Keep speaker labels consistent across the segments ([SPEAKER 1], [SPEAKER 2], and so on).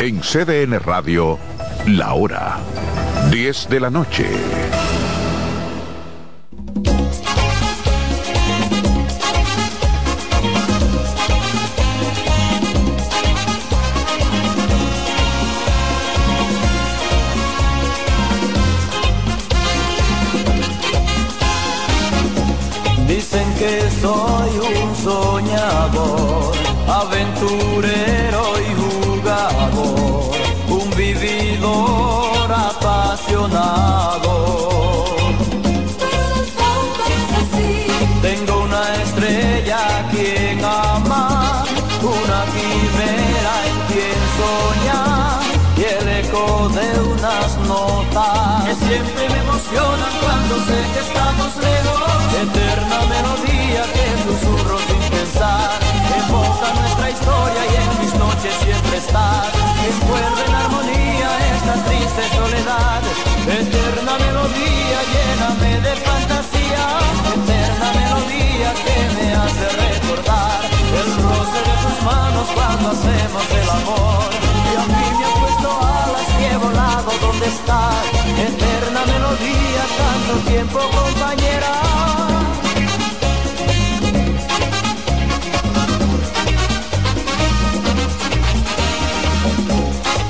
[SPEAKER 1] En CDN Radio, la hora 10 de la noche.
[SPEAKER 2] Dicen que soy un soñador, aventurero y jugador, un vividor apasionado. Tengo una estrella a quien amar, una quimera en quien soñar y el eco de unas notas que siempre me emocionan cuando sé que estamos lejos. Eterna melodía que susurro sin pensar, evoca nuestra historia y en mis noches siempre está. Envuelve en armonía esta triste soledad, eterna melodía lléname de fantasía, eterna melodía que me hace recordar el roce de tus manos cuando hacemos el amor. Y a mí me ha puesto alas que he volado donde estás, eterna melodía, tanto tiempo compañera.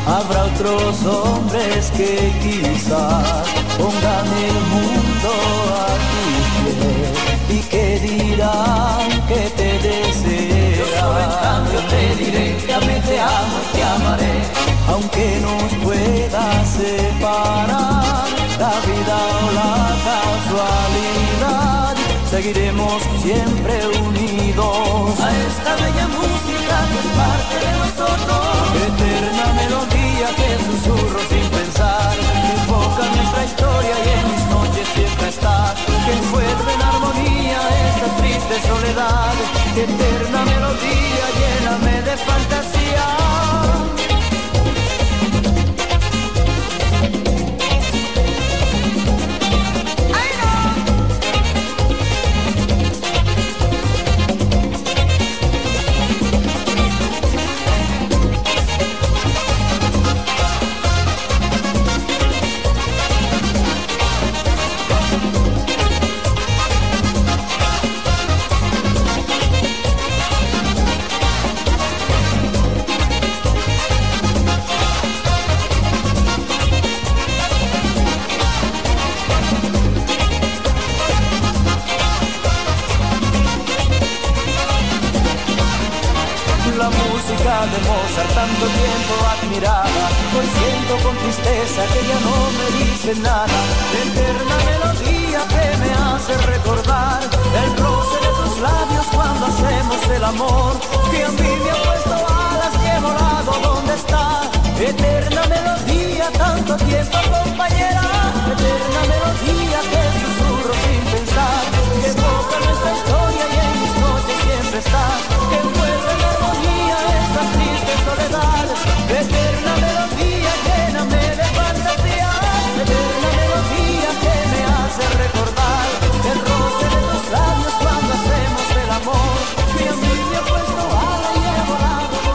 [SPEAKER 2] Habrá otros hombres que quizás pongan el mundo a tus pies y que dirán que te desean. Yo solo en cambio te diré que a mí te amo y te amaré. Aunque nos pueda separar la vida o la casualidad, seguiremos siempre unidos a esta bella música que es parte de nosotros. Eterna melodía que susurro sin pensar, enfoca nuestra historia y en mis noches siempre está, que envuelve en armonía esta triste soledad. Eterna melodía, lléname de fantasía. La música de Mozart, tanto tiempo admirada, hoy siento con tristeza que ya no me dice nada. Eterna melodía que me hace recordar el roce de tus labios cuando hacemos el amor, que a mí me ha puesto alas y he volado donde está. Eterna melodía, tanto tiempo compañera, eterna melodía que susurro sin pensar, que evoca nuestra historia y en mis noches siempre está, que envuelve en armonía esta triste soledad, eterna melodía, lléname de fantasía, eterna melodía que me hace recordar el roce de tus labios cuando hacemos el amor, que a mí me ha puesto ala y he volado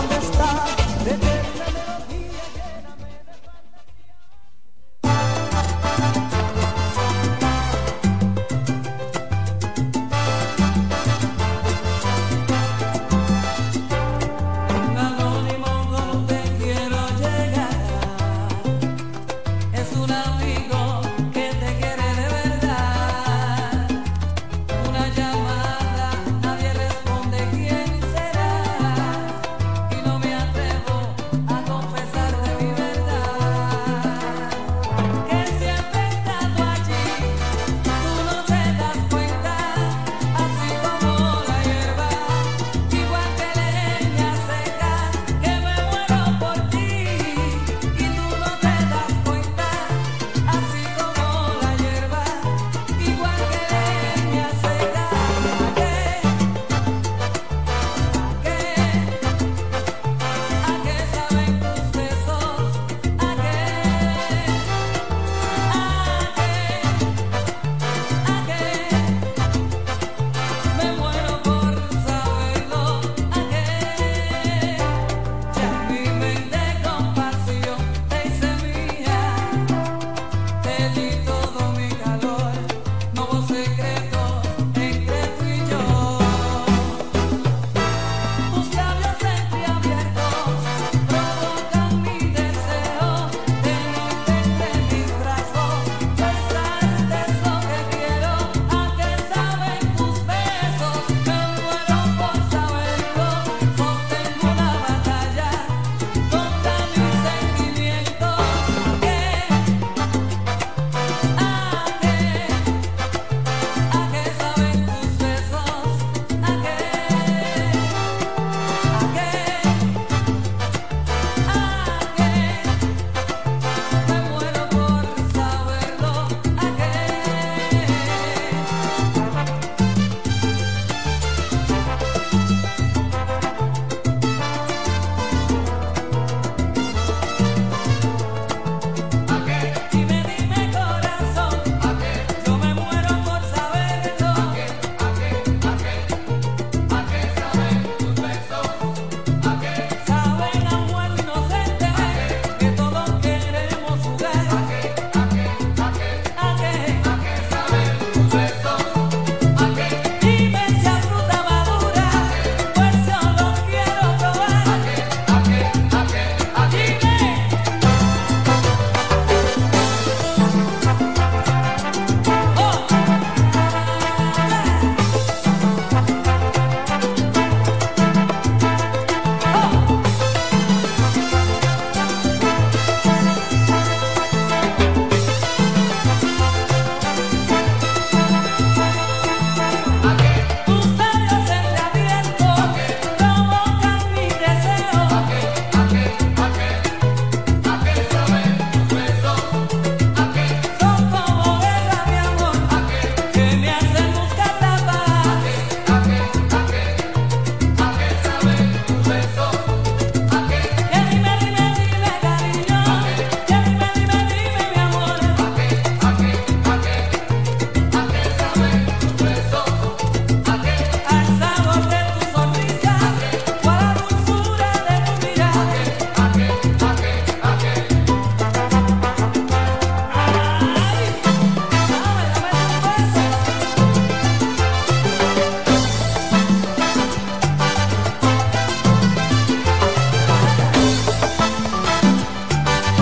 [SPEAKER 2] pues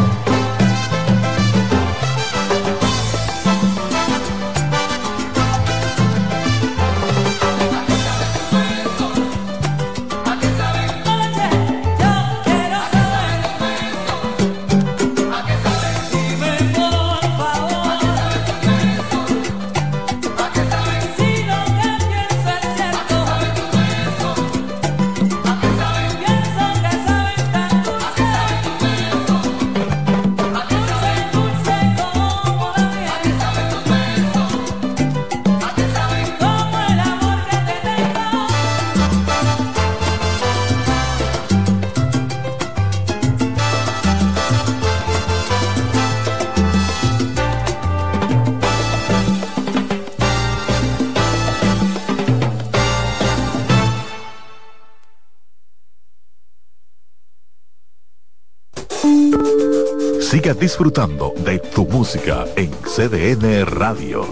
[SPEAKER 1] Siga disfrutando de tu música en CDN Radio.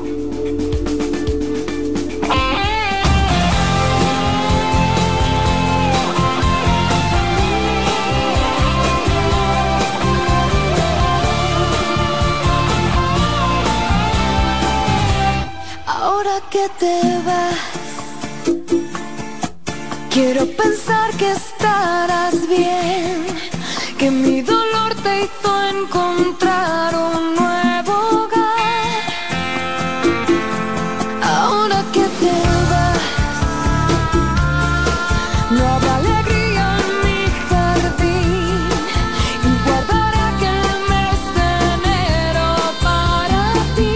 [SPEAKER 2] Ahora que te vas, quiero pensar que estarás bien, que mi dolor te hizo encontrar un nuevo hogar. Ahora que te vas, no habrá alegría en mi jardín y guardaré aquel mes de enero para ti.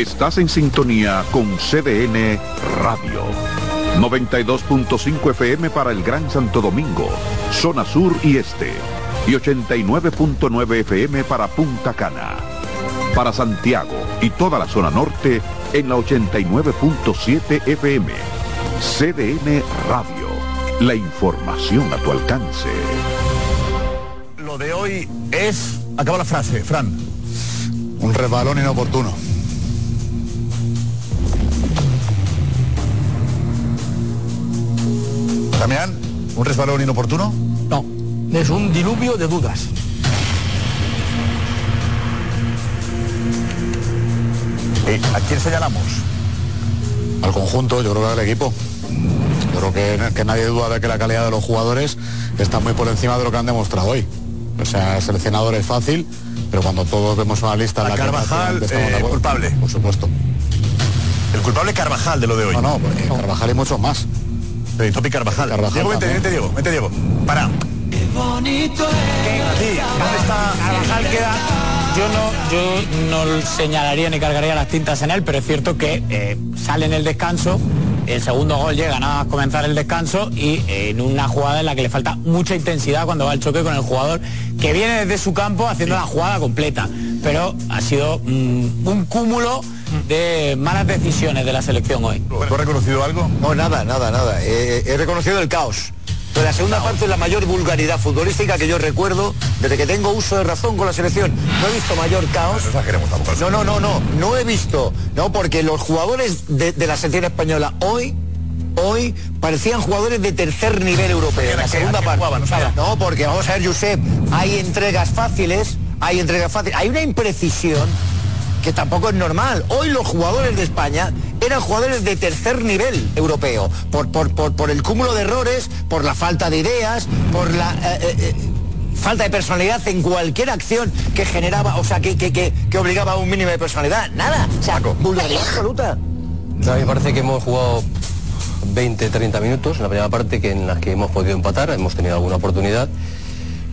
[SPEAKER 1] Estás en sintonía con CDN Radio. 92.5 FM para el Gran Santo Domingo, zona sur y este. Y 89.9 FM para Punta Cana. Para Santiago y toda la zona norte en la 89.7 FM. CDN Radio. La información a tu alcance.
[SPEAKER 3] Lo de hoy es. Acaba la frase, Fran. Un resbalón inoportuno. Damián, ¿un resbalón inoportuno?
[SPEAKER 4] No, es un diluvio de dudas.
[SPEAKER 3] Eh, ¿A quién señalamos? Al conjunto, yo creo que al equipo. Yo creo que, que nadie duda de que la calidad de los jugadores está muy por encima de lo que han demostrado hoy. O sea, seleccionador es fácil, pero cuando todos vemos una lista... en
[SPEAKER 5] A
[SPEAKER 3] la que
[SPEAKER 5] Carvajal,
[SPEAKER 3] prácticamente estamos de
[SPEAKER 5] eh,
[SPEAKER 3] acuerdo-
[SPEAKER 5] culpable.
[SPEAKER 3] Por supuesto.
[SPEAKER 5] El culpable Carvajal de lo de hoy.
[SPEAKER 3] No, no, porque Carvajal y muchos más.
[SPEAKER 5] Sí, Topi Carvajal.
[SPEAKER 3] Carvajal
[SPEAKER 5] Diego, vente,
[SPEAKER 3] también.
[SPEAKER 5] vente, Diego, vente, Diego. Para.
[SPEAKER 6] Sí, ¿dónde está Carvajal queda? Yo no, yo no señalaría ni cargaría las tintas en él, pero es cierto que eh, sale en el descanso, el segundo gol llega nada más comenzar el descanso y eh, en una jugada en la que le falta mucha intensidad cuando va al choque con el jugador que viene desde su campo haciendo la jugada completa, pero ha sido mm, un cúmulo de malas decisiones de la selección hoy.
[SPEAKER 3] ¿Tú has reconocido algo?
[SPEAKER 7] No, nada, nada, nada. Eh, he reconocido el caos. Pero la segunda parte es la mayor vulgaridad futbolística que yo recuerdo desde que tengo uso de razón con la selección. No he visto mayor caos.
[SPEAKER 3] No exageremos tampoco.
[SPEAKER 7] No, no, no, no. No he visto. No, porque los jugadores de, de la selección española hoy, hoy, parecían jugadores de tercer nivel europeo. en La
[SPEAKER 3] ¿A qué- a
[SPEAKER 7] segunda
[SPEAKER 3] qué
[SPEAKER 7] parte.
[SPEAKER 3] jugaban? O sea,
[SPEAKER 7] No, porque vamos a ver, Josep, hay entregas fáciles, hay entregas fáciles. Hay una imprecisión que tampoco es normal. Hoy los jugadores de España eran jugadores de tercer nivel europeo, por, por, por, por el cúmulo de errores, por la falta de ideas, por la... eh, eh, eh, Falta de personalidad en cualquier acción que generaba, o sea, que, que, que, que obligaba a un mínimo de personalidad. Nada. O sea, vulgaridad absoluta.
[SPEAKER 8] A mí me parece que hemos jugado 20, 30 minutos en la primera parte que en las que hemos podido empatar, hemos tenido alguna oportunidad,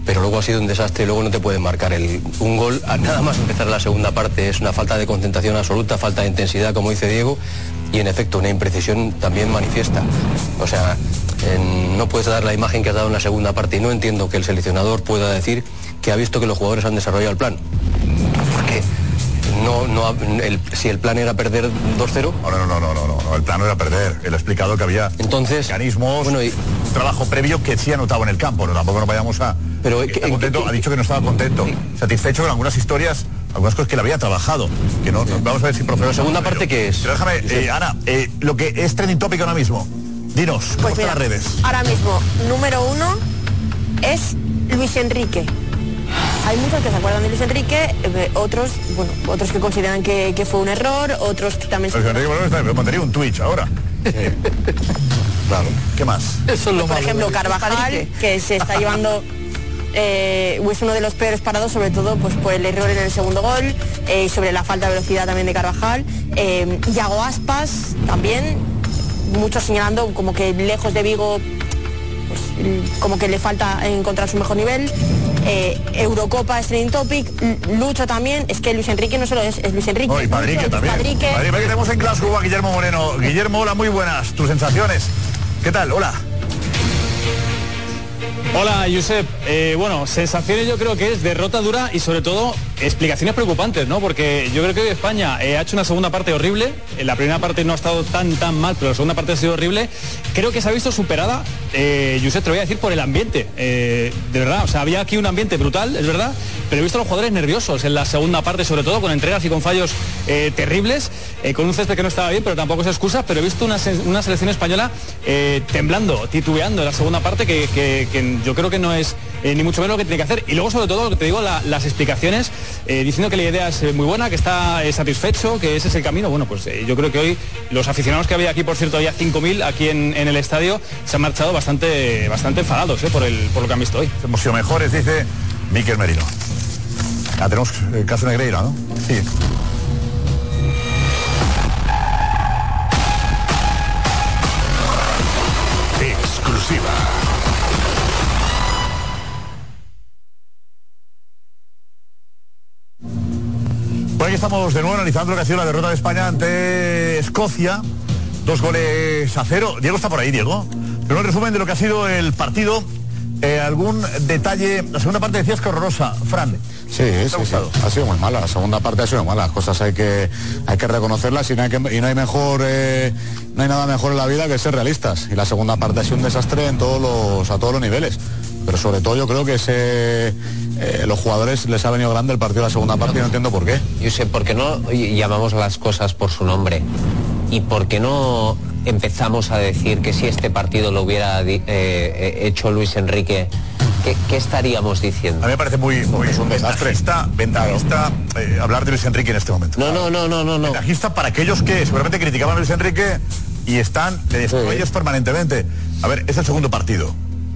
[SPEAKER 8] pero luego ha sido un desastre y luego no te pueden marcar el, un gol. a- Nada más empezar la segunda parte es una falta de concentración absoluta, falta de intensidad, como dice Diego, y en efecto una imprecisión también manifiesta. O sea, en- no puedes dar la imagen que has dado en la segunda parte y no entiendo que el seleccionador pueda decir que ha visto que los jugadores han desarrollado el plan. Porque no, no, ha- el- si el plan era perder 2-0,
[SPEAKER 3] No, no, no, no, no, no, no, El plano era perder. Él ha explicado que había
[SPEAKER 8] Entonces,
[SPEAKER 3] mecanismos,
[SPEAKER 8] bueno, y-
[SPEAKER 3] un trabajo previo que sí ha notado en el campo. No, tampoco nos vayamos a.
[SPEAKER 8] Pero, ¿en
[SPEAKER 3] está
[SPEAKER 8] qué-
[SPEAKER 3] contento,
[SPEAKER 8] en qué-
[SPEAKER 3] ha dicho que no estaba contento, satisfecho con algunas historias, algunas cosas que le había trabajado. Que no, no- vamos a ver si procede.
[SPEAKER 8] La segunda parte, ¿qué es?
[SPEAKER 3] Pero déjame, eh, Ana, eh, lo que es trending topic ahora mismo. Dinos, ¿cómo
[SPEAKER 9] Pues
[SPEAKER 3] están
[SPEAKER 9] mira,
[SPEAKER 3] las redes?
[SPEAKER 9] ahora mismo, número uno es Luis Enrique. Hay muchos que se acuerdan de Luis Enrique, eh, otros, bueno, otros que consideran que, que fue un error, otros que también se
[SPEAKER 3] Pues Enrique Moreno está- me mandaría un Twitch ahora. Eh, claro. ¿Qué más?
[SPEAKER 4] Eso es lo
[SPEAKER 9] por
[SPEAKER 4] malo
[SPEAKER 9] ejemplo,
[SPEAKER 4] de-
[SPEAKER 9] Carvajal, que se está llevando eh, es uno de los peores parados, sobre todo pues, por el error en el segundo gol, eh, sobre la falta de velocidad también de Carvajal. Eh, Iago Aspas también, muchos señalando como que lejos de Vigo, pues, l- como que le falta encontrar su mejor nivel. Eh, Eurocopa es trending topic, L- Lucho también, es que Luis Enrique no solo es, es Luis Enrique,
[SPEAKER 3] No, y
[SPEAKER 9] es Lucho,
[SPEAKER 3] Padrique
[SPEAKER 9] es
[SPEAKER 3] también.
[SPEAKER 9] Padrique.
[SPEAKER 3] Padrique, que tenemos en Glasgow a Guillermo Moreno. Guillermo, hola, muy buenas. Tus sensaciones. ¿Qué tal? Hola.
[SPEAKER 10] Hola, Josep. Eh, bueno, sensaciones yo creo que es derrota dura y sobre todo explicaciones preocupantes, ¿no? Porque yo creo que hoy España eh, ha hecho una segunda parte horrible. En la primera parte no ha estado tan tan mal, pero la segunda parte ha sido horrible. Creo que se ha visto superada, eh, Josep, te lo voy a decir, por el ambiente. Eh, de verdad, o sea, había aquí un ambiente brutal, es verdad, pero he visto a los jugadores nerviosos en la segunda parte, sobre todo con entregas y con fallos eh, terribles, eh, con un césped que no estaba bien, pero tampoco es excusa, pero he visto una, se- una selección española eh, temblando, titubeando en la segunda parte, que, que- que yo creo que no es eh, ni mucho menos lo que tiene que hacer. Y luego, sobre todo, lo que te digo, la- las explicaciones, eh, diciendo que la idea es eh, muy buena, que está eh, satisfecho, que ese es el camino. Bueno, pues eh, yo creo que hoy los aficionados que había aquí, por cierto, había 5.000 aquí en, en el estadio, se han marchado bastante, bastante enfadados eh, por, el, por lo que han visto hoy.
[SPEAKER 3] Hemos sido mejores, dice Miquel Merino. Ah, tenemos el caso Negreira, ¿no? Sí. Exclusiva. Bueno, aquí Pues estamos de nuevo analizando lo que ha sido la derrota de España ante Escocia. Dos goles a cero. Diego está por ahí, Diego. Pero un resumen de lo que ha sido el partido. Eh, algún detalle. La segunda parte decías que horrorosa, Fran.
[SPEAKER 5] Sí, sí, sí. ha sido muy mala. La segunda parte ha sido mala. Las cosas hay que, hay que reconocerlas y no hay, que- y no hay mejor, eh, no hay nada mejor en la vida que ser realistas. Y la segunda parte ha sido un desastre en todos los, a todos los niveles. Pero sobre todo yo creo que ese, eh, los jugadores les ha venido grande el partido de la segunda parte y no entiendo por qué.
[SPEAKER 11] Yo sé, ¿por qué no llamamos las cosas por su nombre? ¿Y por qué no empezamos a decir que si este partido lo hubiera di- eh, eh, hecho Luis Enrique, ¿qué, qué estaríamos diciendo?
[SPEAKER 3] A mí me parece muy, muy ventajista, ventajista eh, hablar de Luis Enrique en este momento. No, no,
[SPEAKER 11] no, no, no, no.
[SPEAKER 3] Ventajista para aquellos que seguramente criticaban a Luis Enrique y están le destruyen ellos permanentemente. A ver, es el segundo partido.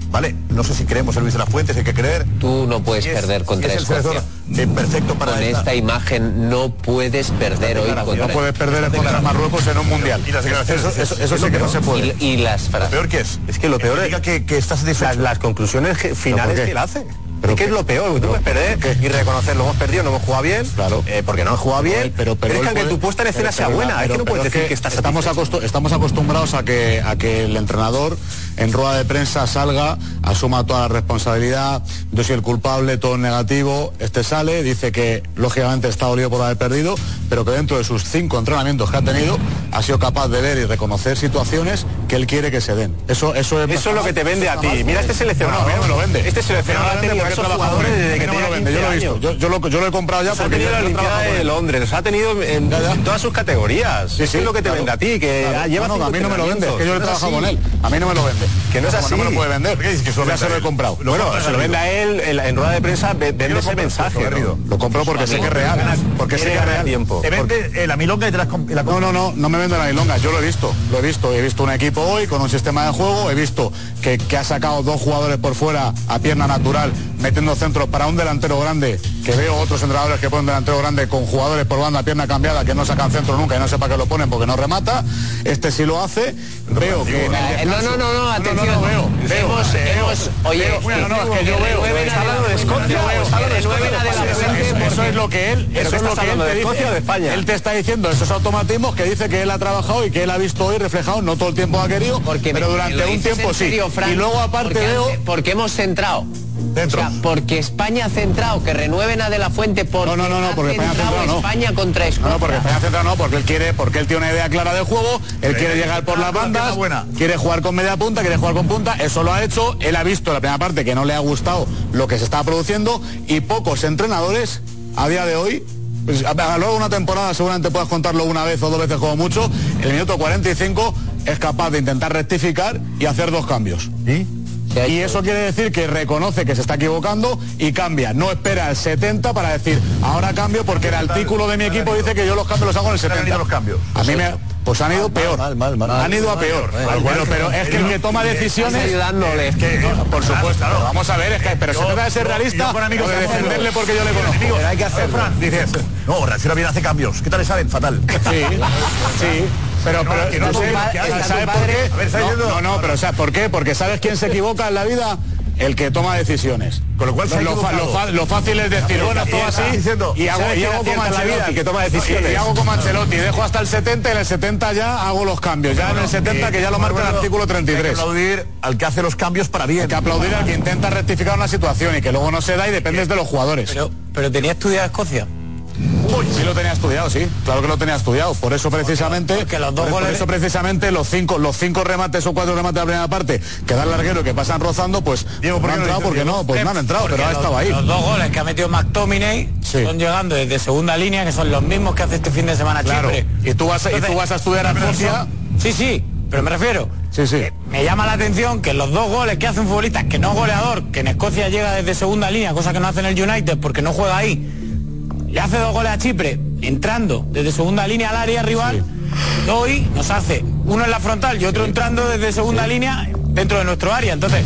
[SPEAKER 3] ¿Vale? No sé si creemos en Luis de las Fuentes, hay que creer.
[SPEAKER 11] Tú no puedes
[SPEAKER 3] Y es-
[SPEAKER 11] perder contra
[SPEAKER 3] y es el
[SPEAKER 11] Escocia.
[SPEAKER 3] seleccionador, eh, perfecto para
[SPEAKER 11] Con esta imagen no puedes perder hoy contra
[SPEAKER 3] No puedes perder contra Marruecos en un mundial. Y las declaraciones,
[SPEAKER 11] Eso- eso- eso
[SPEAKER 3] es
[SPEAKER 11] sí
[SPEAKER 3] lo
[SPEAKER 11] que
[SPEAKER 3] peor.
[SPEAKER 11] no se puede. Y- y las frases.
[SPEAKER 3] ¿Lo peor que es?
[SPEAKER 11] Es que lo peor
[SPEAKER 3] es que, que estás las,
[SPEAKER 12] conclusiones
[SPEAKER 3] finales
[SPEAKER 12] qué?
[SPEAKER 3] que él hace.
[SPEAKER 12] Pero que es lo peor, que tú puedes perder y reconocerlo, hemos perdido, no hemos jugado bien, claro. porque no has jugado bien,
[SPEAKER 5] pero, pero
[SPEAKER 12] deja
[SPEAKER 5] él
[SPEAKER 12] que
[SPEAKER 5] puede-
[SPEAKER 12] tu puesta en
[SPEAKER 5] pero-
[SPEAKER 12] escena sea
[SPEAKER 5] pero-
[SPEAKER 12] buena, es
[SPEAKER 5] pero-
[SPEAKER 12] que no
[SPEAKER 5] pero
[SPEAKER 12] puedes decir que, estás
[SPEAKER 5] estamos, acostu- estamos acostumbrados a que, a que el entrenador en rueda de prensa salga, asuma toda la responsabilidad, yo soy el culpable, todo negativo, este sale, dice que lógicamente está dolido por haber perdido, pero que dentro de sus cinco entrenamientos que ha tenido ha sido capaz de ver y reconocer situaciones que él quiere que se den. Eso, eso es,
[SPEAKER 12] Eso es lo que te vende a ti. Mira este seleccionado.
[SPEAKER 5] No, a mí no me lo vende.
[SPEAKER 12] Este seleccionado
[SPEAKER 5] A mí
[SPEAKER 12] ha
[SPEAKER 5] no me lo
[SPEAKER 12] tenido
[SPEAKER 5] vende
[SPEAKER 12] a esos
[SPEAKER 5] porque he trabajado
[SPEAKER 12] jugadores
[SPEAKER 5] en él.
[SPEAKER 12] desde
[SPEAKER 5] A
[SPEAKER 12] que
[SPEAKER 5] mí no me
[SPEAKER 12] tenía
[SPEAKER 5] lo vende,
[SPEAKER 12] 15
[SPEAKER 5] yo lo he
[SPEAKER 12] años.
[SPEAKER 5] visto. Yo, yo lo, yo lo he comprado ya
[SPEAKER 12] Se ha
[SPEAKER 5] porque
[SPEAKER 12] tenido
[SPEAKER 5] yo-
[SPEAKER 12] la
[SPEAKER 5] yo trabajo
[SPEAKER 12] Olimpiada
[SPEAKER 5] con
[SPEAKER 12] de
[SPEAKER 5] él.
[SPEAKER 12] Londres, ha tenido en, en todas sus categorías.
[SPEAKER 5] Sí,
[SPEAKER 12] Eso
[SPEAKER 5] sí,
[SPEAKER 12] es lo que te
[SPEAKER 5] claro.
[SPEAKER 12] vende a ti, que
[SPEAKER 5] Claro.
[SPEAKER 12] ah, lleva
[SPEAKER 5] No, no,
[SPEAKER 12] cinco
[SPEAKER 5] a mí no me lo vende, es que yo he
[SPEAKER 12] entrenamientos.
[SPEAKER 5] trabajado con
[SPEAKER 12] No es
[SPEAKER 5] él.
[SPEAKER 12] así.
[SPEAKER 5] A mí no me lo vende.
[SPEAKER 12] Que no es
[SPEAKER 5] Como
[SPEAKER 12] así.
[SPEAKER 5] No me lo puede vender. ya se lo he comprado.
[SPEAKER 12] Bueno, se lo vende a él en, la- en rueda de
[SPEAKER 5] Ah,
[SPEAKER 12] prensa, ve- vende ese mensaje. ¿no?
[SPEAKER 5] Lo compro porque sé que es real. Porque sé que es real.
[SPEAKER 3] Eh, Te vende eh, la milonga y te las com- y la
[SPEAKER 5] No, no, no, no me vendo la milonga, yo lo he visto, lo he visto, he visto un equipo hoy con un sistema de juego, he visto que, que ha sacado dos jugadores por fuera a pierna natural, metiendo centros para un delantero grande, que veo otros entrenadores que ponen delantero grande con jugadores por banda a pierna cambiada que no sacan centro nunca y no sé para qué lo ponen porque no remata, este sí lo hace, veo que... en el
[SPEAKER 11] Eh, No, no,
[SPEAKER 5] descanso-
[SPEAKER 11] no, no, atención.
[SPEAKER 5] veo, veo,
[SPEAKER 11] Hemos-
[SPEAKER 5] veo,
[SPEAKER 11] hemos- Oye,
[SPEAKER 5] veo, bueno, no, es que yo veo,
[SPEAKER 11] renueven
[SPEAKER 5] está
[SPEAKER 11] a
[SPEAKER 5] hablando de Escocia,
[SPEAKER 11] yo veo,
[SPEAKER 5] está hablando de
[SPEAKER 11] renueven
[SPEAKER 5] Escocia,
[SPEAKER 11] a De La
[SPEAKER 5] eso-
[SPEAKER 11] Fuente
[SPEAKER 5] eso-
[SPEAKER 11] porque-
[SPEAKER 5] eso es lo que él-
[SPEAKER 11] ¿Pero
[SPEAKER 5] eso
[SPEAKER 11] qué
[SPEAKER 5] es lo
[SPEAKER 11] estás
[SPEAKER 5] que él
[SPEAKER 11] hablando,
[SPEAKER 5] te
[SPEAKER 11] de
[SPEAKER 5] dice.
[SPEAKER 11] Escocia o de España?
[SPEAKER 5] Él te está diciendo esos automatismos que dice que él ha trabajado y que él ha visto hoy reflejado, no todo el tiempo ha querido, pero
[SPEAKER 11] me-
[SPEAKER 5] durante
[SPEAKER 11] lo
[SPEAKER 5] un
[SPEAKER 11] dices
[SPEAKER 5] tiempo
[SPEAKER 11] en serio,
[SPEAKER 5] sí.
[SPEAKER 11] Fran,
[SPEAKER 5] y luego aparte
[SPEAKER 11] porque,
[SPEAKER 5] veo...
[SPEAKER 11] Porque hemos centrado. O sea, porque España ha centrado, que renueven a De La Fuente porque
[SPEAKER 5] No, no, no, porque España ha centrado, no.
[SPEAKER 11] España contra Escocia.
[SPEAKER 5] No, no, porque España central no, porque él quiere, porque él tiene una idea clara de juego, él quiere llegar por las bandas, quiere jugar con media punta, quiere jugar con punta, eso lo ha hecho, él ha visto la primera parte que no le ha gustado lo que se está produciendo y pocos entrenadores a día de hoy. pues, a a lo largo de una temporada seguramente puedas contarlo una vez o dos veces como mucho, el minuto 45 es capaz de intentar rectificar y hacer dos cambios. Y eso quiere decir que reconoce que se está equivocando y cambia. No espera el 70 para decir, ahora cambio porque el artículo de mi equipo dice que yo los cambios los hago en el 70. los cambios? A mí me... Pues han ido peor. Han ido a peor. Bueno, pero es que el que toma decisiones...
[SPEAKER 11] ayudándole.
[SPEAKER 5] por supuesto. Pero Vamos a ver, es que... Pero se trata de ser realista o de defenderle porque yo le conozco.
[SPEAKER 3] Pero hay que hacer Fran, dices, no, reacciona bien, hace cambios. ¿Qué tal le salen? Fatal.
[SPEAKER 5] Sí, sí. Pero, pero,
[SPEAKER 3] que no
[SPEAKER 5] no
[SPEAKER 3] tu
[SPEAKER 5] sé,
[SPEAKER 3] padre-
[SPEAKER 5] ¿sabes
[SPEAKER 3] que tu
[SPEAKER 5] por
[SPEAKER 3] padre-
[SPEAKER 5] qué?
[SPEAKER 3] A ver, ¿estás
[SPEAKER 5] No,
[SPEAKER 3] diciendo?
[SPEAKER 5] no, no, pero ¿sabes por qué? Porque ¿sabes quién se equivoca en la vida? El que toma decisiones. Con lo
[SPEAKER 3] cual se ha
[SPEAKER 5] lo, fa-
[SPEAKER 3] equivocado.
[SPEAKER 5] lo fa- lo fácil es decir,
[SPEAKER 3] Pero
[SPEAKER 5] bueno,
[SPEAKER 3] está-
[SPEAKER 5] todo
[SPEAKER 3] está
[SPEAKER 5] así
[SPEAKER 3] diciendo,
[SPEAKER 5] y hago,
[SPEAKER 3] ¿sabes
[SPEAKER 5] y
[SPEAKER 3] quién
[SPEAKER 5] hago como
[SPEAKER 3] acierta en la vida?
[SPEAKER 5] Ancelotti.
[SPEAKER 3] El que toma
[SPEAKER 5] No, y-
[SPEAKER 3] decisiones.
[SPEAKER 5] Y hago como Ancelotti, dejo hasta el 70 y en el 70 ya hago los cambios. Ya en el 70 que ya lo marca el artículo 33.
[SPEAKER 3] aplaudir al que hace los cambios para bien.
[SPEAKER 5] Hay que aplaudir al que intenta rectificar una situación y que luego no se da y dependes de los jugadores.
[SPEAKER 6] pero tenía estudiado Escocia.
[SPEAKER 5] Sí lo tenía estudiado, sí. Claro que lo tenía estudiado. Por eso precisamente. los
[SPEAKER 6] dos
[SPEAKER 5] por,
[SPEAKER 6] goles-
[SPEAKER 5] eso precisamente los cinco, los cinco remates o cuatro remates de la primera parte que da el larguero y que pasan rozando, pues
[SPEAKER 3] Diego, ¿por
[SPEAKER 5] no
[SPEAKER 3] qué
[SPEAKER 5] han
[SPEAKER 3] no lo
[SPEAKER 5] entrado
[SPEAKER 3] dices,
[SPEAKER 5] porque
[SPEAKER 3] Diego?
[SPEAKER 5] no, pues no han entrado,
[SPEAKER 6] Porque
[SPEAKER 5] pero ha
[SPEAKER 6] los-
[SPEAKER 5] estado ahí.
[SPEAKER 6] Los dos goles que ha metido McTominay son llegando desde segunda línea, que son los mismos que hace este fin de semana
[SPEAKER 5] Claro.
[SPEAKER 6] Chipre.
[SPEAKER 5] Y tú vas a- y tú vas a estudiar a
[SPEAKER 6] pero
[SPEAKER 5] Francia.
[SPEAKER 6] son- Sí, sí, pero me refiero. que Me llama la atención que los dos goles que hace un futbolista que no es goleador, que en Escocia llega desde segunda línea, cosa que no hace en el United porque no juega ahí, le hace dos goles a Chipre entrando desde segunda línea al área rival. Hoy nos hace uno en la frontal y otro entrando desde segunda línea dentro de nuestro área. Entonces,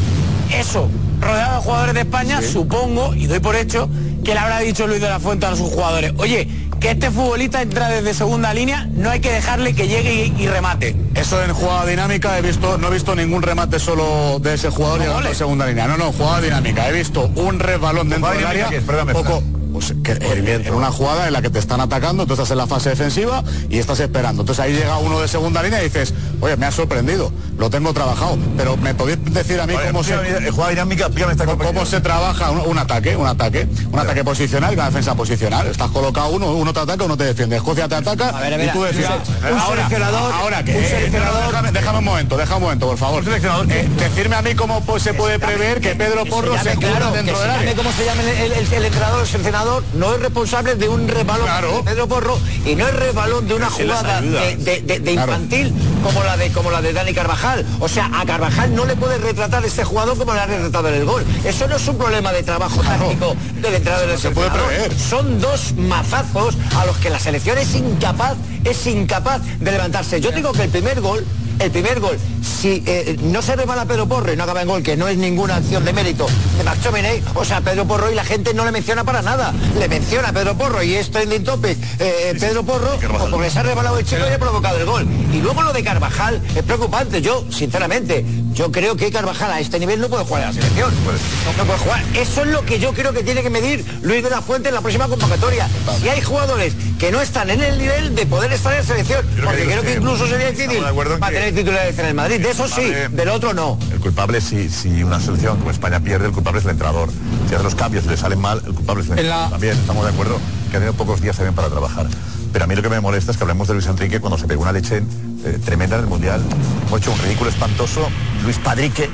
[SPEAKER 6] eso, rodeado de jugadores de España, supongo y doy por hecho que le habrá dicho Luis de la Fuente a sus jugadores, oye, que este futbolista entra desde segunda línea, no hay que dejarle que llegue y, y remate.
[SPEAKER 5] Eso en jugada dinámica he visto, no he visto ningún remate solo de ese jugador llegando a segunda línea. No, no, jugada dinámica. He visto un resbalón dentro
[SPEAKER 3] ¿Jugada
[SPEAKER 5] del
[SPEAKER 3] dinámica
[SPEAKER 5] área.
[SPEAKER 3] qué es? Perdóname,
[SPEAKER 5] poco, pues, que- en, en una jugada en la que te están atacando, tú estás en la fase defensiva y estás esperando. Entonces ahí llega uno de segunda línea y dices, oye, me ha sorprendido, lo tengo trabajado, pero me podéis decir a mí
[SPEAKER 3] Vale,
[SPEAKER 5] cómo se.
[SPEAKER 3] explícame, eh, jugada dinámica, explícame esta
[SPEAKER 5] cómo- ¿Cómo se trabaja un, un ataque? Un ataque. Un ataque posicional y una defensa posicional. Estás colocado uno, uno te ataca, uno te defiende. Escocia te ataca
[SPEAKER 3] ver, a
[SPEAKER 5] y
[SPEAKER 3] ver,
[SPEAKER 5] tú defiendes.
[SPEAKER 3] un seleccionador-
[SPEAKER 5] Ahora que.
[SPEAKER 3] un
[SPEAKER 5] eh,
[SPEAKER 3] seleccionador-
[SPEAKER 5] déjame, déjame un momento, déjame un momento, por favor. Eh, decirme a mí cómo pues, se puede prever que Pedro Porro se cubra
[SPEAKER 7] claro, que
[SPEAKER 5] dentro
[SPEAKER 7] se
[SPEAKER 5] del
[SPEAKER 7] llame
[SPEAKER 5] área.
[SPEAKER 7] como se llame el, el- el entrenador, el seleccionador, no es responsable de un resbalón de Pedro Porro y no es resbalón de una
[SPEAKER 5] Pero si las
[SPEAKER 7] jugada
[SPEAKER 5] ayuda.
[SPEAKER 7] de, de- de- de
[SPEAKER 5] Claro.
[SPEAKER 7] infantil como la de como la de Dani Carvajal. O sea, a Carvajal no le puede retratar este jugador como le ha retratado en el gol. Eso no es un problema de trabajo táctico del entrenador del
[SPEAKER 5] se puede
[SPEAKER 7] seleccionador.
[SPEAKER 5] prever.
[SPEAKER 7] Son dos mazazos a los que la selección es incapaz, es incapaz de levantarse. Yo digo que el primer gol, el primer gol, si eh, no se resbala Pedro Porro y no acaba en gol, que no es ninguna acción de mérito de McTominay, o sea, Pedro Porro y la gente no le menciona para nada. Le menciona a Pedro Porro y es trending topic eh, Pedro Porro o porque se ha resbalado el chico y ha provocado el gol. Y luego lo de Carvajal es preocupante. Yo, sinceramente, yo creo que Carvajal a este nivel no puede jugar en la selección.
[SPEAKER 13] Pues,
[SPEAKER 7] No puede jugar. Eso es lo que yo creo que tiene que medir Luis de la Fuente en la próxima convocatoria. Si hay jugadores que no están en el nivel de poder estar en la selección, porque creo que incluso sería difícil para tener titulares en el Madrid. De eso sí, del otro no.
[SPEAKER 3] El culpable, si, si una selección como España pierde, el culpable es el entrenador. Si hace los cambios y le salen mal, el culpable es el
[SPEAKER 14] En la-
[SPEAKER 3] entrenador. También estamos de acuerdo que ha tenido pocos días también para trabajar. Pero a mí lo que me molesta es que hablemos de Luis Enrique cuando se pegó una leche eh, tremenda en el Mundial. Hemos hecho un ridículo espantoso. Luis Padrique.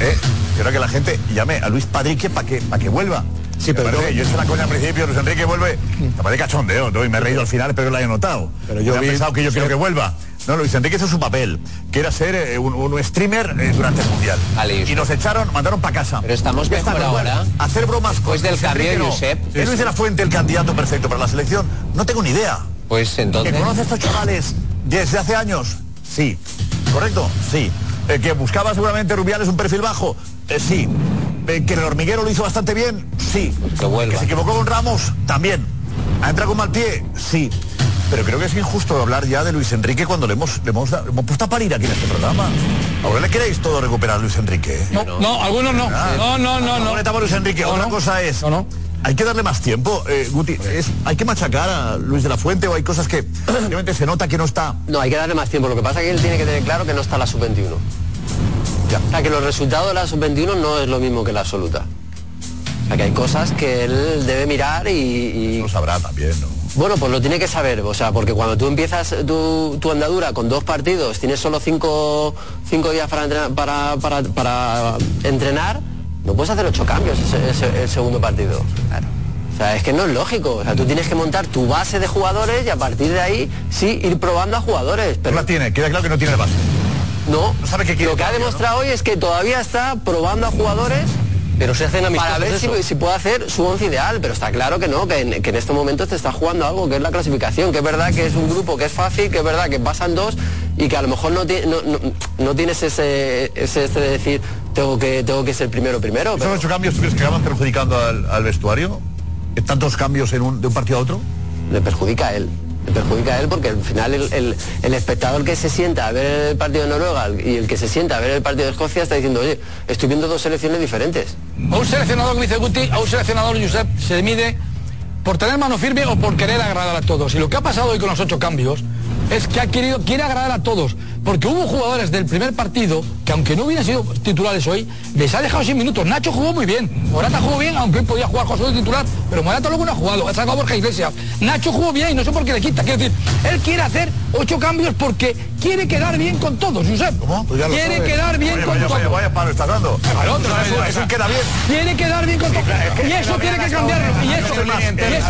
[SPEAKER 3] ¿eh? Y ahora que la gente llame a Luis Padrique para que, pa' que vuelva. Sí, pero yo hice la coña al principio, Luis Enrique vuelve. Me parece cachondeo, ¿no? Y me he reído al final, pero lo he notado. Pero
[SPEAKER 5] yo
[SPEAKER 3] yo he
[SPEAKER 5] vi-
[SPEAKER 3] pensado que yo quiero que vuelva. No, Luis Enrique hizo su papel, que era ser eh, un, un streamer eh, durante el Mundial. Y nos echaron, mandaron para casa. Pero
[SPEAKER 11] estamos mejor ahora.
[SPEAKER 3] Hacer bromas con
[SPEAKER 11] Después del
[SPEAKER 3] Luis
[SPEAKER 11] cambio,
[SPEAKER 3] Enrique, no.
[SPEAKER 11] Josep.
[SPEAKER 3] ¿Es Luis de la Fuente el candidato perfecto para la selección? No tengo ni idea.
[SPEAKER 11] Pues entonces.
[SPEAKER 3] ¿Que conoce a estos chavales desde hace años? Sí. ¿Correcto? Sí. Eh, ¿Que buscaba seguramente Rubiales un perfil bajo? Eh, sí. Eh, ¿Que el hormiguero lo hizo bastante bien? Sí.
[SPEAKER 11] que vuelva.
[SPEAKER 3] se equivocó con Ramos? También. ¿Ha entrado con mal pie? Sí. Pero creo que es injusto hablar ya de Luis Enrique cuando le hemos, le hemos, da- le hemos puesto a parir aquí en este programa. Ahora le queréis todo recuperar a Luis Enrique. Ah,
[SPEAKER 15] No, no, algunos no. No, no, no, no.
[SPEAKER 3] Ahora Luis Enrique. Otra cosa es. Hay que darle más tiempo, eh, Guti. Es, hay que machacar a Luis de la Fuente o hay cosas que realmente se nota que no está.
[SPEAKER 16] No, hay que darle más tiempo. Lo que pasa es que él tiene que tener claro que no está la sub-21. O sea, que los resultados de la sub-21 no es lo mismo que la absoluta. O sea, que hay cosas que él debe mirar y... Lo
[SPEAKER 3] sabrá también, ¿no?
[SPEAKER 16] Bueno, pues lo tiene que saber, o sea, porque cuando tú empiezas tu, tu andadura con dos partidos, tienes solo cinco, cinco días para entrenar, para, para- para entrenar, no puedes hacer ocho cambios ese- ese- el segundo partido. O sea, es que no es lógico. O sea, tú tienes que montar tu base de jugadores y a partir de ahí sí ir probando a jugadores. Pero
[SPEAKER 3] no la tiene, queda claro que no tiene base.
[SPEAKER 16] No,
[SPEAKER 3] sabe qué quiere
[SPEAKER 16] lo que ha
[SPEAKER 3] todavía,
[SPEAKER 16] demostrado hoy es que todavía está probando a jugadores
[SPEAKER 11] Pero se hacen
[SPEAKER 16] para
[SPEAKER 11] amistosos
[SPEAKER 16] ver si,
[SPEAKER 11] eso.
[SPEAKER 16] si puede hacer su once ideal, pero está claro que no, que en, que en estos momentos te está jugando algo, que es la clasificación, que es verdad que es un grupo que es fácil, que es verdad que pasan dos y que a lo mejor no, ti- no- no- no tienes ese, ese este de decir tengo que, tengo que ser primero primero.
[SPEAKER 3] ¿Esos ocho cambios tú crees que acaban perjudicando al, al vestuario? ¿Tantos cambios en un- de un partido a otro?
[SPEAKER 16] Le perjudica a él. Le perjudica a él porque al final el, el- el espectador que se sienta a ver el partido de Noruega y el que se sienta a ver el partido de Escocia está diciendo, oye, estoy viendo dos selecciones diferentes.
[SPEAKER 14] A un seleccionador, como dice Guti, a un seleccionador, Josep, se le mide por tener mano firme o por querer agradar a todos. Y lo que ha pasado hoy con los ocho cambios es que ha querido, quiere agradar a todos, Porque hubo jugadores del primer partido que aunque no hubieran sido titulares hoy, les ha dejado sin minutos. Nacho jugó muy bien, Morata jugó bien, aunque hoy podía jugar con solo titular, pero Morata luego no ha jugado, ha sacado a Borja Iglesias. Nacho jugó bien y no sé por qué le quita. Quiero decir, él quiere hacer ocho cambios porque quiere quedar bien con todos, Josep.
[SPEAKER 3] Tú Pues ya lo
[SPEAKER 14] quiere
[SPEAKER 3] sabes.
[SPEAKER 14] quedar bien
[SPEAKER 3] Oye,
[SPEAKER 14] con
[SPEAKER 3] vaya,
[SPEAKER 14] todos.
[SPEAKER 3] vaya, vaya palo está dando.
[SPEAKER 14] Claro,
[SPEAKER 3] Tú
[SPEAKER 14] pero
[SPEAKER 3] sabes,
[SPEAKER 14] eso-
[SPEAKER 3] eso, queda bien.
[SPEAKER 14] Tiene que dar bien con todo. y eso tiene que cambiarlo. Y eso, y eso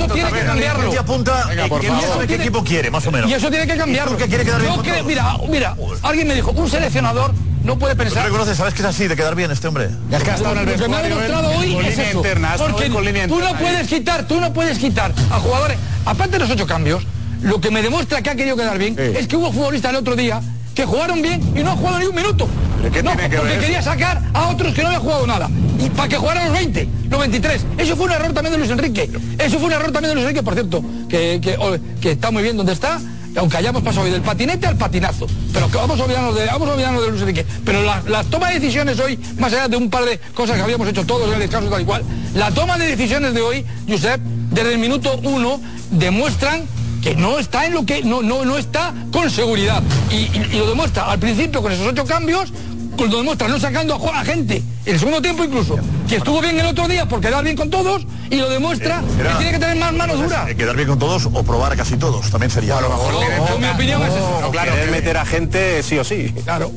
[SPEAKER 14] tiene que cambiarlo.
[SPEAKER 3] Y apunta
[SPEAKER 14] Venga, por
[SPEAKER 3] que no
[SPEAKER 14] favor.
[SPEAKER 3] sabe qué equipo quiere, más o menos.
[SPEAKER 14] Y eso tiene que cambiarlo.
[SPEAKER 3] Porque quiere quedar bien
[SPEAKER 14] Yo
[SPEAKER 3] con
[SPEAKER 14] creo-
[SPEAKER 3] todos.
[SPEAKER 14] mira, mira, alguien me dijo, un seleccionador no puede
[SPEAKER 3] Pero tú
[SPEAKER 14] pensar.
[SPEAKER 3] reconoces, sabes que es así, de quedar bien este hombre.
[SPEAKER 14] Es que ha estado en
[SPEAKER 3] Lo
[SPEAKER 14] el
[SPEAKER 3] que me ha
[SPEAKER 14] vestuario
[SPEAKER 3] demostrado
[SPEAKER 14] él,
[SPEAKER 3] hoy
[SPEAKER 14] con
[SPEAKER 3] es
[SPEAKER 14] línea
[SPEAKER 3] eso.
[SPEAKER 14] interna, ha estado
[SPEAKER 3] Porque
[SPEAKER 14] él con línea
[SPEAKER 3] tú
[SPEAKER 14] interna
[SPEAKER 3] no
[SPEAKER 14] ahí. puedes quitar, tú no puedes quitar a jugadores, aparte de los ocho cambios, lo que me demuestra que ha querido quedar bien es que hubo futbolistas el otro día que jugaron bien y no han jugado ni un minuto. no,
[SPEAKER 3] que
[SPEAKER 14] porque
[SPEAKER 3] ver eso?
[SPEAKER 14] quería sacar a otros que no habían jugado nada. Y para que jugaran los 20, los 23. Eso fue un error también de Luis Enrique. Eso fue un error también de Luis Enrique, por cierto, que, que- o- que está muy bien donde está. Aunque hayamos pasado hoy del patinete al patinazo. Pero que vamos a olvidarnos de, vamos a olvidarnos de Luis Enrique. Pero la, la toma de decisiones hoy, más allá de un par de cosas que habíamos hecho todos en el descanso y tal y cual, la toma de decisiones de hoy, Josep, desde el minuto uno, demuestran que no está en lo que no no no está con seguridad y, y- y lo demuestra al principio con esos ocho cambios con- lo demuestra no sacando a, ju- a gente el segundo tiempo incluso que estuvo bien el otro día por quedar bien con todos y lo demuestra que tiene que tener más mano dura
[SPEAKER 3] Eh, Quedar bien con todos o probar casi todos, también sería. A lo mejor
[SPEAKER 14] mi opinión es eso
[SPEAKER 12] claro, querer meter a gente sí o sí.
[SPEAKER 14] Claro.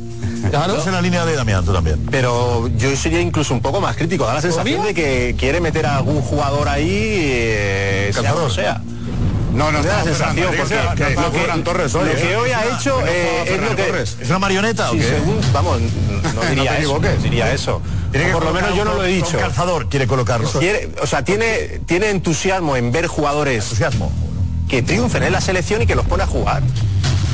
[SPEAKER 3] Estás en la línea de Damián, tú también.
[SPEAKER 12] Pero yo sería incluso un poco más crítico. Da la sensación de que quiere meter a algún jugador ahí, eh, sea como sea.
[SPEAKER 3] No, no
[SPEAKER 12] Me da la
[SPEAKER 3] estamos
[SPEAKER 12] sensación,
[SPEAKER 3] Ferran,
[SPEAKER 12] porque
[SPEAKER 3] eh, que sea- que
[SPEAKER 12] lo
[SPEAKER 3] estaba
[SPEAKER 12] que,
[SPEAKER 3] Ferran Torres hoy,
[SPEAKER 12] lo
[SPEAKER 3] ¿eh?
[SPEAKER 12] que hoy ha
[SPEAKER 3] No,
[SPEAKER 12] hecho
[SPEAKER 3] no
[SPEAKER 12] eh,
[SPEAKER 3] estaba
[SPEAKER 12] es
[SPEAKER 3] Ferran
[SPEAKER 12] lo que...
[SPEAKER 3] Torres. ¿Es una marioneta o
[SPEAKER 12] Sí,
[SPEAKER 3] qué?
[SPEAKER 12] según- vamos, no- no
[SPEAKER 3] No
[SPEAKER 12] diría
[SPEAKER 3] te
[SPEAKER 12] eso.
[SPEAKER 3] equivoques.
[SPEAKER 12] Diría eso.
[SPEAKER 3] Tiene
[SPEAKER 12] O
[SPEAKER 3] que
[SPEAKER 12] por lo
[SPEAKER 3] colocar
[SPEAKER 12] menos yo
[SPEAKER 3] un-
[SPEAKER 12] no lo he
[SPEAKER 3] un
[SPEAKER 12] dicho.
[SPEAKER 3] calzador quiere colocarlo.
[SPEAKER 12] Quiere- o sea, tiene, tiene entusiasmo en ver jugadores que triunfen en la selección y que los pone a jugar.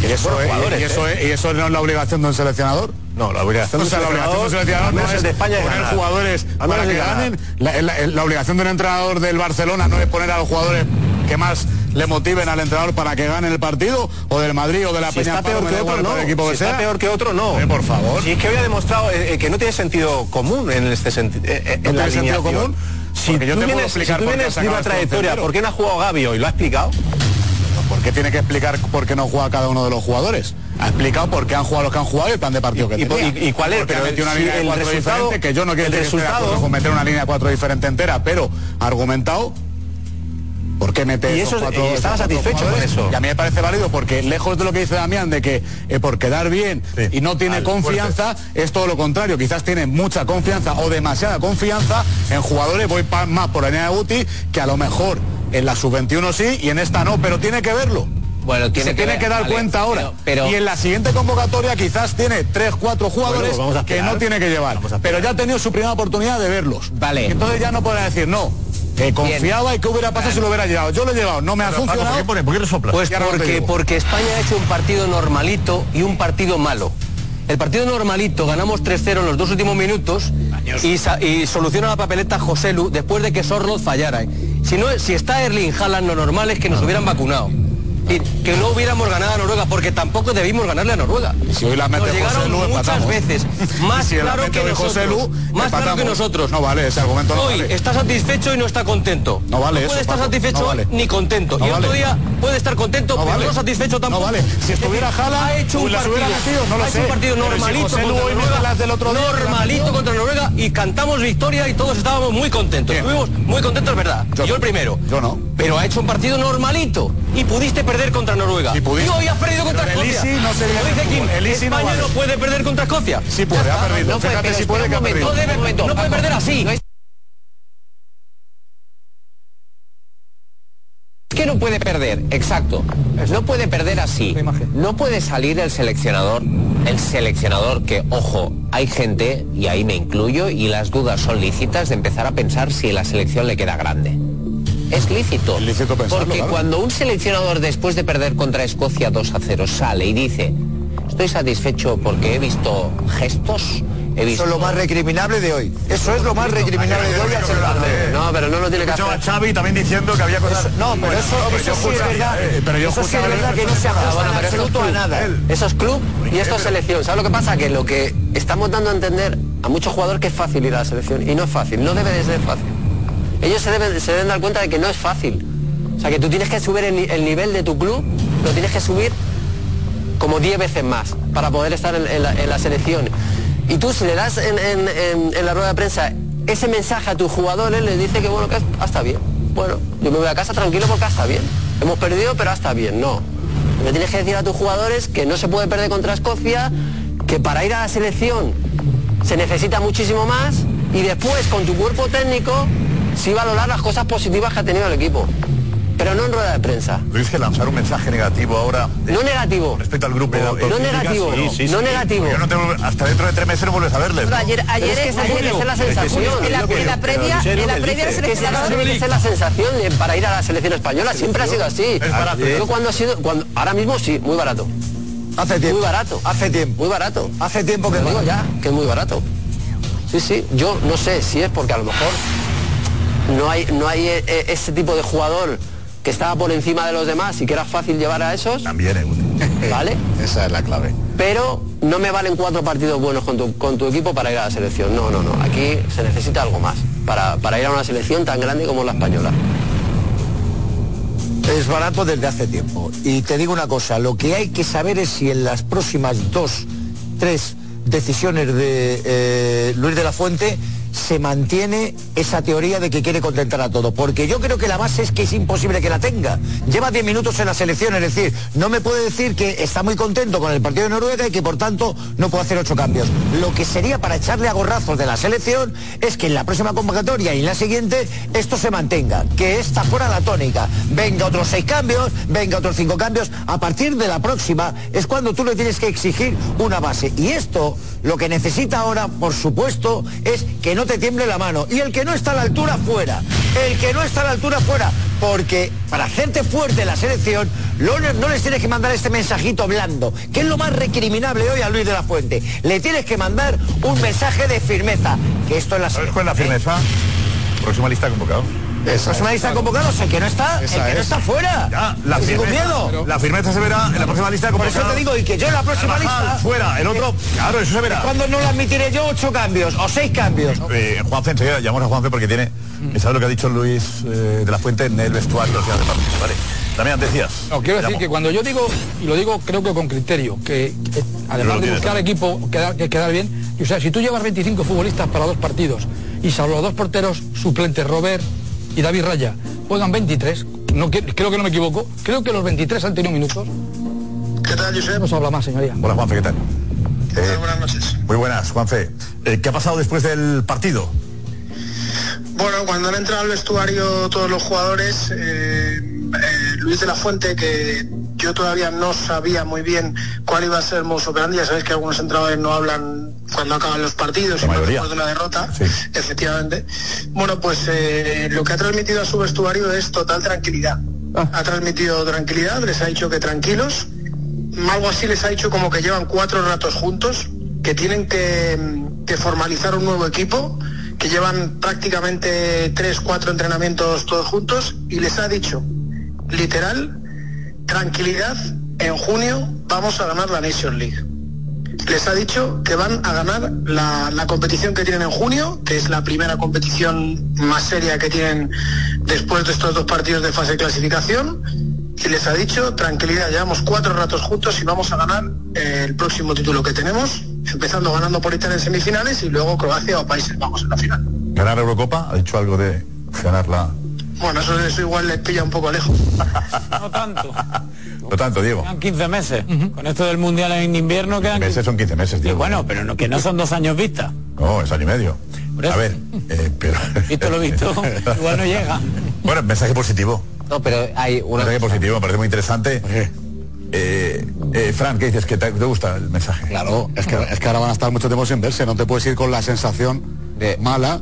[SPEAKER 12] Y eso,
[SPEAKER 5] Bueno,
[SPEAKER 12] jugadores,
[SPEAKER 5] y, eso
[SPEAKER 12] ¿eh?
[SPEAKER 5] es- y eso no es la obligación de un seleccionador.
[SPEAKER 12] No, la obligación de
[SPEAKER 5] O
[SPEAKER 12] un
[SPEAKER 5] sea, la obligación de
[SPEAKER 12] seleccionador,
[SPEAKER 5] un seleccionador
[SPEAKER 12] al
[SPEAKER 5] no
[SPEAKER 12] menos
[SPEAKER 5] es
[SPEAKER 12] el de España, es
[SPEAKER 5] poner
[SPEAKER 12] ganar.
[SPEAKER 5] jugadores
[SPEAKER 12] Al menos
[SPEAKER 5] para que
[SPEAKER 12] es ganar.
[SPEAKER 5] ganen. La, la- la obligación de un entrenador del Barcelona no es poner a los jugadores que más le motiven al entrenador para que ganen el partido o del Madrid o de la
[SPEAKER 12] Si
[SPEAKER 5] Peña
[SPEAKER 12] está
[SPEAKER 5] Pablo,
[SPEAKER 12] peor
[SPEAKER 5] me
[SPEAKER 12] que
[SPEAKER 5] da igual
[SPEAKER 12] otro, no.
[SPEAKER 5] el equipo
[SPEAKER 12] Si
[SPEAKER 5] que
[SPEAKER 12] está
[SPEAKER 5] sea.
[SPEAKER 12] peor que otro, no.
[SPEAKER 5] Hombre, por favor.
[SPEAKER 12] Si es que hoy ha demostrado eh, eh, que no tiene sentido común en este sentido.
[SPEAKER 5] ¿No tiene sentido común?
[SPEAKER 12] Si
[SPEAKER 5] Porque yo
[SPEAKER 12] tú
[SPEAKER 5] te puedo
[SPEAKER 12] vienes, si
[SPEAKER 5] explicar
[SPEAKER 12] tú
[SPEAKER 5] por qué
[SPEAKER 12] vienes
[SPEAKER 5] ha
[SPEAKER 12] de
[SPEAKER 5] sacado
[SPEAKER 12] una
[SPEAKER 5] este
[SPEAKER 12] trayectoria,
[SPEAKER 5] delantero.
[SPEAKER 12] ¿por qué no ha jugado Gaby hoy? ¿Lo ha explicado?
[SPEAKER 5] ¿Por qué tiene que explicar por qué no juega cada uno de los jugadores? Ha explicado por qué han jugado los que han jugado y el plan de partido que
[SPEAKER 12] y-
[SPEAKER 5] tenía.
[SPEAKER 12] y- y cuál es,
[SPEAKER 5] Porque
[SPEAKER 12] pero
[SPEAKER 5] ha metido una
[SPEAKER 12] si
[SPEAKER 5] línea de
[SPEAKER 12] el
[SPEAKER 5] cuatro
[SPEAKER 12] resultado-
[SPEAKER 5] diferente, que yo no quiero
[SPEAKER 12] el
[SPEAKER 5] decir que estoy de acuerdo
[SPEAKER 12] resultado-
[SPEAKER 5] con meter una línea de cuatro diferente entera, pero argumentado ¿Por qué meter
[SPEAKER 12] Y
[SPEAKER 5] esos
[SPEAKER 12] eso-
[SPEAKER 5] cuatro-
[SPEAKER 12] y estaba
[SPEAKER 5] esos cuatro
[SPEAKER 12] satisfecho con
[SPEAKER 5] jugadores?
[SPEAKER 12] eso.
[SPEAKER 5] Y a mí me parece válido porque lejos de lo que dice Damián de que eh, por quedar bien y no tiene
[SPEAKER 3] Al-
[SPEAKER 5] confianza, es todo lo contrario. Quizás tiene mucha confianza o demasiada confianza en jugadores. Voy pa- más por la línea de Guti que a lo mejor en la sub-21 sí y en esta no, pero tiene que verlo.
[SPEAKER 11] Bueno, tiene
[SPEAKER 5] Se
[SPEAKER 11] que
[SPEAKER 5] tiene
[SPEAKER 11] ver,
[SPEAKER 5] que dar
[SPEAKER 11] vale,
[SPEAKER 5] cuenta ahora.
[SPEAKER 11] pero- pero-
[SPEAKER 5] Y en la siguiente convocatoria quizás tiene tres, cuatro jugadores
[SPEAKER 11] Bueno, vamos a
[SPEAKER 5] que
[SPEAKER 11] esperar.
[SPEAKER 5] no tiene que llevar. Pero ya ha tenido su primera oportunidad de verlos.
[SPEAKER 11] Vale.
[SPEAKER 5] Y entonces ya no podrá decir, no, eh, confiaba y que hubiera pasado si lo hubiera llevado. Yo lo he llevado, no me ha
[SPEAKER 3] Pero, Paco,
[SPEAKER 5] funcionado.
[SPEAKER 3] ¿por qué pone- por qué resoplas?
[SPEAKER 5] Pues
[SPEAKER 3] Y ahora no te
[SPEAKER 5] porque
[SPEAKER 3] digo.
[SPEAKER 11] porque España ha hecho un partido normalito y un partido malo. El partido normalito, ganamos 3-0 en los dos últimos minutos y, sa- y soluciona la papeleta José Lu después de que Sorloz fallara. ¿eh? Si, no, si está Erling Haaland, lo normal es que nos hubieran vacunado. Y que no hubiéramos ganado a Noruega, porque tampoco debimos ganarle a Noruega.
[SPEAKER 5] Si hoy la mete
[SPEAKER 11] nos llegaron
[SPEAKER 5] José Lu,
[SPEAKER 11] muchas
[SPEAKER 5] empatamos. ¿eh?
[SPEAKER 11] veces. Más
[SPEAKER 5] Si la
[SPEAKER 11] claro
[SPEAKER 5] mete
[SPEAKER 11] que
[SPEAKER 5] hoy
[SPEAKER 11] nosotros.
[SPEAKER 5] José Lu,
[SPEAKER 11] más claro que
[SPEAKER 5] empatamos.
[SPEAKER 11] nosotros.
[SPEAKER 5] No vale, ese argumento no
[SPEAKER 11] Hoy
[SPEAKER 5] vale.
[SPEAKER 11] está satisfecho y no está contento.
[SPEAKER 5] No vale
[SPEAKER 11] puede
[SPEAKER 5] eso,
[SPEAKER 11] estar
[SPEAKER 5] Paco,
[SPEAKER 11] satisfecho
[SPEAKER 5] no vale.
[SPEAKER 11] ni contento.
[SPEAKER 5] No
[SPEAKER 11] y el otro
[SPEAKER 5] vale.
[SPEAKER 11] día puede estar contento,
[SPEAKER 5] No
[SPEAKER 11] pero
[SPEAKER 5] vale.
[SPEAKER 11] no satisfecho tampoco.
[SPEAKER 5] No vale. Si estuviera
[SPEAKER 11] Es decir,
[SPEAKER 5] Haaland,
[SPEAKER 11] ha hecho un
[SPEAKER 5] pues las
[SPEAKER 11] partido,
[SPEAKER 5] hubiera metido, no lo
[SPEAKER 11] ha hecho
[SPEAKER 5] sé.
[SPEAKER 11] un partido
[SPEAKER 5] Pero si
[SPEAKER 11] normalito
[SPEAKER 5] José Lu
[SPEAKER 11] contra
[SPEAKER 5] hoy mete
[SPEAKER 11] Noruega,
[SPEAKER 5] las del otro día, que la
[SPEAKER 11] normalito contra Noruega y cantamos victoria y todos estábamos muy contentos. Estuvimos muy contentos, es verdad. Yo, el primero. Yo no. Pero ha hecho un partido normalito y pudiste perder contra Noruega.
[SPEAKER 5] Y pudiste.
[SPEAKER 11] hoy has perdido contra
[SPEAKER 5] Pero el
[SPEAKER 11] Escocia.
[SPEAKER 5] Isi no se
[SPEAKER 11] Como
[SPEAKER 5] viene
[SPEAKER 11] dice
[SPEAKER 5] del
[SPEAKER 11] Kim,
[SPEAKER 5] fútbol. El Isi no
[SPEAKER 11] España
[SPEAKER 5] vale.
[SPEAKER 11] no puede perder contra Escocia.
[SPEAKER 5] Sí puede, ha perdido. Fíjate si puede que ha perdido.
[SPEAKER 11] No debe- no puede perder así.
[SPEAKER 16] que no puede perder, exacto. No puede perder así.
[SPEAKER 11] No puede salir el seleccionador, el seleccionador que, ojo, hay gente, y ahí me incluyo, y las dudas son lícitas de empezar a pensar si la selección le queda grande. Es lícito.
[SPEAKER 5] pensarlo,
[SPEAKER 11] porque
[SPEAKER 5] claro.
[SPEAKER 11] cuando un seleccionador después de perder contra Escocia 2 a 0 sale y dice, estoy satisfecho porque he visto gestos, he
[SPEAKER 7] Eso
[SPEAKER 11] visto...
[SPEAKER 7] es lo más recriminable de hoy. Eso es lo más recriminable de hoy al ser humano.
[SPEAKER 11] No, pero no lo tiene que
[SPEAKER 3] Escuchaba a Xavi también diciendo que había cosas...
[SPEAKER 7] No, pero eso,
[SPEAKER 3] Bueno,
[SPEAKER 7] eso
[SPEAKER 3] yo
[SPEAKER 7] sí es
[SPEAKER 3] escuchaba-
[SPEAKER 7] verdad.
[SPEAKER 3] eh, pero yo
[SPEAKER 7] eso sí es
[SPEAKER 3] escuchaba-
[SPEAKER 7] verdad que no se
[SPEAKER 11] Ah,
[SPEAKER 7] ajusta
[SPEAKER 11] bueno,
[SPEAKER 7] en
[SPEAKER 11] pero eso es
[SPEAKER 7] absoluto a
[SPEAKER 11] club.
[SPEAKER 7] nada.
[SPEAKER 11] Eso es club y esto es selección. ¿Sabes lo que pasa? Que lo que estamos dando a entender a muchos jugadores que es fácil ir a la selección y no es fácil, no debe de ser fácil. Ellos se deben, se deben dar cuenta de que no es fácil. O sea, que tú tienes que subir el, ni- el nivel de tu club, lo tienes que subir
[SPEAKER 16] como 10 veces más para poder estar en, en la, en la selección. Y tú si le das en, en- en- en la rueda de prensa ese mensaje a tus jugadores, les dice que bueno, que hasta bien. Bueno, yo me voy a casa tranquilo porque hasta bien. Hemos perdido, pero hasta bien. No. Le tienes que decir a tus jugadores que no se puede perder contra Escocia, que para ir a la selección se necesita muchísimo más y después con tu cuerpo técnico sí valorar las cosas positivas que ha tenido el equipo. Pero no en rueda de prensa.
[SPEAKER 3] Luis, que lanzar un mensaje negativo ahora. eh,
[SPEAKER 16] No negativo.
[SPEAKER 3] Respecto al grupo. de autocrítica,
[SPEAKER 16] No negativo,
[SPEAKER 3] sí, sí,
[SPEAKER 16] no
[SPEAKER 3] sí.
[SPEAKER 16] negativo.
[SPEAKER 3] Yo no te vuelvo- hasta dentro de tres meses no vuelves a verles.
[SPEAKER 17] Pero
[SPEAKER 3] ¿no?
[SPEAKER 17] ayer, ayer,
[SPEAKER 16] Pero es que
[SPEAKER 17] ayer-
[SPEAKER 16] esa es la
[SPEAKER 17] ayer-
[SPEAKER 16] sensación.
[SPEAKER 17] en la, en la previa, en la previa del
[SPEAKER 16] Es que esa
[SPEAKER 17] seleccionador.
[SPEAKER 16] tiene que ser la sensación de- para ir a la selección española. Siempre ha sido así.
[SPEAKER 7] Es barato, ¿eh?
[SPEAKER 16] Yo cuando ha sido, cuando, ahora mismo sí, muy barato.
[SPEAKER 7] Hace tiempo.
[SPEAKER 16] Muy barato.
[SPEAKER 7] Hace tiempo.
[SPEAKER 16] Muy barato.
[SPEAKER 7] Hace tiempo que
[SPEAKER 16] Te
[SPEAKER 7] no.
[SPEAKER 16] digo ya, que es muy barato. Sí, sí, yo no sé si es porque a lo mejor no hay, no hay eh, eh, ese tipo de jugador que estaba por encima de los demás y que era fácil llevar a esos.
[SPEAKER 3] También es
[SPEAKER 16] ¿Vale?
[SPEAKER 5] Esa es la clave.
[SPEAKER 16] Pero no me valen cuatro partidos buenos con tu, con tu equipo para ir a la selección. No, no, no. Aquí se necesita algo más para, para ir a una selección tan grande como la española.
[SPEAKER 7] Es barato desde hace tiempo. Y te digo una cosa, lo que hay que saber es si en las próximas dos, tres decisiones de eh, Luis de la Fuente se mantiene esa teoría de que quiere contentar a todo. Porque yo creo que la base es que es imposible que la tenga. Lleva 10 minutos en la selección, es decir, no me puede decir que está muy contento con el partido de Noruega y que por tanto no puede hacer ocho cambios. Lo que sería para echarle a gorrazos de la selección es que en la próxima convocatoria y en la siguiente esto se mantenga, que esta fuera la tónica. Venga otros seis cambios, venga otros cinco cambios. A partir de la próxima es cuando tú le tienes que exigir una base. Y esto lo que necesita ahora, por supuesto, es que no te tiemble la mano. Y el que no está a la altura fuera. El que no está a la altura fuera. Porque para hacerte fuerte en la selección, lo- no les tienes que mandar este mensajito blando, que es lo más recriminable hoy a Luis de la Fuente. Le tienes que mandar un mensaje de firmeza, que esto es la ¿Eh?
[SPEAKER 3] ¿Sabes cuál es la firmeza? Próxima lista de convocados.
[SPEAKER 7] Esa próxima lista de convocados, el que no está,
[SPEAKER 3] Esa
[SPEAKER 7] el que no
[SPEAKER 3] es.
[SPEAKER 7] está fuera.
[SPEAKER 3] Ya, la
[SPEAKER 7] Sin ningún
[SPEAKER 3] firmeza,
[SPEAKER 7] miedo.
[SPEAKER 3] la firmeza se verá en la próxima lista de
[SPEAKER 7] Por eso
[SPEAKER 3] convocados.
[SPEAKER 7] te digo, y que yo en la próxima
[SPEAKER 3] Carvajal,
[SPEAKER 7] lista.
[SPEAKER 3] fuera, el otro, claro, eso se verá.
[SPEAKER 7] Es Cuando no le admitiré yo ocho cambios o seis cambios.
[SPEAKER 3] Eh, Juanfe, enseguida llamamos a Juanfe porque tiene,
[SPEAKER 7] Mm.
[SPEAKER 3] ¿sabes lo que ha dicho Luis eh, de la Fuente en el vestuario? o sea, de partido, Vale. También decías.
[SPEAKER 14] No, quiero decir
[SPEAKER 3] Llamo.
[SPEAKER 14] que cuando yo digo, y lo digo creo que con criterio, que, que
[SPEAKER 3] Pero
[SPEAKER 14] además
[SPEAKER 3] lo
[SPEAKER 14] de
[SPEAKER 3] tienes,
[SPEAKER 14] buscar equipo, quedar, que quedar bien, y, o sea, si tú llevas 25 futbolistas para dos partidos y salvo los dos porteros suplentes, Robert y David Raya, juegan 23, no, que- creo que no me equivoco, creo que los 23 han tenido minutos.
[SPEAKER 3] ¿Qué tal, Josep?
[SPEAKER 14] Vamos a hablar más, señoría.
[SPEAKER 3] Hola, Juanfe, ¿qué tal? buenas noches. Muy buenas, Juanfe. Eh, ¿Qué ha pasado después del partido?
[SPEAKER 18] Bueno, cuando han entrado al vestuario todos los jugadores, eh, eh, Luis de la Fuente, que yo todavía no sabía muy bien cuál iba a ser el modus operandi, ya sabéis que algunos entrenadores no hablan cuando acaban los partidos, sino después de una derrota, efectivamente. Bueno, pues eh, lo que ha transmitido a su vestuario es total tranquilidad. Ha transmitido tranquilidad, les ha dicho que tranquilos, algo así les ha dicho como que llevan cuatro ratos juntos, que tienen que, mm, que formalizar un nuevo equipo, que llevan prácticamente tres, cuatro entrenamientos todos juntos, y les ha dicho, literal, tranquilidad, en junio vamos a ganar la Nation League. Les ha dicho que van a ganar la, la competición que tienen en junio, que es la primera competición más seria que tienen después de estos dos partidos de fase de clasificación y les ha dicho, tranquilidad, llevamos cuatro ratos juntos y vamos a ganar eh, el próximo título que tenemos, empezando ganando por Italia en semifinales y luego Croacia o Países Bajos en la final.
[SPEAKER 3] ¿Ganar Eurocopa? ¿Ha dicho algo de ganar la...?
[SPEAKER 18] Bueno, eso, eso igual les pilla un poco lejos.
[SPEAKER 6] No tanto.
[SPEAKER 3] Lo tanto, Diego.
[SPEAKER 6] Quedan 15 meses. Con esto del mundial en invierno quedan.
[SPEAKER 3] Meses son 15 meses,
[SPEAKER 6] Y
[SPEAKER 3] Diego.
[SPEAKER 6] bueno, pero no, que no son dos años vista.
[SPEAKER 3] No, es año y medio. A ver, eh, pero...
[SPEAKER 6] Visto lo visto, igual no llega.
[SPEAKER 3] Bueno, mensaje positivo.
[SPEAKER 11] No, pero hay una...
[SPEAKER 3] Mensaje positivo, me parece muy interesante. Eh, eh, Fran, ¿qué dices? ¿Que te, te gusta el mensaje?
[SPEAKER 5] Claro, es que, es que ahora van a estar mucho tiempo sin verse, no te puedes ir con la sensación de mala,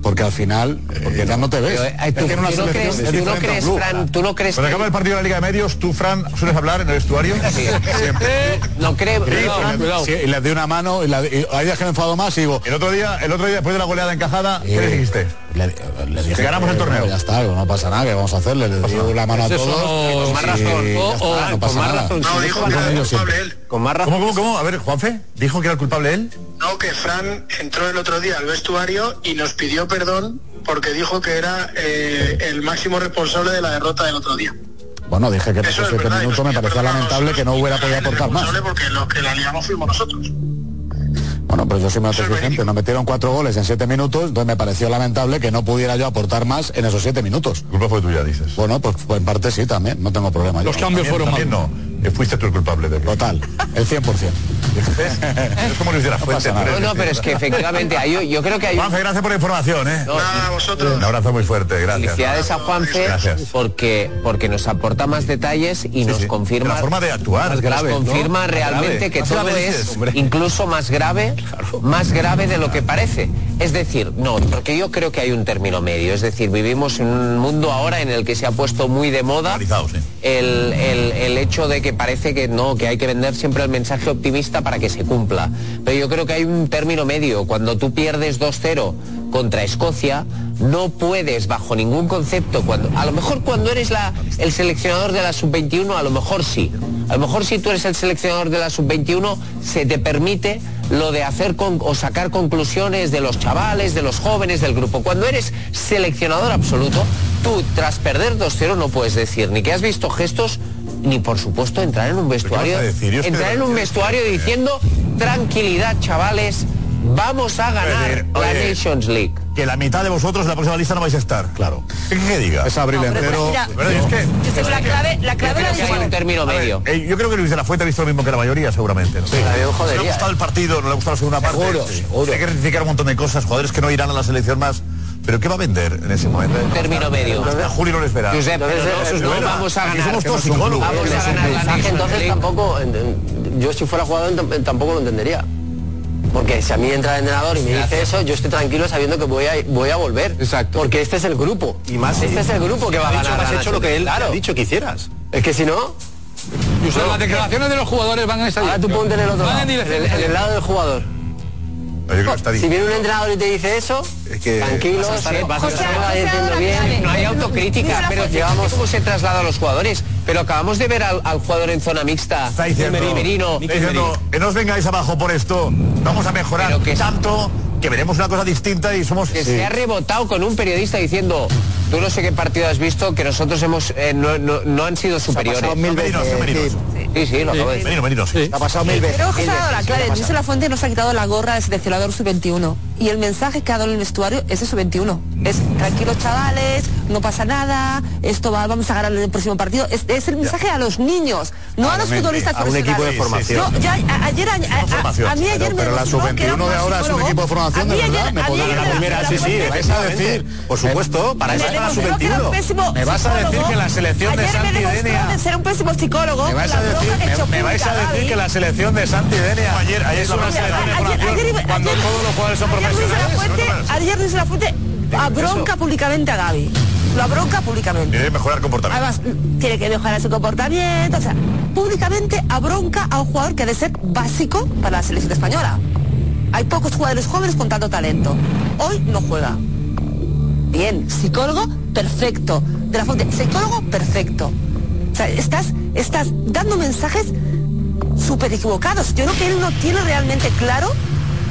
[SPEAKER 5] porque al final porque ya no te ves.
[SPEAKER 11] Pero, eh,
[SPEAKER 5] Es
[SPEAKER 11] tú-
[SPEAKER 5] que en una
[SPEAKER 11] tú no
[SPEAKER 5] selección
[SPEAKER 11] crees-
[SPEAKER 5] es
[SPEAKER 11] tú
[SPEAKER 5] diferente
[SPEAKER 11] no
[SPEAKER 5] a un
[SPEAKER 11] crees,
[SPEAKER 5] club.
[SPEAKER 11] Fran, tú no crees
[SPEAKER 3] Cuando
[SPEAKER 11] que-
[SPEAKER 3] acaba el partido de la Liga de Medios, ¿tú, Fran, sueles hablar en el vestuario?
[SPEAKER 11] Sí. No creo.
[SPEAKER 5] Sí, Fran, sí, y le di una mano, y, la- y hay días que me enfado más y digo.
[SPEAKER 3] El otro día, el otro día después de la goleada encajada, ¿qué le dijiste?
[SPEAKER 5] Eh, Le, le dije
[SPEAKER 3] Que ganamos el
[SPEAKER 5] bueno,
[SPEAKER 3] torneo.
[SPEAKER 5] ya está, digo, no pasa nada, que vamos a hacerle? Le di la mano a
[SPEAKER 3] Pues
[SPEAKER 5] todos.
[SPEAKER 3] eso no-
[SPEAKER 5] y
[SPEAKER 3] Con más razón.
[SPEAKER 5] ya
[SPEAKER 3] Oh,
[SPEAKER 5] está,
[SPEAKER 3] oh,
[SPEAKER 5] no
[SPEAKER 3] con
[SPEAKER 5] pasa
[SPEAKER 3] más
[SPEAKER 5] nada.
[SPEAKER 3] razón. No, dijo que
[SPEAKER 5] Como
[SPEAKER 3] era
[SPEAKER 5] ellos siempre.
[SPEAKER 3] Con más razón. ¿Cómo, cómo, cómo? A ver, Juanfe, ¿dijo que era el culpable él?
[SPEAKER 18] No, que Fran entró el otro día al vestuario y nos pidió perdón porque dijo que era eh, el máximo responsable de la derrota del otro día.
[SPEAKER 5] Bueno, dije que tras siete minutos me parecía lamentable que no hubiera podido aportar Ah, más.
[SPEAKER 18] porque los que la liamos fuimos nosotros.
[SPEAKER 5] Bueno, pero yo soy más exigente. Nos metieron cuatro goles en siete minutos, entonces me pareció lamentable que no pudiera yo aportar más en esos siete minutos.
[SPEAKER 3] Culpa fue tuya, dices.
[SPEAKER 5] Bueno, pues, pues en parte sí también, no tengo problema.
[SPEAKER 3] Los cambios fueron
[SPEAKER 5] más.
[SPEAKER 3] malos. no. eh, Fuiste tú el culpable de
[SPEAKER 5] Total, el 100%.
[SPEAKER 3] Es como Luis de la Fuente.
[SPEAKER 5] pasa nada.
[SPEAKER 3] tú eres-
[SPEAKER 5] No, no, pero es que efectivamente hay- yo- yo creo que hay un-
[SPEAKER 3] Juanfe, gracias por la información, ¿eh?
[SPEAKER 18] vosotros.
[SPEAKER 3] Un abrazo muy fuerte, gracias.
[SPEAKER 11] Felicidades a Juanfe
[SPEAKER 3] Gracias.
[SPEAKER 11] porque, porque nos aporta más detalles y nos confirma.
[SPEAKER 3] La forma de actuar.
[SPEAKER 11] Nos
[SPEAKER 3] Más grave, ¿no?
[SPEAKER 11] confirma
[SPEAKER 3] Más
[SPEAKER 11] realmente
[SPEAKER 3] grave.
[SPEAKER 11] que
[SPEAKER 3] Más
[SPEAKER 11] todo
[SPEAKER 3] grave
[SPEAKER 11] es
[SPEAKER 3] dices, hombre.
[SPEAKER 11] incluso más grave, más grave de lo que parece. Es decir, no, porque yo creo que hay un término medio. Es decir, vivimos en un mundo ahora en el que se ha puesto muy de moda el, el- el hecho de que parece que no, que hay que vender siempre el mensaje optimista para que se cumpla. Pero yo creo que hay un término medio. Cuando tú pierdes 2-0 contra Escocia, no puedes bajo ningún concepto, cuando, a lo mejor cuando eres la, el seleccionador de la sub-21, a lo mejor sí. A lo mejor si tú eres el seleccionador de la sub-21, se te permite lo de hacer con, o sacar conclusiones de los chavales, de los jóvenes, del grupo. Cuando eres seleccionador absoluto, tú tras perder 2-0 no puedes decir ni que has visto gestos, ni por supuesto entrar en un vestuario.
[SPEAKER 3] vas a decir? Yo estoy
[SPEAKER 11] Entrar en un vestuario diciendo tranquilidad, chavales, vamos a ganar la Nations League.
[SPEAKER 3] Que la mitad de vosotros en la próxima lista no vais a estar. Claro. ¿Qué, qué diga? Es
[SPEAKER 5] abril
[SPEAKER 3] pero,
[SPEAKER 5] entero.
[SPEAKER 17] mira,
[SPEAKER 3] pero es que...
[SPEAKER 17] Yo sé que la clave, la clave la dice-
[SPEAKER 11] término
[SPEAKER 3] medio. eh, yo creo que Luis de la Fuente ha visto lo mismo que la mayoría, seguramente. ¿no?
[SPEAKER 11] jodería, eh.
[SPEAKER 3] No le ha gustado el partido, no le ha gustado la segunda parte. Sí. Hay que criticar un montón de cosas, jugadores que no irán a la selección más. Pero ¿qué va a vender en ese momento? Un
[SPEAKER 11] término medio.
[SPEAKER 3] Julio no lo espera.
[SPEAKER 11] Josep, pero no, eso es no, vamos a
[SPEAKER 3] aquí
[SPEAKER 11] ganar,
[SPEAKER 3] Somos
[SPEAKER 11] que
[SPEAKER 3] todos
[SPEAKER 11] no es un
[SPEAKER 3] psicólogos.
[SPEAKER 11] club. Vamos a
[SPEAKER 3] Es un
[SPEAKER 11] ganar la
[SPEAKER 3] club.
[SPEAKER 11] Nation
[SPEAKER 16] Entonces tampoco, en- en- yo si fuera jugador tam- tampoco lo entendería. Porque si a mí entra el entrenador y me dice eso, yo estoy tranquilo sabiendo que voy a, voy a volver. Exacto. Porque este es el grupo. Y
[SPEAKER 12] más
[SPEAKER 16] Este
[SPEAKER 12] si-
[SPEAKER 16] es el grupo que va a
[SPEAKER 12] ha dicho-
[SPEAKER 16] ganar.
[SPEAKER 12] has
[SPEAKER 16] la
[SPEAKER 12] hecho lo que él
[SPEAKER 16] Nations.
[SPEAKER 12] ha dicho
[SPEAKER 16] que hicieras. Es que si no...
[SPEAKER 14] Y usted, las declaraciones de los jugadores van en esa
[SPEAKER 16] Ahora tú ponte en el otro
[SPEAKER 14] Van
[SPEAKER 16] lado,
[SPEAKER 14] en
[SPEAKER 16] en el,
[SPEAKER 14] dirección
[SPEAKER 16] en el
[SPEAKER 14] contraria.
[SPEAKER 16] lado del jugador. Si viene un entrenador y te dice eso, tranquilo,
[SPEAKER 11] Vas a estar-
[SPEAKER 16] sí,
[SPEAKER 11] vas a estar-
[SPEAKER 16] no la entiendo bien.
[SPEAKER 11] No hay autocrítica, pero llevamos cómo se traslada a los jugadores. Pero acabamos de ver al, al jugador en zona mixta,
[SPEAKER 3] Está diciendo,
[SPEAKER 11] Emery Merino.
[SPEAKER 3] está diciendo, que no os vengáis abajo por esto, vamos a mejorar tanto que veremos una cosa distinta y somos...
[SPEAKER 11] que se ha rebotado con un periodista diciendo, tú no sé qué partido has visto, que nosotros hemos eh, no, no- no han sido superiores.
[SPEAKER 3] pasado mil
[SPEAKER 11] Merino,
[SPEAKER 3] veces,
[SPEAKER 11] Merino. Sí, sí, lo acabo de decir.
[SPEAKER 3] Merino, Merino, sí.
[SPEAKER 11] Ha pasado mil
[SPEAKER 17] Pero José ha dado la clave. Luis de la Fuente nos ha quitado la gorra del seleccionador sub-21. Y el mensaje que ha dado en el vestuario es de sub-21. Es tranquilos chavales, no pasa nada, esto va, vamos a ganar el próximo partido. Es, es el mensaje a los niños, no a los
[SPEAKER 5] Claramente,
[SPEAKER 17] futbolistas
[SPEAKER 5] a un equipo de
[SPEAKER 17] profesionales.
[SPEAKER 5] formación.
[SPEAKER 17] No, ya a- ayer, a, a- a- a mí ayer
[SPEAKER 5] Pero,
[SPEAKER 17] me
[SPEAKER 5] pero la
[SPEAKER 17] demostró que
[SPEAKER 5] sub-21
[SPEAKER 17] era
[SPEAKER 5] de
[SPEAKER 17] más
[SPEAKER 5] ahora es un
[SPEAKER 17] psicólogo.
[SPEAKER 5] equipo de formación, de
[SPEAKER 17] A mí
[SPEAKER 5] verdad.
[SPEAKER 17] ayer-
[SPEAKER 5] Me
[SPEAKER 17] a mí
[SPEAKER 5] podrás
[SPEAKER 17] ayer
[SPEAKER 5] ganar
[SPEAKER 17] la-
[SPEAKER 5] primera,
[SPEAKER 17] la
[SPEAKER 5] sí, sí,
[SPEAKER 17] Fuente-
[SPEAKER 5] me vais a decir.
[SPEAKER 12] Por supuesto, para
[SPEAKER 17] Me
[SPEAKER 12] eso está la
[SPEAKER 17] demostró que era un pésimo
[SPEAKER 12] sub-21. Me vas a decir
[SPEAKER 17] psicólogo.
[SPEAKER 12] que la selección de
[SPEAKER 17] Ayer me
[SPEAKER 12] Santi
[SPEAKER 17] demostró
[SPEAKER 12] Denia...
[SPEAKER 17] de ser un pésimo psicólogo.
[SPEAKER 12] Me
[SPEAKER 17] con
[SPEAKER 12] vais
[SPEAKER 17] la
[SPEAKER 12] a decir,
[SPEAKER 17] bronca que
[SPEAKER 12] me-
[SPEAKER 17] echó
[SPEAKER 12] me vais a
[SPEAKER 17] pública,
[SPEAKER 12] decir
[SPEAKER 17] Gaby.
[SPEAKER 12] que la selección de Santi Denia
[SPEAKER 3] Ayer- ayer
[SPEAKER 12] es
[SPEAKER 3] la
[SPEAKER 12] una
[SPEAKER 3] verdad-
[SPEAKER 12] selección de
[SPEAKER 3] ayer-
[SPEAKER 12] formación,
[SPEAKER 17] ayer iba-
[SPEAKER 12] cuando
[SPEAKER 17] ayer-
[SPEAKER 12] todos los jugadores son
[SPEAKER 17] Ayer Luis de la
[SPEAKER 12] profesionales.
[SPEAKER 17] Fuente, ayer Luis de la Fuente abronca públicamente a Gaby. Lo abronca públicamente.
[SPEAKER 3] Debe Eh, mejorar comportamiento.
[SPEAKER 17] Además, tiene que mejorar su comportamiento. O sea, públicamente abronca a un jugador que ha de ser básico para la selección española. Hay pocos jugadores jóvenes con tanto talento. Hoy no juega. Bien, psicólogo perfecto. De la fuente, psicólogo perfecto. O sea, estás, estás dando mensajes súper equivocados. Yo creo que él no tiene realmente claro,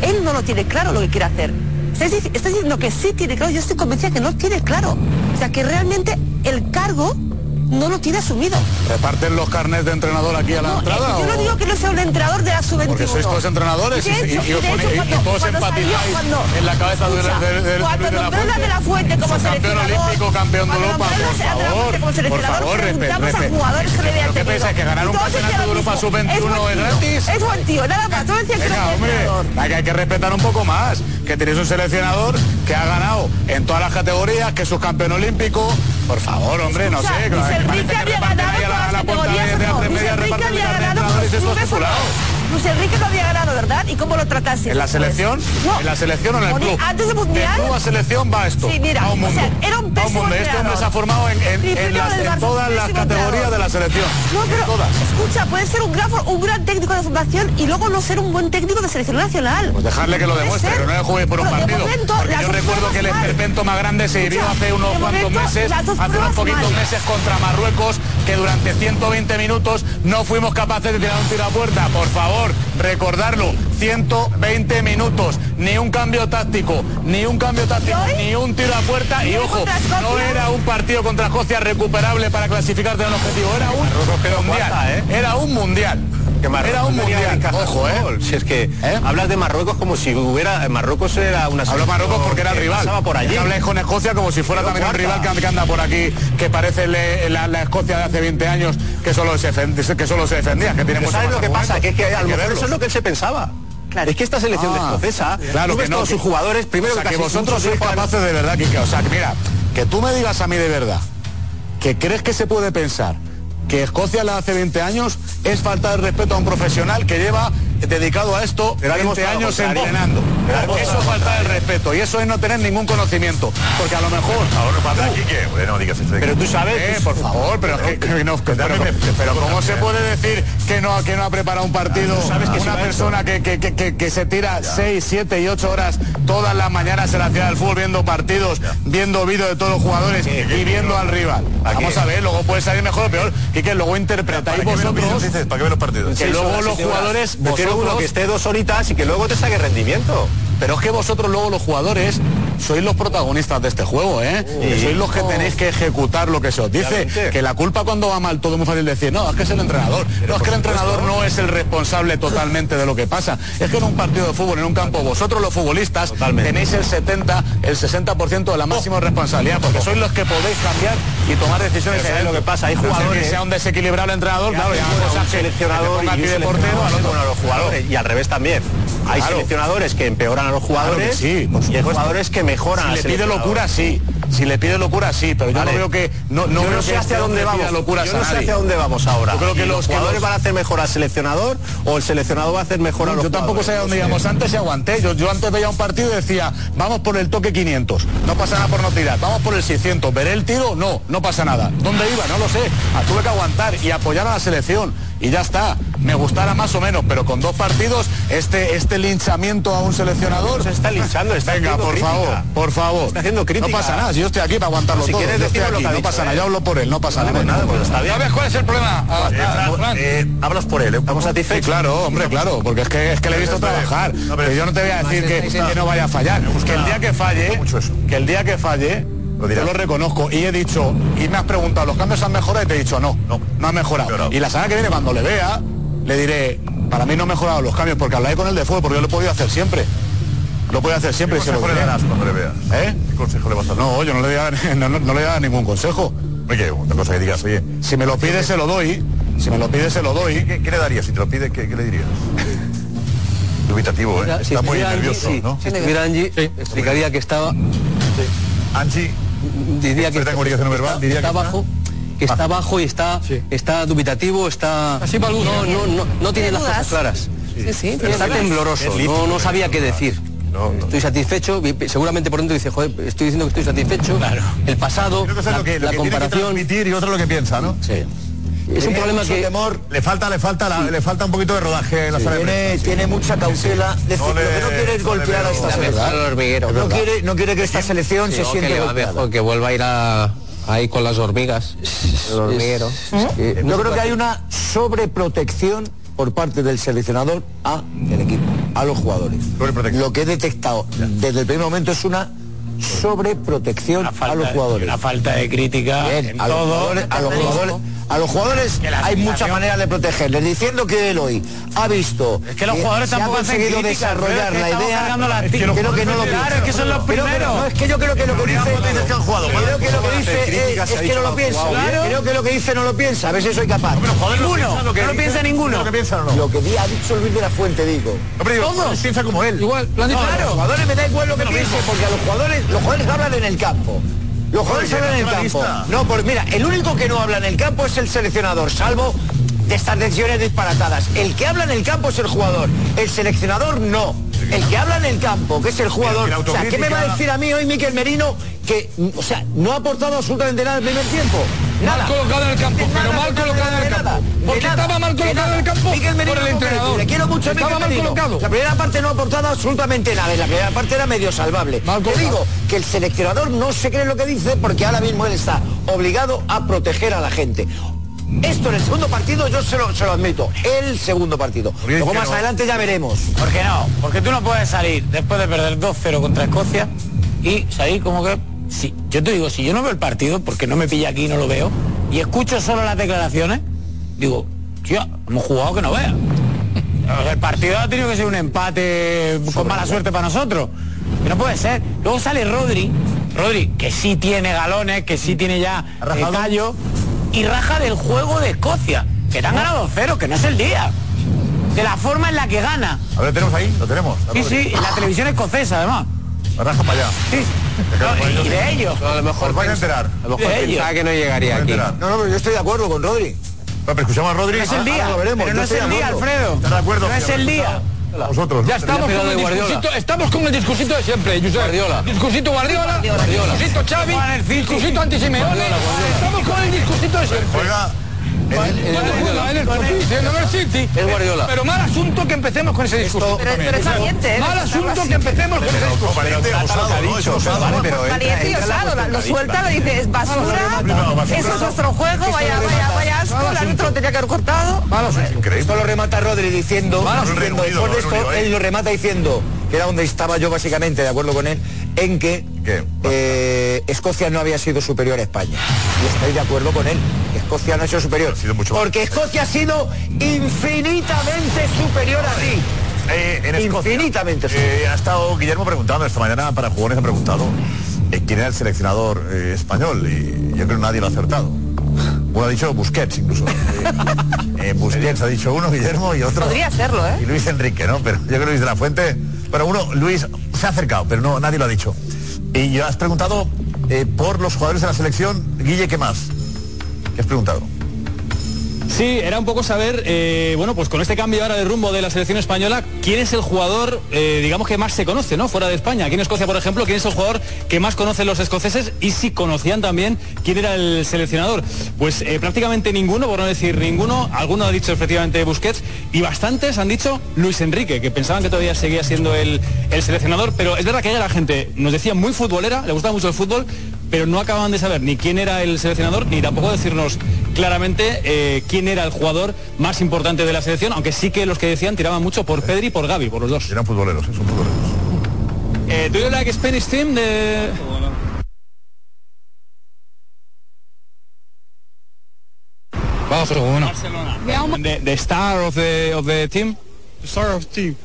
[SPEAKER 17] él no lo tiene claro lo que quiere hacer. Estás dic- estás diciendo que sí tiene claro, yo estoy convencida que no tiene claro. O sea, que realmente el cargo no lo tiene asumido.
[SPEAKER 5] ¿Reparten los carnets de entrenador aquí a la entrada?
[SPEAKER 17] Yo no
[SPEAKER 5] o-
[SPEAKER 17] digo que no sea un entrenador de la sub-21.
[SPEAKER 5] Porque sois todos entrenadores y,
[SPEAKER 17] De
[SPEAKER 5] y-
[SPEAKER 17] hecho,
[SPEAKER 5] y os
[SPEAKER 17] de
[SPEAKER 5] pone-
[SPEAKER 17] hecho,
[SPEAKER 5] y- y
[SPEAKER 17] cuando-
[SPEAKER 5] todos
[SPEAKER 17] cuando salió,
[SPEAKER 5] empatizáis
[SPEAKER 17] cuando-
[SPEAKER 5] en la cabeza de,
[SPEAKER 17] Escucha,
[SPEAKER 5] de- de- de-
[SPEAKER 17] cuando
[SPEAKER 5] de la
[SPEAKER 17] nombraron a
[SPEAKER 5] Fuente.
[SPEAKER 17] De La Fuente como
[SPEAKER 5] Campeón
[SPEAKER 17] seleccionador,
[SPEAKER 5] olímpico, campeón de
[SPEAKER 17] cuando
[SPEAKER 5] Europa,
[SPEAKER 17] nombraron
[SPEAKER 5] por
[SPEAKER 17] a De La Fuente
[SPEAKER 5] favor.
[SPEAKER 17] como
[SPEAKER 5] Por
[SPEAKER 17] seleccionador,
[SPEAKER 5] favor,
[SPEAKER 17] preguntamos
[SPEAKER 5] respe-
[SPEAKER 17] a
[SPEAKER 5] respe-
[SPEAKER 17] jugadores que le habían
[SPEAKER 5] eh, ¿Pero qué
[SPEAKER 17] tenido.
[SPEAKER 5] pensáis, que ganar un
[SPEAKER 17] Y todos
[SPEAKER 5] campeonato
[SPEAKER 17] decían lo
[SPEAKER 5] de Europa
[SPEAKER 17] mismo.
[SPEAKER 5] sub-21
[SPEAKER 17] buen
[SPEAKER 5] es
[SPEAKER 17] tío,
[SPEAKER 5] gratis?
[SPEAKER 17] Es buen tío, nada más, todos decían que era
[SPEAKER 5] Venga,
[SPEAKER 17] buen
[SPEAKER 5] hombre,
[SPEAKER 17] entrenador.
[SPEAKER 5] hay que- hay que respetar un poco más, que tenéis un seleccionador que ha ganado en todas las categorías, que es subcampeón olímpico. Por favor, hombre, no sé.
[SPEAKER 17] Luis
[SPEAKER 5] parece
[SPEAKER 17] Enrique
[SPEAKER 5] que
[SPEAKER 17] había
[SPEAKER 5] reparten
[SPEAKER 17] ganado
[SPEAKER 5] ahí a la- a la puerta
[SPEAKER 17] categorías
[SPEAKER 5] de-
[SPEAKER 17] o
[SPEAKER 5] de
[SPEAKER 17] no.
[SPEAKER 5] tres
[SPEAKER 17] Luis
[SPEAKER 5] medias,
[SPEAKER 17] Enrique
[SPEAKER 5] reparten
[SPEAKER 17] había
[SPEAKER 5] carnet de
[SPEAKER 17] ganado
[SPEAKER 5] entrenadores
[SPEAKER 17] con
[SPEAKER 5] y estos
[SPEAKER 17] clubes o no.
[SPEAKER 5] titulados.
[SPEAKER 17] Luis Enrique lo había ganado, ¿verdad? ¿Y cómo lo trataste?
[SPEAKER 5] ¿En la selección?
[SPEAKER 17] Pues, No.
[SPEAKER 5] ¿En la selección o en el
[SPEAKER 17] Ponía-
[SPEAKER 5] club?
[SPEAKER 17] Antes del mundial.
[SPEAKER 5] De club a selección va esto.
[SPEAKER 17] Sí, mira,
[SPEAKER 5] a un
[SPEAKER 17] o
[SPEAKER 5] mundo.
[SPEAKER 17] sea, era un
[SPEAKER 5] A un
[SPEAKER 17] pésimo
[SPEAKER 5] mundo. Este hombre
[SPEAKER 17] entrenador.
[SPEAKER 5] se ha formado en, en-
[SPEAKER 17] Principio
[SPEAKER 5] en las-
[SPEAKER 17] del
[SPEAKER 5] en
[SPEAKER 17] Barça,
[SPEAKER 5] todas las
[SPEAKER 17] pésimo
[SPEAKER 5] categorías
[SPEAKER 17] entrenador.
[SPEAKER 5] de la selección.
[SPEAKER 17] No, pero escucha, puede ser un gran, un gran técnico de formación y luego no ser un buen técnico de selección nacional.
[SPEAKER 5] Pues dejarle que lo
[SPEAKER 17] Puede
[SPEAKER 5] demuestre,
[SPEAKER 17] ser.
[SPEAKER 5] pero no le juegues por un
[SPEAKER 17] Pero de
[SPEAKER 5] partido.
[SPEAKER 17] momento,
[SPEAKER 5] porque
[SPEAKER 17] las
[SPEAKER 5] yo
[SPEAKER 17] dos
[SPEAKER 5] recuerdo
[SPEAKER 17] pruebas
[SPEAKER 5] que el
[SPEAKER 17] mal.
[SPEAKER 5] intento más grande se vio hace unos cuantos meses, hace unos poquitos meses contra Marruecos, que durante 120 minutos no fuimos capaces de tirar un tiro a puerta. Por favor, recordarlo, 120 minutos, ni un cambio táctico, ni un cambio táctico, ni un tiro a puerta y ojo, no era un partido contra Escocia recuperable para clasificarte en el objetivo, era un mundial, era un mundial.
[SPEAKER 12] ¿eh? Que Marruecos
[SPEAKER 5] Era un
[SPEAKER 12] tenía
[SPEAKER 5] mundial,
[SPEAKER 12] ventaja
[SPEAKER 5] ojo,
[SPEAKER 12] de
[SPEAKER 5] ¿eh?
[SPEAKER 12] gol. Si es que hablas de Marruecos como si hubiera eh, Marruecos era una
[SPEAKER 5] Hablo Marruecos porque era el
[SPEAKER 12] que
[SPEAKER 5] rival.
[SPEAKER 12] pasaba por
[SPEAKER 5] Es
[SPEAKER 12] allí.
[SPEAKER 5] que habláis con Escocia como si fuera
[SPEAKER 12] Quedó
[SPEAKER 5] también un
[SPEAKER 12] cuarta.
[SPEAKER 5] rival que, que anda por aquí, que parece le- la, la Escocia de hace 20 años, que solo se, defen- que solo se defendía, que tiene
[SPEAKER 12] Pero
[SPEAKER 5] mucho
[SPEAKER 12] ¿Sabes
[SPEAKER 5] más
[SPEAKER 12] lo que pasa?
[SPEAKER 5] argumento.
[SPEAKER 12] Que es que
[SPEAKER 5] Hay
[SPEAKER 12] a lo
[SPEAKER 5] que
[SPEAKER 12] mejor
[SPEAKER 5] verlo.
[SPEAKER 12] eso es lo que él se pensaba. Es que esta selección
[SPEAKER 5] Ah,
[SPEAKER 12] escocesa,
[SPEAKER 5] claro
[SPEAKER 12] tú
[SPEAKER 5] que
[SPEAKER 12] ves
[SPEAKER 5] no,
[SPEAKER 12] todos
[SPEAKER 5] que-
[SPEAKER 12] sus jugadores, primero
[SPEAKER 5] o sea, que
[SPEAKER 12] casi
[SPEAKER 5] vosotros
[SPEAKER 12] muchos
[SPEAKER 5] sois
[SPEAKER 12] eran-
[SPEAKER 5] capaces de verdad, Kike, o sea, que mira, que tú me digas a mí de verdad, que crees que se puede pensar que Escocia la hace 20 años es falta de respeto a un profesional que lleva dedicado a esto
[SPEAKER 12] Pero ha
[SPEAKER 17] Este
[SPEAKER 5] 20
[SPEAKER 12] demostrado lo
[SPEAKER 5] años
[SPEAKER 12] contrario.
[SPEAKER 5] entrenando.
[SPEAKER 12] Pero ha demostrado
[SPEAKER 5] Eso es falta de respeto y eso es no tener ningún conocimiento, porque a lo mejor
[SPEAKER 3] Ahora para aquí que, bueno, digas esto. de
[SPEAKER 5] pero
[SPEAKER 3] que-
[SPEAKER 5] tú sabes.
[SPEAKER 3] Eh,
[SPEAKER 5] por favor, pero es que, que no, que- pero, pero ¿cómo se puede decir que no, que no ha preparado un
[SPEAKER 12] Ah,
[SPEAKER 5] partido una persona que, que- que- que- que se tira 6, 7 y 8 horas todas las mañanas en la ciudad del fútbol viendo partidos, viendo vídeos de todos los jugadores y viendo al rival? Vamos a ver, luego puede salir mejor o peor. Y que luego interpretáis vosotros.
[SPEAKER 3] ¿Para qué ver los partidos?
[SPEAKER 5] Que luego los jugadores,
[SPEAKER 12] Prefiero uno
[SPEAKER 5] vosotros-
[SPEAKER 12] que esté dos horitas y que luego te saque rendimiento.
[SPEAKER 5] Pero es que vosotros luego los jugadores sois los protagonistas de este juego, ¿eh? Que sois los que tenéis que ejecutar lo que se os dice.
[SPEAKER 12] Claramente.
[SPEAKER 5] Que la culpa cuando va mal todo es muy fácil decir, no, es que es el entrenador. no, es que el entrenador no es el responsable totalmente de lo que pasa. Es que en un partido de fútbol, en un campo, vosotros los futbolistas tenéis el 70, el 60% de la máxima responsabilidad, porque sois los que podéis cambiar y tomar
[SPEAKER 12] Pero
[SPEAKER 5] decisiones.
[SPEAKER 12] ¿sabes
[SPEAKER 5] en el-
[SPEAKER 12] lo que pasa? Hay
[SPEAKER 5] A no ser
[SPEAKER 12] jugadores-
[SPEAKER 5] Que sea un desequilibrado el entrenador, claro, ya
[SPEAKER 12] Bueno, un
[SPEAKER 5] cosas que- que te
[SPEAKER 12] seleccionador y
[SPEAKER 5] ponga
[SPEAKER 12] un
[SPEAKER 5] aquí de
[SPEAKER 12] seleccionador
[SPEAKER 5] portero a los-
[SPEAKER 12] pone a los jugadores y al revés también. Hay
[SPEAKER 5] Claro.
[SPEAKER 12] seleccionadores que empeoran a los jugadores
[SPEAKER 5] Claro que sí, por
[SPEAKER 12] y hay
[SPEAKER 5] supuesto.
[SPEAKER 12] jugadores que mejoran. al
[SPEAKER 5] Si le pide
[SPEAKER 12] seleccionador.
[SPEAKER 5] locura, sí. Si le pide locura, sí. Pero yo
[SPEAKER 12] Vale.
[SPEAKER 5] no veo que. No, no
[SPEAKER 12] Yo
[SPEAKER 5] veo
[SPEAKER 12] no sé
[SPEAKER 5] que
[SPEAKER 12] hacia
[SPEAKER 5] este
[SPEAKER 12] dónde
[SPEAKER 5] hombre pida
[SPEAKER 12] vamos.
[SPEAKER 5] locuras
[SPEAKER 12] Yo
[SPEAKER 5] a
[SPEAKER 12] no sé
[SPEAKER 5] nadie.
[SPEAKER 12] hacia dónde vamos ahora.
[SPEAKER 5] Yo creo que
[SPEAKER 12] Si
[SPEAKER 5] los, que
[SPEAKER 12] jugadores
[SPEAKER 5] los-
[SPEAKER 12] van a hacer mejor al seleccionador o el seleccionador va a hacer mejor a los
[SPEAKER 5] Yo tampoco sé a dónde íbamos antes y aguanté. Yo, yo antes veía un partido y decía, vamos por el toque 500. No pasa nada por no tirar. Vamos por el 600. ¿Veré el tiro? No, no pasa nada. ¿Dónde iba? No lo sé. Ah, Tuve que aguantar y apoyar a la selección. Y ya está. Me gustará más o menos, pero con dos partidos, este, este linchamiento a un seleccionador. Se
[SPEAKER 12] está linchando, está
[SPEAKER 5] Venga,
[SPEAKER 12] haciendo
[SPEAKER 5] por
[SPEAKER 12] crítica.
[SPEAKER 5] favor, por favor.
[SPEAKER 12] Está haciendo crítica.
[SPEAKER 5] No pasa nada, si yo estoy aquí para aguantarlo
[SPEAKER 12] Si
[SPEAKER 5] todo.
[SPEAKER 12] quieres
[SPEAKER 5] Yo estoy
[SPEAKER 12] decirnos lo
[SPEAKER 5] aquí,
[SPEAKER 12] que ha
[SPEAKER 5] no
[SPEAKER 12] dicho,
[SPEAKER 5] pasa nada,
[SPEAKER 12] ¿eh?
[SPEAKER 5] yo hablo por él, no pasa nada.
[SPEAKER 12] nada, pues está bien.
[SPEAKER 5] ¿Sabes cuál es el problema? Ah, ah, Fran.
[SPEAKER 3] Hablas por él,
[SPEAKER 5] ¿eh? Estamos satisfechos. claro, hombre, claro, porque es que, es que le he visto trabajar. que yo no te voy a decir que, que no vaya a fallar. Que el día que falle, que el día que falle, yo lo reconozco. Y he dicho, y me has preguntado, ¿los cambios han mejorado? Y te he dicho, no, no, han mejorado. Y la semana que viene, cuando le vea, le diré, para mí no han mejorado los cambios, porque hablaré con él de fútbol, porque yo lo he podido hacer siempre. Lo puede hacer siempre y se lo
[SPEAKER 3] consejo le
[SPEAKER 5] diré.
[SPEAKER 3] darás cuando le veas?
[SPEAKER 5] ¿Eh?
[SPEAKER 3] ¿Qué consejo le vas a dar?
[SPEAKER 5] No, yo no le voy a dar, no, no- no le voy a dar ningún consejo.
[SPEAKER 3] Oye, una cosa que digas, oye.
[SPEAKER 5] Si me lo pide, se lo doy. Si me lo pide, se lo doy.
[SPEAKER 3] ¿Qué, qué le darías? Si te lo pide, ¿qué, qué le dirías? Dubitativo, ¿eh? Está muy nervioso, ¿no?
[SPEAKER 8] Si estuviera Angie, explicaría que estaba.
[SPEAKER 3] Angie.
[SPEAKER 8] Diría que
[SPEAKER 3] experta en
[SPEAKER 5] este
[SPEAKER 3] comunicación verbal,
[SPEAKER 8] está-
[SPEAKER 3] diría
[SPEAKER 8] está
[SPEAKER 3] que está-
[SPEAKER 8] bajo. Que
[SPEAKER 5] Ah.
[SPEAKER 8] está bajo y está, está dubitativo, está.
[SPEAKER 14] balbucio.
[SPEAKER 8] no, no, no, no tiene las cosas claras.
[SPEAKER 17] Sí, sí, tiene
[SPEAKER 8] Está
[SPEAKER 17] dudas.
[SPEAKER 8] tembloroso, no, no sabía qué decir. Estoy satisfecho, vi- seguramente por dentro dice, joder, estoy diciendo que estoy satisfecho. El pasado,
[SPEAKER 3] Creo que eso es
[SPEAKER 8] la,
[SPEAKER 3] lo que, lo
[SPEAKER 8] la
[SPEAKER 3] que tiene que
[SPEAKER 8] comparación.
[SPEAKER 3] transmitir y otro lo que piensa, ¿no?
[SPEAKER 8] Sí. Es un problema que-
[SPEAKER 3] temor, le falta, le falta, la- le falta un poquito de rodaje en la sala de
[SPEAKER 7] Tiene-
[SPEAKER 3] prensa.
[SPEAKER 7] tiene mucha cautela. Decir,
[SPEAKER 3] No
[SPEAKER 7] lo que no
[SPEAKER 3] le-
[SPEAKER 7] quiere es
[SPEAKER 3] no le
[SPEAKER 7] golpear a
[SPEAKER 3] veo-
[SPEAKER 7] esta
[SPEAKER 3] Es
[SPEAKER 7] selección.
[SPEAKER 3] verdad. Es
[SPEAKER 7] No
[SPEAKER 3] verdad.
[SPEAKER 7] quiere, no quiere que esta selección se
[SPEAKER 11] Digo, que
[SPEAKER 7] siente
[SPEAKER 11] le va
[SPEAKER 7] golpeada.
[SPEAKER 11] mejor, que vuelva a ir a- ahí con las hormigas. El hormiguero.
[SPEAKER 7] ¿Eh? Yo creo que hay una sobreprotección por parte del seleccionador a el equipo, a los jugadores. Lo que he detectado desde el primer momento es una sobreprotección a los jugadores.
[SPEAKER 6] La falta de crítica
[SPEAKER 7] Bien,
[SPEAKER 6] en
[SPEAKER 7] a los
[SPEAKER 6] todo.
[SPEAKER 7] jugadores, a los jugadores, a los jugadores
[SPEAKER 6] Que la
[SPEAKER 7] hay muchas
[SPEAKER 6] sensación-
[SPEAKER 7] maneras de protegerles. Diciendo que él hoy ha visto
[SPEAKER 6] Es que los
[SPEAKER 7] eh,
[SPEAKER 6] jugadores
[SPEAKER 7] se ha
[SPEAKER 6] tampoco hacen
[SPEAKER 7] conseguido
[SPEAKER 6] críticas,
[SPEAKER 7] desarrollar
[SPEAKER 6] pero es que
[SPEAKER 7] la
[SPEAKER 6] estamos
[SPEAKER 7] idea.
[SPEAKER 6] cargando la
[SPEAKER 7] creo que
[SPEAKER 6] tira.
[SPEAKER 7] no lo
[SPEAKER 6] Claro, es que son los
[SPEAKER 7] Creo que no,
[SPEAKER 6] primeros.
[SPEAKER 7] no, es que yo creo que lo que dice Creo que lo que dice eh, es que no lo piensa. Creo que lo que dice no lo piensa. A ver si soy capaz.
[SPEAKER 6] Uno, no lo piensa ninguno.
[SPEAKER 7] Lo que di- ha dicho Luis de la Fuente, digo.
[SPEAKER 3] Todos. Piensa como él.
[SPEAKER 14] Igual, lo han dicho.
[SPEAKER 7] Claro, a los jugadores me da igual lo que piensen, porque a los jugadores, los jugadores hablan en el campo. Los jugadores
[SPEAKER 3] Oye,
[SPEAKER 7] hablan en el campo.
[SPEAKER 3] naturalista.
[SPEAKER 7] No, pues mira, el único que no habla en el campo es el seleccionador, salvo de estas decisiones disparatadas. El que habla en el campo es el jugador, el seleccionador no. El que habla en el campo, que es el jugador.
[SPEAKER 3] Pero que la
[SPEAKER 7] O sea, ¿qué me va a
[SPEAKER 3] autocrítica-
[SPEAKER 7] decir a mí hoy Miquel Merino que, o sea, no ha aportado absolutamente nada el primer tiempo.
[SPEAKER 14] Mal
[SPEAKER 7] Nada.
[SPEAKER 14] colocado en el campo,
[SPEAKER 7] De
[SPEAKER 14] pero
[SPEAKER 7] nada,
[SPEAKER 14] mal
[SPEAKER 7] de
[SPEAKER 14] colocado
[SPEAKER 7] nada,
[SPEAKER 14] en el
[SPEAKER 7] de
[SPEAKER 14] campo.
[SPEAKER 7] nada,
[SPEAKER 14] Porque
[SPEAKER 7] de nada,
[SPEAKER 14] estaba mal
[SPEAKER 7] de
[SPEAKER 14] colocado
[SPEAKER 7] nada.
[SPEAKER 14] en el campo
[SPEAKER 7] Miguel Merino,
[SPEAKER 14] por el
[SPEAKER 7] no merece,
[SPEAKER 14] entrenador.
[SPEAKER 7] Le quiero mucho a Miguel
[SPEAKER 14] Estaba mal
[SPEAKER 7] Merino.
[SPEAKER 14] colocado.
[SPEAKER 7] La primera parte no ha aportado absolutamente nada. y La primera parte era medio salvable. Te digo que el seleccionador no se cree lo que dice porque ahora mismo él está obligado a proteger a la gente. Esto en el segundo partido yo se lo, se lo admito. El segundo partido. Luego
[SPEAKER 6] que
[SPEAKER 7] más
[SPEAKER 6] no.
[SPEAKER 7] adelante ya veremos.
[SPEAKER 6] ¿Por qué no? Porque tú no puedes salir después de perder 2-0 contra Escocia y salir como que... Si, yo te digo, si yo no veo el partido, porque no me pilla aquí y no lo veo, y escucho solo las declaraciones, digo, tío, hemos jugado que no vea. O sea, El partido ha tenido que ser un empate con mala suerte para nosotros. Que no puede ser. Luego sale Rodri, Rodri, que sí tiene galones, que sí tiene ya eh, callo, y raja del juego de Escocia, que te han ganado 2-0, que no es el día. De la forma en la que gana.
[SPEAKER 3] A ver, lo tenemos ahí, lo tenemos.
[SPEAKER 6] Sí, sí, en la televisión escocesa además.
[SPEAKER 3] Raja para allá.
[SPEAKER 6] Sí. No, y de ellos.
[SPEAKER 3] A lo mejor vais a enterar.
[SPEAKER 7] A lo mejor De pensaba ellos. que no llegaría aquí. No, no, pero yo estoy de acuerdo con Rodri.
[SPEAKER 3] Pero escuchamos a Rodri.
[SPEAKER 7] No es el día,
[SPEAKER 3] Ahora ah, lo veremos.
[SPEAKER 7] pero no
[SPEAKER 3] Yo
[SPEAKER 7] es
[SPEAKER 3] estoy
[SPEAKER 7] el
[SPEAKER 3] de
[SPEAKER 7] día,
[SPEAKER 3] acuerdo.
[SPEAKER 7] Alfredo.
[SPEAKER 3] ¿Estás de acuerdo?
[SPEAKER 7] No es el día.
[SPEAKER 3] Vosotros.
[SPEAKER 14] Ya estamos con, el discursito, estamos con el discursito de siempre, Josep. Discursito Guardiola, discursito Xavi, discursito anti-Simeone. Estamos con el discursito de siempre. ¿Dónde juega? En el City, no en el City.
[SPEAKER 12] Guardiola.
[SPEAKER 14] Pero mal asunto que empecemos con ese discurso.
[SPEAKER 12] Pero- pero es valiente, ¿eh?
[SPEAKER 14] Mal asunto que empecemos con ese discurso.
[SPEAKER 17] Valiente y osado, la- lo suelta, lo dice, es basura, eso es nuestro juego, vaya, vaya, vaya asco, el árbitro lo tenía que haber cortado.
[SPEAKER 7] Esto lo remata Rodri diciendo, diciendo, después de esto, él lo remata diciendo, que era donde estaba yo básicamente, de acuerdo con él, en que eh, Escocia no había sido superior a España. Y estoy de acuerdo con él. Escocia no ha sido superior. porque Escocia ha sido infinitamente superior a ti. infinitamente superior.
[SPEAKER 3] Eh, ha estado Guillermo preguntando esta mañana para jugones, ha preguntado eh, quién era el seleccionador eh, español y yo creo que nadie lo ha acertado. Bueno, ha dicho Busquets incluso. Eh, eh, Busquets ha dicho uno, Guillermo, y otro.
[SPEAKER 17] Podría serlo, ¿eh?
[SPEAKER 3] Y Luis Enrique, ¿no? Pero yo creo que Luis de la Fuente. Pero uno, Luis se ha acercado, pero no, nadie lo ha dicho. Y yo has preguntado eh, por los jugadores de la selección, Guille, ¿qué más? ¿Qué has preguntado?
[SPEAKER 10] Sí, era un poco saber, eh, bueno, pues con este cambio ahora de rumbo de la selección española, ¿quién es el jugador, eh, digamos, que más se conoce, ¿no? Fuera de España. Aquí en Escocia, por ejemplo, ¿quién es el jugador que más conocen los escoceses y si conocían también quién era el seleccionador? Pues eh, prácticamente ninguno, por no decir ninguno. Alguno ha dicho efectivamente Busquets y bastantes han dicho Luis Enrique, que pensaban que todavía seguía siendo el, el seleccionador. Pero es verdad que la gente, nos decía muy futbolera, le gustaba mucho el fútbol, pero no acababan de saber ni quién era el seleccionador ni tampoco decirnos claramente eh, quién era el jugador más importante de la selección, aunque sí que los que decían tiraban mucho por Pedri y por Gaby, por los dos.
[SPEAKER 3] Eran futboleros, son futboleros.
[SPEAKER 10] Eh, ¿Do you like Spanish team? De... Barcelona. The, the star of the, of the team? The star of the team.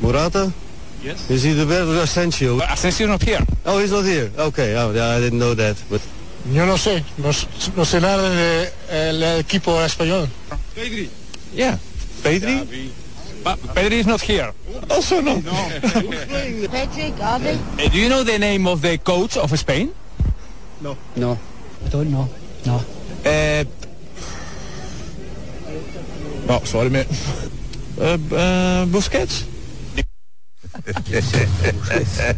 [SPEAKER 19] Morata?
[SPEAKER 10] Yes.
[SPEAKER 19] Is he the better than Asensio?
[SPEAKER 10] Asensio's not here.
[SPEAKER 19] Oh, he's not here. Okay. Oh, yeah, I didn't know that. But
[SPEAKER 20] Yo no sé, no, s- no sé nada del equipo español.
[SPEAKER 10] Pedri.
[SPEAKER 19] yeah, Pedri.
[SPEAKER 10] But Pedri is not here.
[SPEAKER 19] Also no.
[SPEAKER 1] Patrick, Gavi.
[SPEAKER 10] Eh, do you know the name of the coach of Spain?
[SPEAKER 1] No. I don't know. No.
[SPEAKER 10] Eh,
[SPEAKER 19] Uh, oh, sorry, mate. Uh,
[SPEAKER 3] Eh,
[SPEAKER 19] uh, Busquets.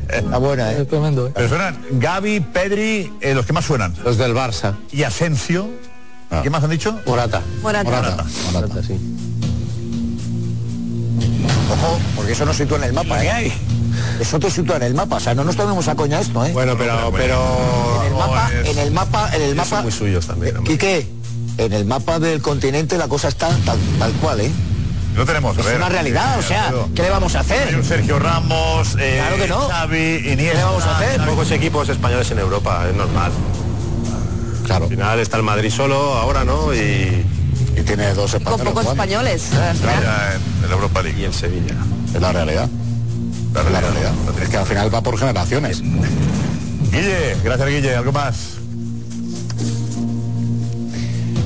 [SPEAKER 3] Está buena, ¿eh?
[SPEAKER 21] Tremendo,
[SPEAKER 3] Pero suenan Gaby, Pedri, eh, los que más suenan. Los del Barça. Y Asensio. ¿Y ¿Qué más han dicho? Morata.
[SPEAKER 17] Morata.
[SPEAKER 3] Morata.
[SPEAKER 7] sí. Ojo, porque eso no sitúa en el mapa, ¿eh? Eso te sitúa en el mapa, o sea, no nos tomemos a coña esto, ¿eh? Bueno, pero... En el mapa, en el mapa, en el mapa... muy
[SPEAKER 3] suyos también.
[SPEAKER 7] Quique, en el mapa del continente la cosa está tal, tal cual, ¿eh?
[SPEAKER 3] Lo tenemos, a
[SPEAKER 7] Es
[SPEAKER 3] ver. eh,
[SPEAKER 7] una realidad, o sea, ¿qué le vamos a hacer?
[SPEAKER 3] Hay un Sergio Ramos, eh,
[SPEAKER 7] Claro que no.
[SPEAKER 3] Xavi, Iniesta.
[SPEAKER 7] ¿Qué le vamos a hacer?
[SPEAKER 12] Pocos equipos españoles en Europa, es normal. Claro. Al final está el Madrid solo, ahora no, y...
[SPEAKER 22] Y tiene dos
[SPEAKER 17] Con pocos españoles.
[SPEAKER 3] en la Europa League.
[SPEAKER 12] Y en Sevilla.
[SPEAKER 22] Es la realidad.
[SPEAKER 3] La
[SPEAKER 22] realidad. Es que al final va por generaciones.
[SPEAKER 3] Guille, gracias Guille, algo más.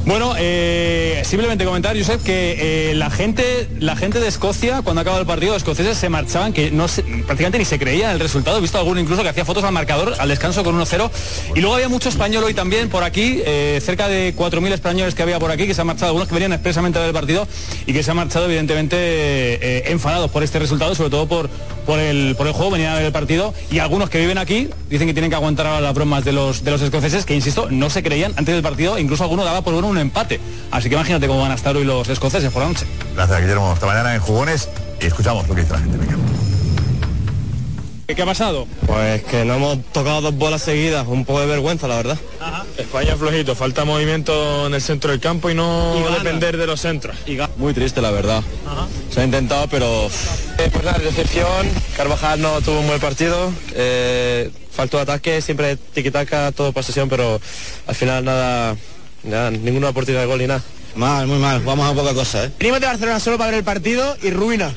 [SPEAKER 10] Bueno, eh, simplemente comentar, Josep, que eh, la gente, la gente de Escocia, cuando acababa el partido, los escoceses se marchaban, que no se- prácticamente ni se creían el resultado. He visto alguno incluso que hacía fotos al marcador al descanso con 1-0. Y luego había mucho español hoy también por aquí, eh, cerca de 4.000 españoles que había por aquí, que se han marchado, algunos que venían expresamente a ver el partido y que se han marchado evidentemente eh, eh, enfadados por este resultado, sobre todo por, por el, por el juego, venían a ver el partido y algunos que viven aquí dicen que tienen que aguantar ahora las bromas de los, de los escoceses que, insisto, no se creían antes del partido, incluso alguno daba por bueno un empate. Así que imagínate cómo van a estar hoy los escoceses por la noche.
[SPEAKER 3] Gracias, Guillermo. Hasta mañana en Jugones y escuchamos lo que dice la gente. venga.
[SPEAKER 10] ¿Qué ha pasado?
[SPEAKER 13] Pues que no hemos tocado dos bolas seguidas, un poco de vergüenza, la verdad.
[SPEAKER 23] España flojito, falta movimiento en el centro del campo y no depender de los centros.
[SPEAKER 13] Muy triste, la verdad. Se ha intentado, pero... Eh, pues la decepción, Carvajal no tuvo un buen partido, eh, faltó ataque, siempre tiki-taka, todo posesión, pero al final nada, nada, ninguna oportunidad de gol ni nada. Mal, muy mal, vamos a poca cosa, ¿eh?
[SPEAKER 24] Venimos de Barcelona solo para ver el partido y ruina.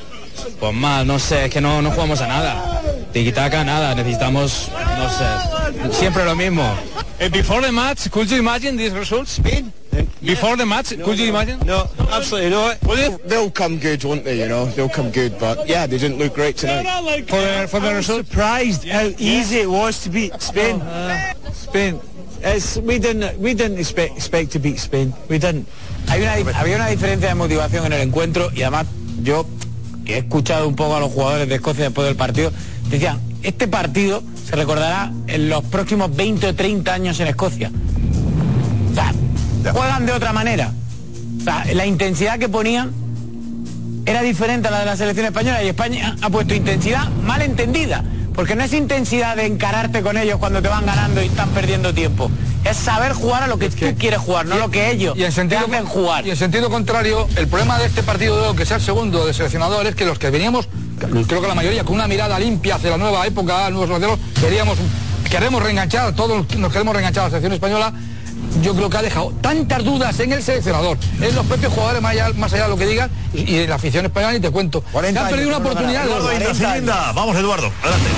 [SPEAKER 13] Pues mal, no sé, es que no, no jugamos a nada. Tiki-taka, nada, necesitamos, no sé, siempre lo mismo.
[SPEAKER 10] Eh, before the match, could you imagine these results? Before the match, could you imagine?
[SPEAKER 25] No, absolutely not. Well, they'll come good, won't they? You know, they'll come good. But yeah, they didn't look great tonight.
[SPEAKER 24] For the, for the result, surprised how easy it was to beat Spain. Spain. It's, we didn't we didn't expect expect to beat Spain. We didn't.
[SPEAKER 6] Hay una, había una diferencia de motivación en el encuentro y además yo que he escuchado un poco a los jugadores de Escocia después del partido, decían, este partido se recordará en los próximos 20 o 30 años en Escocia. O sea, juegan de otra manera. O sea, la intensidad que ponían era diferente a la de la selección española y España ha puesto intensidad mal entendida. Porque no es intensidad de encararte con ellos cuando te van ganando y están perdiendo tiempo. Es saber jugar a lo que tú quieres jugar, no lo que ellos
[SPEAKER 14] y en sentido,
[SPEAKER 6] te hacen jugar.
[SPEAKER 14] Y en sentido contrario, el problema de este partido de hoy, que sea el segundo de seleccionador, es que los que veníamos, creo que la mayoría, con una mirada limpia hacia la nueva época, nuevos modelos, queríamos, queremos reenganchar, todos nos queremos reenganchar a la selección española. Yo creo que ha dejado tantas dudas en el seleccionador, en los propios jugadores, más allá, más allá de lo que digan, y, y en la afición española, y te cuento. Se han perdido una oportunidad.
[SPEAKER 3] Eduardo Inda, sí, Inda. Vamos, Eduardo. Adelante.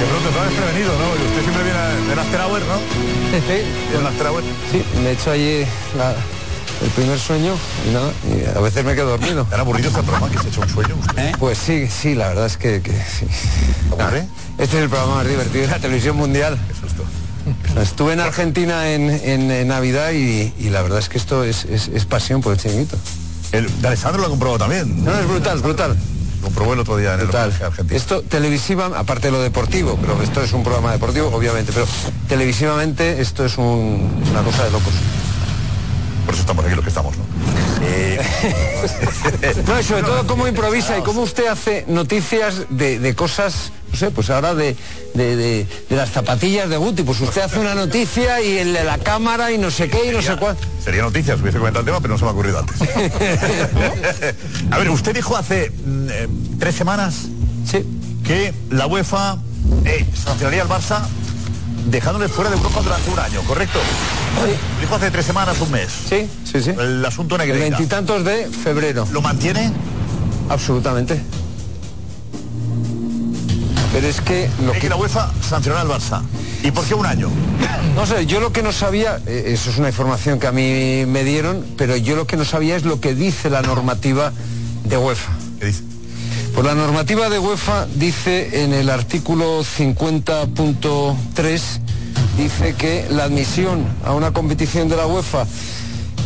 [SPEAKER 3] De pronto estaba desprevenido, ¿no? Y usted siempre viene a- del After Hour, ¿no? Sí. El After Hour.
[SPEAKER 13] Sí, me he hecho allí la- el primer sueño y nada, y a veces me quedo dormido.
[SPEAKER 3] ¿Tan aburrido este programa que se echa un sueño usted?
[SPEAKER 13] Pues sí, sí, la verdad es que, que sí. Este es el programa más divertido de la televisión mundial. Estuve en Argentina en, en- en Navidad y, y la verdad es que esto es, es- es pasión por el chiringuito.
[SPEAKER 3] El de Alessandro lo comprobó también.
[SPEAKER 13] No, no, es brutal, brutal.
[SPEAKER 3] Comprobó el otro día en el
[SPEAKER 13] Esto televisiva, aparte de lo deportivo, pero esto es un programa deportivo, obviamente, pero televisivamente esto es un- una cosa de locos.
[SPEAKER 3] Por eso estamos aquí los que estamos, ¿no? Eh,
[SPEAKER 13] No, y sobre todo cómo improvisa y cómo usted hace noticias de, de cosas, no sé, pues ahora de, de- de- de las zapatillas de Guti, pues usted hace una noticia y el de la cámara y no sé qué y no sé cuál.
[SPEAKER 3] Sería noticias, hubiese comentado el tema, pero no se me ha ocurrido antes. a ver, usted dijo hace mm, eh, tres semanas que la UEFA eh, sancionaría al Barça dejándole fuera de Europa durante un año, ¿correcto? Dijo hace tres semanas, un mes.
[SPEAKER 13] Sí, sí, sí.
[SPEAKER 3] El asunto
[SPEAKER 13] El
[SPEAKER 3] Negreira.
[SPEAKER 13] veintitantos de febrero.
[SPEAKER 3] ¿Lo mantiene?
[SPEAKER 13] Absolutamente. Pero es que lo
[SPEAKER 3] que... la UEFA sancionará al Barça. ¿Y por qué un año?
[SPEAKER 13] No sé, yo lo que no sabía, eh, eso es una información que a mí me dieron, pero yo lo que no sabía es lo que dice la normativa de UEFA.
[SPEAKER 3] ¿Qué dice?
[SPEAKER 13] Pues la normativa de UEFA dice en el artículo 50.3, dice que la admisión a una competición de la UEFA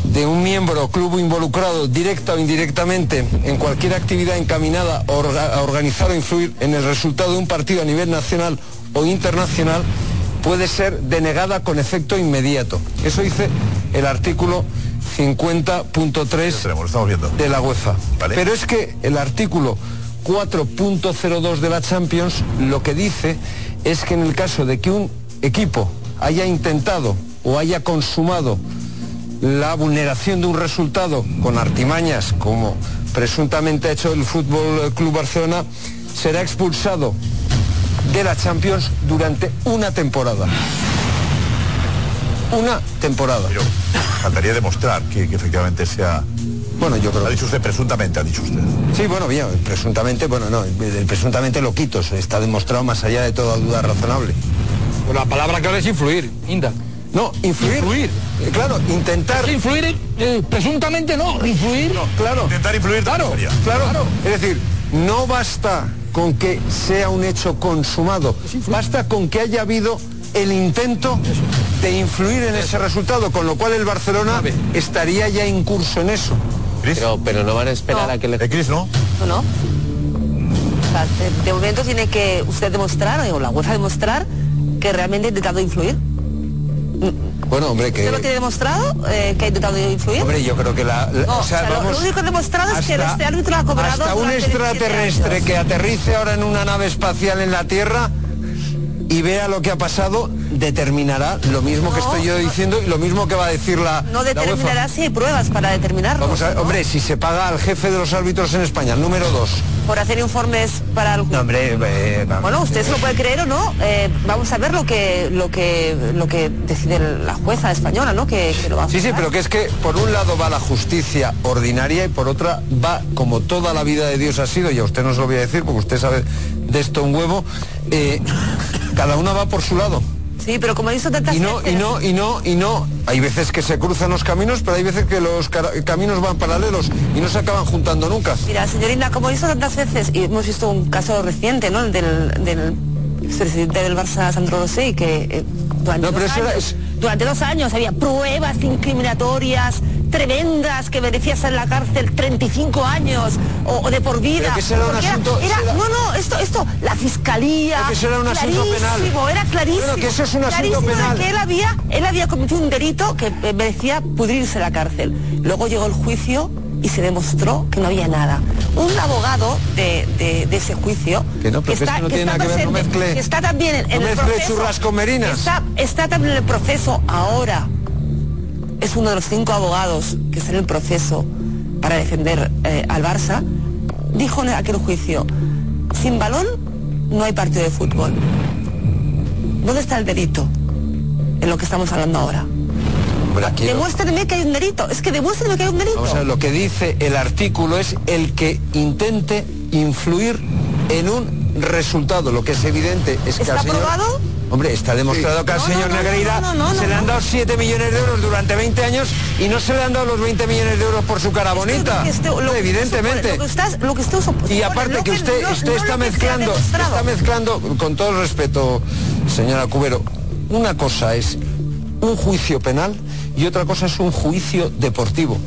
[SPEAKER 13] de un miembro o club involucrado directa o indirectamente en cualquier actividad encaminada a orga- a organizar o influir en el resultado de un partido a nivel nacional o internacional puede ser denegada con efecto inmediato. Eso dice el artículo
[SPEAKER 3] 50.3
[SPEAKER 13] de la UEFA.
[SPEAKER 3] Vale.
[SPEAKER 13] Pero es que el artículo 4.02 de la Champions lo que dice es que en el caso de que un equipo haya intentado o haya consumado la vulneración de un resultado con artimañas como presuntamente ha hecho el Fútbol Club Barcelona, será expulsado de la Champions durante una temporada. Una temporada.
[SPEAKER 3] Faltaría demostrar que, que efectivamente sea
[SPEAKER 13] Bueno, yo creo.
[SPEAKER 3] Ha dicho usted presuntamente, ha dicho usted.
[SPEAKER 13] Sí, bueno, bien, presuntamente, bueno, no, el presuntamente lo quito, eso está demostrado más allá de toda duda razonable.
[SPEAKER 14] Pues la palabra clave es influir, Inda.
[SPEAKER 13] No, influir. Eh, Claro, intentar.
[SPEAKER 14] influir, eh, presuntamente no, influir.
[SPEAKER 13] claro.
[SPEAKER 3] Intentar influir
[SPEAKER 13] Claro, claro, Es decir, no basta con que sea un hecho consumado, basta con que haya habido el intento de influir en ese resultado, con lo cual el Barcelona estaría ya incurso en eso.
[SPEAKER 16] Pero, pero no van a esperar a que
[SPEAKER 7] Eh,
[SPEAKER 16] le...
[SPEAKER 3] Cris, ¿no?
[SPEAKER 17] ¿O no? O sea, de, de momento tiene que usted demostrar, o la UEFA demostrar, que realmente ha intentado influir.
[SPEAKER 13] Bueno, hombre, que...
[SPEAKER 17] ¿Usted lo tiene demostrado eh, que ha intentado influir?
[SPEAKER 13] Hombre, yo creo que la... la-
[SPEAKER 17] No,
[SPEAKER 13] o sea,
[SPEAKER 17] lo-
[SPEAKER 13] vamos-
[SPEAKER 17] lo único demostrado es que
[SPEAKER 13] hasta-
[SPEAKER 17] este árbitro ha cobrado
[SPEAKER 13] Hasta un
[SPEAKER 17] durante 17
[SPEAKER 13] extraterrestre
[SPEAKER 17] años.
[SPEAKER 13] que aterrice ahora en una nave espacial en la Tierra y vea lo que ha pasado, determinará lo mismo que estoy yo diciendo y lo mismo que va a decir la,
[SPEAKER 17] No
[SPEAKER 13] la UEFA.
[SPEAKER 17] determinará si hay pruebas para determinarlo.
[SPEAKER 13] Vamos a ver, hombre, si se paga al jefe de los árbitros en España, número dos.
[SPEAKER 17] Por hacer informes para el
[SPEAKER 13] No, hombre, eh, vamos.
[SPEAKER 17] Bueno, usted se lo puede creer o no. eh, vamos a ver lo que lo que lo que decide la jueza española, ¿no? Que, que lo va a
[SPEAKER 13] Sí, sí,
[SPEAKER 17] juzgar.
[SPEAKER 13] pero que es que por un lado va la justicia ordinaria y por otra va, como toda la vida de Dios ha sido, y a usted no se lo voy a decir porque usted sabe de esto un huevo, eh, cada una va por su lado.
[SPEAKER 17] Sí, pero como he visto tantas
[SPEAKER 13] Y no, y
[SPEAKER 17] veces-
[SPEAKER 13] no, y no, y no, hay veces que se cruzan los caminos, pero hay veces que los cara- caminos van paralelos y no se acaban juntando nunca.
[SPEAKER 17] Mira, señorina, como he visto tantas veces, y hemos visto un caso reciente, ¿no? El del, del presidente del Barça, Sandro Rossi, que eh, durante,
[SPEAKER 13] No, pero
[SPEAKER 17] dos
[SPEAKER 13] eso era-
[SPEAKER 17] años, durante dos años había pruebas incriminatorias tremendas que merecía estar en la cárcel 35 años o, o de por vida.
[SPEAKER 13] Pero que ese era un
[SPEAKER 17] Porque
[SPEAKER 13] asunto-
[SPEAKER 17] era-
[SPEAKER 13] ese era-
[SPEAKER 17] No, no, esto, esto, la fiscalía...
[SPEAKER 13] Pero que eso era un asunto
[SPEAKER 17] clarísimo,
[SPEAKER 13] penal.
[SPEAKER 17] Era clarísimo.
[SPEAKER 13] Bueno, que eso es un asunto
[SPEAKER 17] clarísimo de
[SPEAKER 13] penal.
[SPEAKER 17] que él había, él había cometido un delito que eh, merecía pudrirse la cárcel. Luego llegó el juicio y se demostró que no había nada. Un abogado de, de- de ese juicio
[SPEAKER 13] Que no, pero que
[SPEAKER 17] está,
[SPEAKER 13] eso no tiene
[SPEAKER 17] está
[SPEAKER 13] nada que ver, no
[SPEAKER 17] presente,
[SPEAKER 13] mezcle-
[SPEAKER 17] que está también en,
[SPEAKER 13] no
[SPEAKER 17] en el
[SPEAKER 13] mezcle
[SPEAKER 17] proceso.
[SPEAKER 13] churras con merinas.
[SPEAKER 17] que Está, está también en el proceso ahora. Es uno de los cinco abogados que está en el proceso para defender eh, al Barça. Dijo en aquel juicio, sin balón no hay partido de fútbol. ¿Dónde está el delito? En lo que estamos hablando ahora.
[SPEAKER 13] Hombre, aquí lo-
[SPEAKER 17] Demuéstrenme que hay un delito. Es que demuéstrenme que hay un delito.
[SPEAKER 13] Vamos a ver, lo que dice el artículo es el que intente influir en un resultado. Lo que es evidente es que
[SPEAKER 17] ¿Está
[SPEAKER 13] al señor...
[SPEAKER 17] aprobado?
[SPEAKER 13] Hombre, está demostrado que al
[SPEAKER 17] No, no,
[SPEAKER 13] señor
[SPEAKER 17] no, no,
[SPEAKER 13] Negreira
[SPEAKER 17] no, no, no,
[SPEAKER 13] se le
[SPEAKER 17] no.
[SPEAKER 13] han dado 7 millones de euros durante 20 años y no se le han dado los 20 millones de euros por su cara bonita.
[SPEAKER 17] que este- lo que usted
[SPEAKER 13] Evidentemente.
[SPEAKER 17] supone, lo que usted- lo que usted supone,
[SPEAKER 13] y aparte
[SPEAKER 17] lo
[SPEAKER 13] que
[SPEAKER 17] que
[SPEAKER 13] usted,
[SPEAKER 17] no-
[SPEAKER 13] usted
[SPEAKER 17] no lo
[SPEAKER 13] está
[SPEAKER 17] que se ha
[SPEAKER 13] mezclando,
[SPEAKER 17] demostrado.
[SPEAKER 13] está mezclando, con todo el respeto, señora Cubero, una cosa es un juicio penal y otra cosa es un juicio deportivo.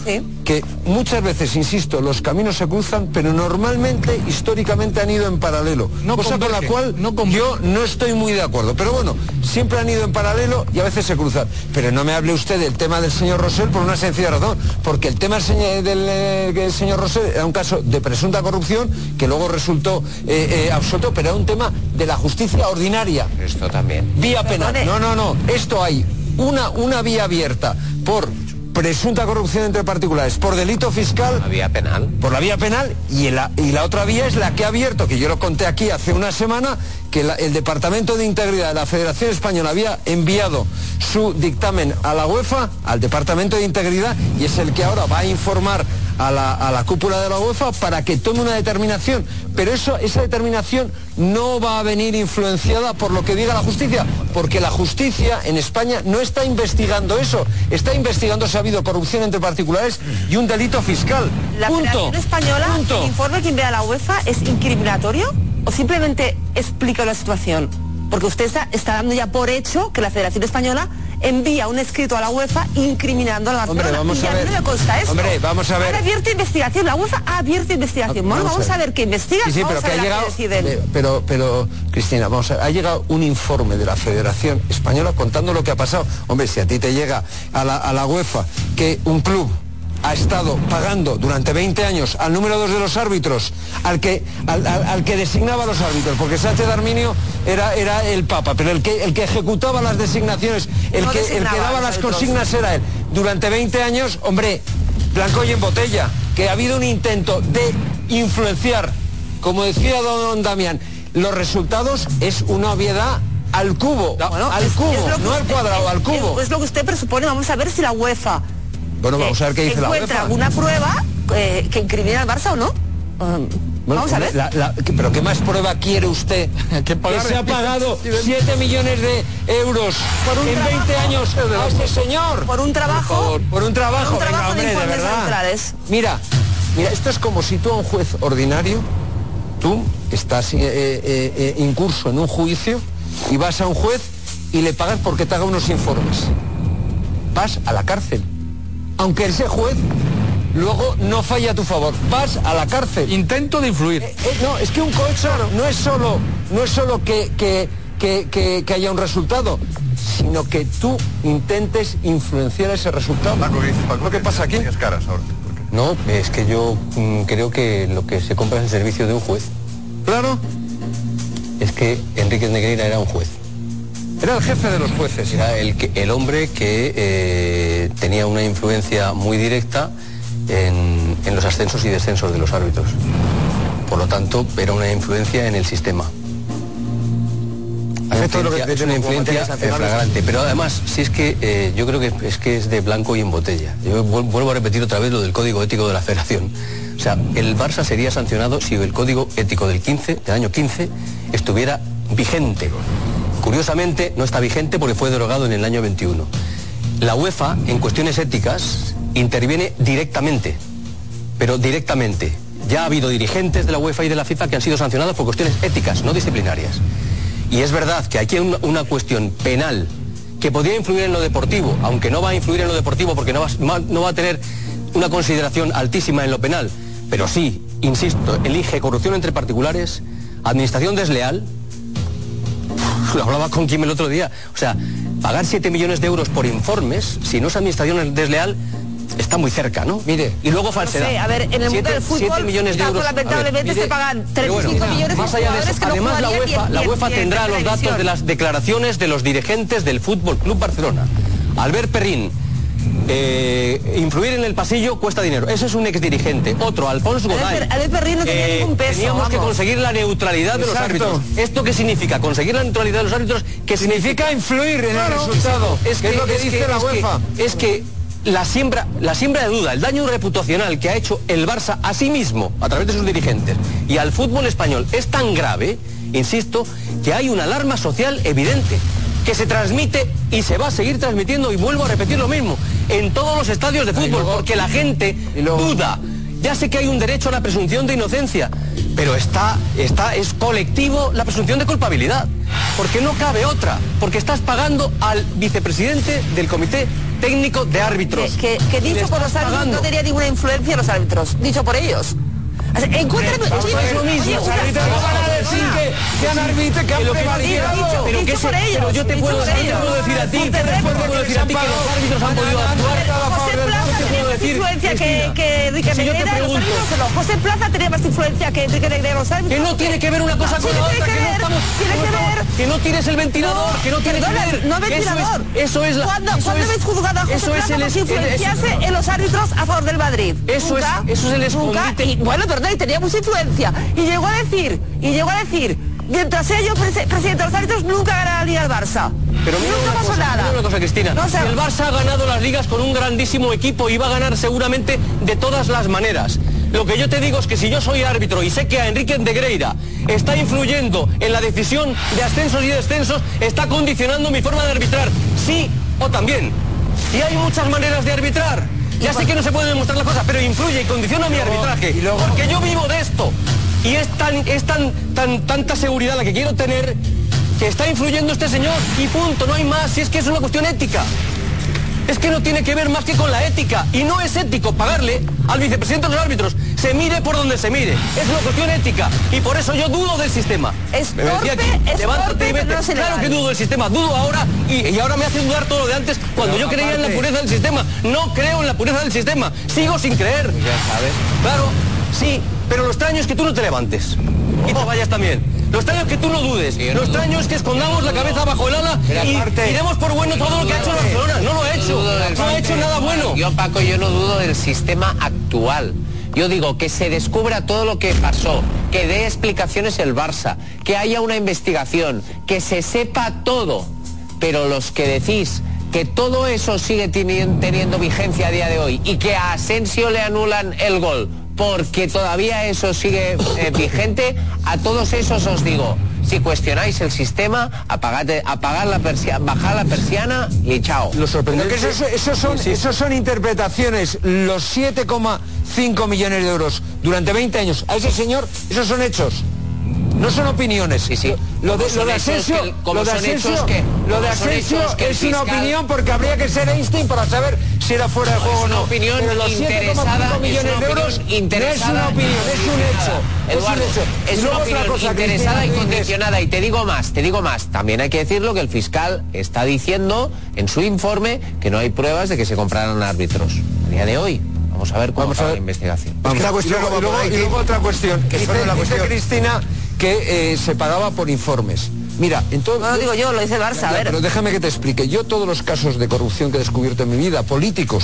[SPEAKER 13] Que muchas veces, insisto, los caminos se cruzan, pero normalmente, históricamente, han ido en paralelo. cosa con la cual yo no estoy muy de acuerdo. Pero bueno, siempre han ido en paralelo y a veces se cruzan. Pero no me hable usted del tema del señor Rosell por una sencilla razón. Porque el tema del, señor- del, eh, que el señor Rosell era un caso de presunta corrupción que luego resultó eh, eh, absuelto, pero era un tema de la justicia ordinaria.
[SPEAKER 16] Esto también.
[SPEAKER 13] Vía penal. No, no, no. Esto hay una, una vía abierta por presunta corrupción entre particulares, por delito fiscal. La
[SPEAKER 16] vía penal.
[SPEAKER 13] Por la vía penal y la, y la otra vía es la que ha abierto, que yo lo conté aquí hace una semana, que la- el Departamento de Integridad de la Federación Española había enviado su dictamen a la UEFA, al Departamento de Integridad, y es el que ahora va a informar a la, a la cúpula de la UEFA para que tome una determinación. Pero eso, esa determinación no va a venir influenciada por lo que diga la justicia, porque la justicia en España no está investigando eso, está investigando si ha habido corrupción entre particulares y un delito fiscal.
[SPEAKER 17] La
[SPEAKER 13] Punto.
[SPEAKER 17] Federación Española,
[SPEAKER 13] Punto.
[SPEAKER 17] el informe que envía la UEFA es incriminatorio o simplemente explica la situación. Porque usted está, está dando ya por hecho que la Federación Española envía un escrito a la UEFA incriminando a la Barcelona.
[SPEAKER 13] Hombre, vamos
[SPEAKER 17] y
[SPEAKER 13] a
[SPEAKER 17] mí
[SPEAKER 13] ver.
[SPEAKER 17] no me consta eso.
[SPEAKER 13] Hombre, vamos a ver. Ah,
[SPEAKER 17] Ha abierto investigación, la UEFA ha abierto investigación. Bueno, vamos, a ver qué investigan,
[SPEAKER 13] Sí, sí,
[SPEAKER 17] vamos
[SPEAKER 13] pero
[SPEAKER 17] a
[SPEAKER 13] que
[SPEAKER 17] ver
[SPEAKER 13] ha
[SPEAKER 17] a qué
[SPEAKER 13] llegado.
[SPEAKER 17] deciden.
[SPEAKER 13] eh, Pero, pero, Cristina, vamos a ver, ha llegado un informe de la Federación Española contando lo que ha pasado. Hombre, si a ti te llega a la, a la UEFA que un club ha estado pagando durante 20 años al número 2 de los árbitros, al que, al, al- al que designaba a los árbitros, porque Sánchez Arminio era, era el Papa, pero el que, el que ejecutaba las designaciones, el,
[SPEAKER 17] No
[SPEAKER 13] que, el
[SPEAKER 17] designaba
[SPEAKER 13] que
[SPEAKER 17] a
[SPEAKER 13] daba
[SPEAKER 17] los
[SPEAKER 13] las
[SPEAKER 17] árbitros.
[SPEAKER 13] consignas era él. Durante 20 años, hombre, blanco y en botella, que ha habido un intento de influenciar, como decía don Damián, los resultados es una obviedad al cubo, al cubo,
[SPEAKER 17] Es lo que
[SPEAKER 13] no al
[SPEAKER 17] usted-
[SPEAKER 13] cuadrado, al cubo.
[SPEAKER 17] Pues Es, es lo que usted presupone, vamos a ver si la UEFA
[SPEAKER 13] Bueno, vamos a ver qué dice la
[SPEAKER 17] encuentra
[SPEAKER 13] UEFA.
[SPEAKER 17] alguna prueba eh, que incrimina al Barça o no. Um, vamos a ver.
[SPEAKER 13] La- la- que- pero ¿qué más prueba quiere usted que,
[SPEAKER 17] pagar-
[SPEAKER 13] se ha pagado 7 millones de euros en 20 años a este señor? Por un trabajo. Por, un trabajo. Venga,
[SPEAKER 17] trabajo de
[SPEAKER 13] hombre, de
[SPEAKER 17] informes
[SPEAKER 13] verdad.
[SPEAKER 17] arbitrales.
[SPEAKER 13] Mira, mira, esto es como si tú a un juez ordinario, tú estás eh, eh, eh, incurso en un juicio y vas a un juez y le pagas porque te haga unos informes. Vas a la cárcel. Aunque ese juez luego no falla a tu favor. Vas a la cárcel. Eh,
[SPEAKER 26] Intento de influir.
[SPEAKER 13] no, es que un cohecho no es solo, no es solo que, que- que- que- que haya un resultado, sino que tú intentes influenciar ese resultado. ¿qué pasa aquí?
[SPEAKER 8] No, es que yo mm, creo que lo que se compra es el servicio de un juez.
[SPEAKER 13] Claro.
[SPEAKER 8] Es que Enrique Negreira era un juez.
[SPEAKER 13] Era el jefe de los jueces.
[SPEAKER 8] Era el, que- el hombre que eh, tenía una influencia muy directa en, en los ascensos y descensos de los árbitros. Por lo tanto, era una influencia en el sistema. Una influencia- es una influencia eh, flagrante. Pero además, si es que eh, yo creo que es que es de blanco y en botella. Yo vuel- vuelvo a repetir otra vez lo del código ético de la federación. O sea, el Barça sería sancionado si el código ético del 15, del año 15, estuviera vigente. Curiosamente, no está vigente porque fue derogado en el año 21. La UEFA, en cuestiones éticas, interviene directamente pero directamente. Ya ha habido dirigentes de la UEFA y de la FIFA que han sido sancionados por cuestiones éticas, no disciplinarias. Y es verdad que aquí hay una, una cuestión penal que podría influir en lo deportivo, aunque no va a influir en lo deportivo porque no va, a s- ma- no va a tener una consideración altísima en lo penal, pero sí, insisto, elige corrupción entre particulares, administración desleal, lo hablaba con Kim el otro día, o sea, pagar 7 millones de euros por informes, si no es administración desleal, está muy cerca, ¿no? Mire. Y luego falsedad.
[SPEAKER 17] No sé, a ver, en el mundo
[SPEAKER 8] Siete-
[SPEAKER 17] del fútbol,
[SPEAKER 8] siete millones de
[SPEAKER 17] claro,
[SPEAKER 8] euros.
[SPEAKER 17] lamentablemente
[SPEAKER 8] A ver,
[SPEAKER 17] se
[SPEAKER 8] mire,
[SPEAKER 17] pagan
[SPEAKER 8] pero
[SPEAKER 17] 35 millones de
[SPEAKER 8] más allá de
[SPEAKER 17] jugadores
[SPEAKER 8] eso,
[SPEAKER 17] que no
[SPEAKER 8] Además, la
[SPEAKER 17] jugarían
[SPEAKER 8] UEFA,
[SPEAKER 17] ni en-
[SPEAKER 8] la
[SPEAKER 17] ni en-
[SPEAKER 8] UEFA
[SPEAKER 17] ni en
[SPEAKER 8] tendrá los
[SPEAKER 17] primera
[SPEAKER 8] datos
[SPEAKER 17] división.
[SPEAKER 8] de las declaraciones de los dirigentes del Fútbol Club Barcelona. Albert Perrin. eh, influir en el pasillo cuesta dinero. Ese es un exdirigente. Otro, Alfonso Goday.
[SPEAKER 17] Albert- Albert Perrin no tenía ningún peso,
[SPEAKER 8] Teníamos que
[SPEAKER 17] vamos.
[SPEAKER 8] conseguir la neutralidad de los
[SPEAKER 13] Exacto.
[SPEAKER 8] árbitros. ¿Esto qué significa? Conseguir la neutralidad de los árbitros que significa, influir
[SPEAKER 13] en el resultado, que es lo que dice la UEFA.
[SPEAKER 8] es que la siembra, la siembra de duda, el daño reputacional que ha hecho el Barça a sí mismo, a través de sus dirigentes, y al fútbol español es tan grave, insisto, que hay una alarma social evidente, que se transmite y se va a seguir transmitiendo, y vuelvo a repetir lo mismo, en todos los estadios de fútbol, porque la gente duda. Ya sé que hay un derecho a la presunción de inocencia, pero está, está, es colectivo la presunción de culpabilidad, porque no cabe otra, porque estás pagando al vicepresidente del Comité Técnico de Árbitros.
[SPEAKER 17] Que, que dicho por los árbitros no tenía ninguna influencia en los árbitros, dicho por ellos. O
[SPEAKER 8] Eh,
[SPEAKER 17] sea, encuéntrame-
[SPEAKER 13] Hombre, vamos a ver lo
[SPEAKER 17] oye,
[SPEAKER 13] mismo,
[SPEAKER 17] oye,
[SPEAKER 13] los árbitros no van a decir que- que han arbitro- que han
[SPEAKER 8] lo
[SPEAKER 13] prevalecido.
[SPEAKER 8] dicho, pero
[SPEAKER 13] Dicho
[SPEAKER 8] que se-
[SPEAKER 13] por ellos,
[SPEAKER 8] pero yo te
[SPEAKER 13] dicho
[SPEAKER 8] puedo,
[SPEAKER 13] por
[SPEAKER 8] yo te
[SPEAKER 13] ellos.
[SPEAKER 8] puedo decir a ti,
[SPEAKER 13] Por
[SPEAKER 8] te
[SPEAKER 13] teléfono,
[SPEAKER 8] puedo decir a ti que
[SPEAKER 13] porque
[SPEAKER 8] los
[SPEAKER 13] se han
[SPEAKER 8] árbitros han podido actuar Pues
[SPEAKER 17] José Plaza tenía más influencia que, que Enrique
[SPEAKER 8] Si yo te
[SPEAKER 17] Negreira en los
[SPEAKER 8] pregunto-
[SPEAKER 17] árbitros, o no. José Plaza tenía más influencia que Enrique Negreira en los árbitros.
[SPEAKER 8] Que no tiene que ver una cosa
[SPEAKER 17] Sí
[SPEAKER 8] con
[SPEAKER 17] que
[SPEAKER 8] la
[SPEAKER 17] tiene
[SPEAKER 8] otra,
[SPEAKER 17] que
[SPEAKER 8] que no
[SPEAKER 17] ver,
[SPEAKER 8] estamos-
[SPEAKER 17] tiene
[SPEAKER 8] que no
[SPEAKER 17] que
[SPEAKER 8] estamos-
[SPEAKER 17] ver.
[SPEAKER 8] que no tienes el ventilador, que no tienes que
[SPEAKER 17] perdona,
[SPEAKER 8] ver.
[SPEAKER 17] No
[SPEAKER 8] Eso es-
[SPEAKER 17] ventilador.
[SPEAKER 8] eso es la-
[SPEAKER 17] ¿Cuándo,
[SPEAKER 8] eso
[SPEAKER 17] ¿cuándo
[SPEAKER 8] es-
[SPEAKER 17] habéis juzgado a José
[SPEAKER 8] eso es
[SPEAKER 17] Plaza
[SPEAKER 8] el
[SPEAKER 17] porque
[SPEAKER 8] es- el- es-
[SPEAKER 17] influenciase en los árbitros a favor del Madrid?
[SPEAKER 8] Eso es- eso es el
[SPEAKER 17] nunca,
[SPEAKER 8] escondite.
[SPEAKER 17] y, Bueno, perdona, y tenía mucha influencia. Y llegó a decir, y llegó a decir, mientras sea yo prese- presidente de los árbitros, nunca ganará la Liga al Barça.
[SPEAKER 8] Pero mira
[SPEAKER 17] nunca
[SPEAKER 8] una
[SPEAKER 17] pasó
[SPEAKER 8] cosa,
[SPEAKER 17] nada.
[SPEAKER 8] mira una cosa, Cristina.
[SPEAKER 17] No, o sea-
[SPEAKER 8] Si el Barça ha ganado las ligas con un grandísimo equipo y va a ganar seguramente de todas las maneras. Lo que yo te digo es que si yo soy árbitro y sé que a Enrique Negreira está influyendo en la decisión de ascensos y descensos, está condicionando mi forma de arbitrar, sí o también. Y hay muchas maneras de arbitrar. Ya sé que no se pueden demostrar las cosas, pero influye y condiciona mi arbitraje. Porque yo vivo de esto. Y es tan, es tan, tan, tanta seguridad la que quiero tener que está influyendo este señor y punto, no hay más, si es que es una cuestión ética. Es que no tiene que ver más que con la ética y no es ético pagarle al vicepresidente de los árbitros. Se mire por donde se mire, es una cuestión ética y por eso yo dudo del sistema.
[SPEAKER 17] Es
[SPEAKER 8] Me decía
[SPEAKER 17] torpe,
[SPEAKER 8] aquí,
[SPEAKER 17] es
[SPEAKER 8] levántate
[SPEAKER 17] torpe,
[SPEAKER 8] y
[SPEAKER 17] pero
[SPEAKER 8] vete.
[SPEAKER 17] no es
[SPEAKER 8] Claro
[SPEAKER 17] ilegal.
[SPEAKER 8] que dudo del sistema, dudo ahora y, y ahora me hace dudar todo lo de antes cuando
[SPEAKER 13] Pero
[SPEAKER 8] yo creía en la
[SPEAKER 13] aparte-
[SPEAKER 8] pureza del sistema. No creo en la pureza del sistema, sigo sin creer. Claro, sí, pero lo extraño es que tú no te levantes y te vayas también. Lo extraño es que tú no dudes. Lo extraño es que escondamos la cabeza bajo el ala
[SPEAKER 11] Pero
[SPEAKER 8] y
[SPEAKER 11] aparte-
[SPEAKER 8] iremos por bueno todo lo que ha hecho
[SPEAKER 11] Aparte,
[SPEAKER 8] Barcelona. No lo ha hecho.
[SPEAKER 11] dudo del
[SPEAKER 8] No ha hecho
[SPEAKER 11] Barça.
[SPEAKER 8] nada bueno.
[SPEAKER 11] Yo, Paco, yo no dudo del sistema actual. Yo digo que se descubra todo lo que pasó, que dé explicaciones el Barça, que haya una investigación, que se sepa todo. Pero los que decís que todo eso sigue teni- teniendo vigencia a día de hoy y que a Asensio le anulan el gol, porque todavía eso sigue eh, vigente, a todos esos os digo, si cuestionáis el sistema, apagad, apagad la persiana, bajad la persiana y chao. Lo
[SPEAKER 13] Porque esos son, esos son interpretaciones, los 7,5 millones de euros durante 20 años. A ese señor, esos son hechos. No son opiniones. Lo de,
[SPEAKER 11] Como
[SPEAKER 13] lo de
[SPEAKER 11] son hechos
[SPEAKER 13] Asensio,
[SPEAKER 11] que el- como
[SPEAKER 13] lo de
[SPEAKER 11] son
[SPEAKER 13] Asensio-
[SPEAKER 11] hechos
[SPEAKER 13] lo de
[SPEAKER 11] que- como son
[SPEAKER 13] Asensio
[SPEAKER 11] hechos que el
[SPEAKER 13] es una
[SPEAKER 11] fiscal-
[SPEAKER 13] opinión porque habría que ser Einstein para saber si era fuera de
[SPEAKER 11] No,
[SPEAKER 13] juego o
[SPEAKER 11] es Pues una
[SPEAKER 13] no.
[SPEAKER 11] opinión
[SPEAKER 13] Pero los
[SPEAKER 11] interesada,
[SPEAKER 13] 7,5
[SPEAKER 11] es
[SPEAKER 13] millones
[SPEAKER 11] una
[SPEAKER 13] de
[SPEAKER 11] opinión
[SPEAKER 13] euros no
[SPEAKER 11] interesada
[SPEAKER 13] es una opinión,
[SPEAKER 11] y
[SPEAKER 13] es un hecho. es un
[SPEAKER 11] Eduardo,
[SPEAKER 13] hecho. Y
[SPEAKER 11] es
[SPEAKER 13] luego
[SPEAKER 11] una
[SPEAKER 13] otra
[SPEAKER 11] opinión
[SPEAKER 13] cosa,
[SPEAKER 11] interesada
[SPEAKER 13] Cristina,
[SPEAKER 11] y condicionada. Y te digo más, te digo más. También hay que decirlo que el fiscal está diciendo en su informe que no hay pruebas de que se compraran árbitros. A día de hoy. Vamos a ver cómo acaba la investigación.
[SPEAKER 13] Vamos. y luego, y luego- y luego otra cuestión.
[SPEAKER 11] que
[SPEAKER 13] dice,
[SPEAKER 11] solo la
[SPEAKER 13] dice
[SPEAKER 11] cuestión-
[SPEAKER 13] Cristina que eh, se pagaba por informes. Mira, entonces...
[SPEAKER 17] No lo digo yo, lo dice el Barça,
[SPEAKER 13] Ya,
[SPEAKER 17] a ver.
[SPEAKER 13] Pero déjame que te explique. Yo todos los casos de corrupción que he descubierto en mi vida, políticos,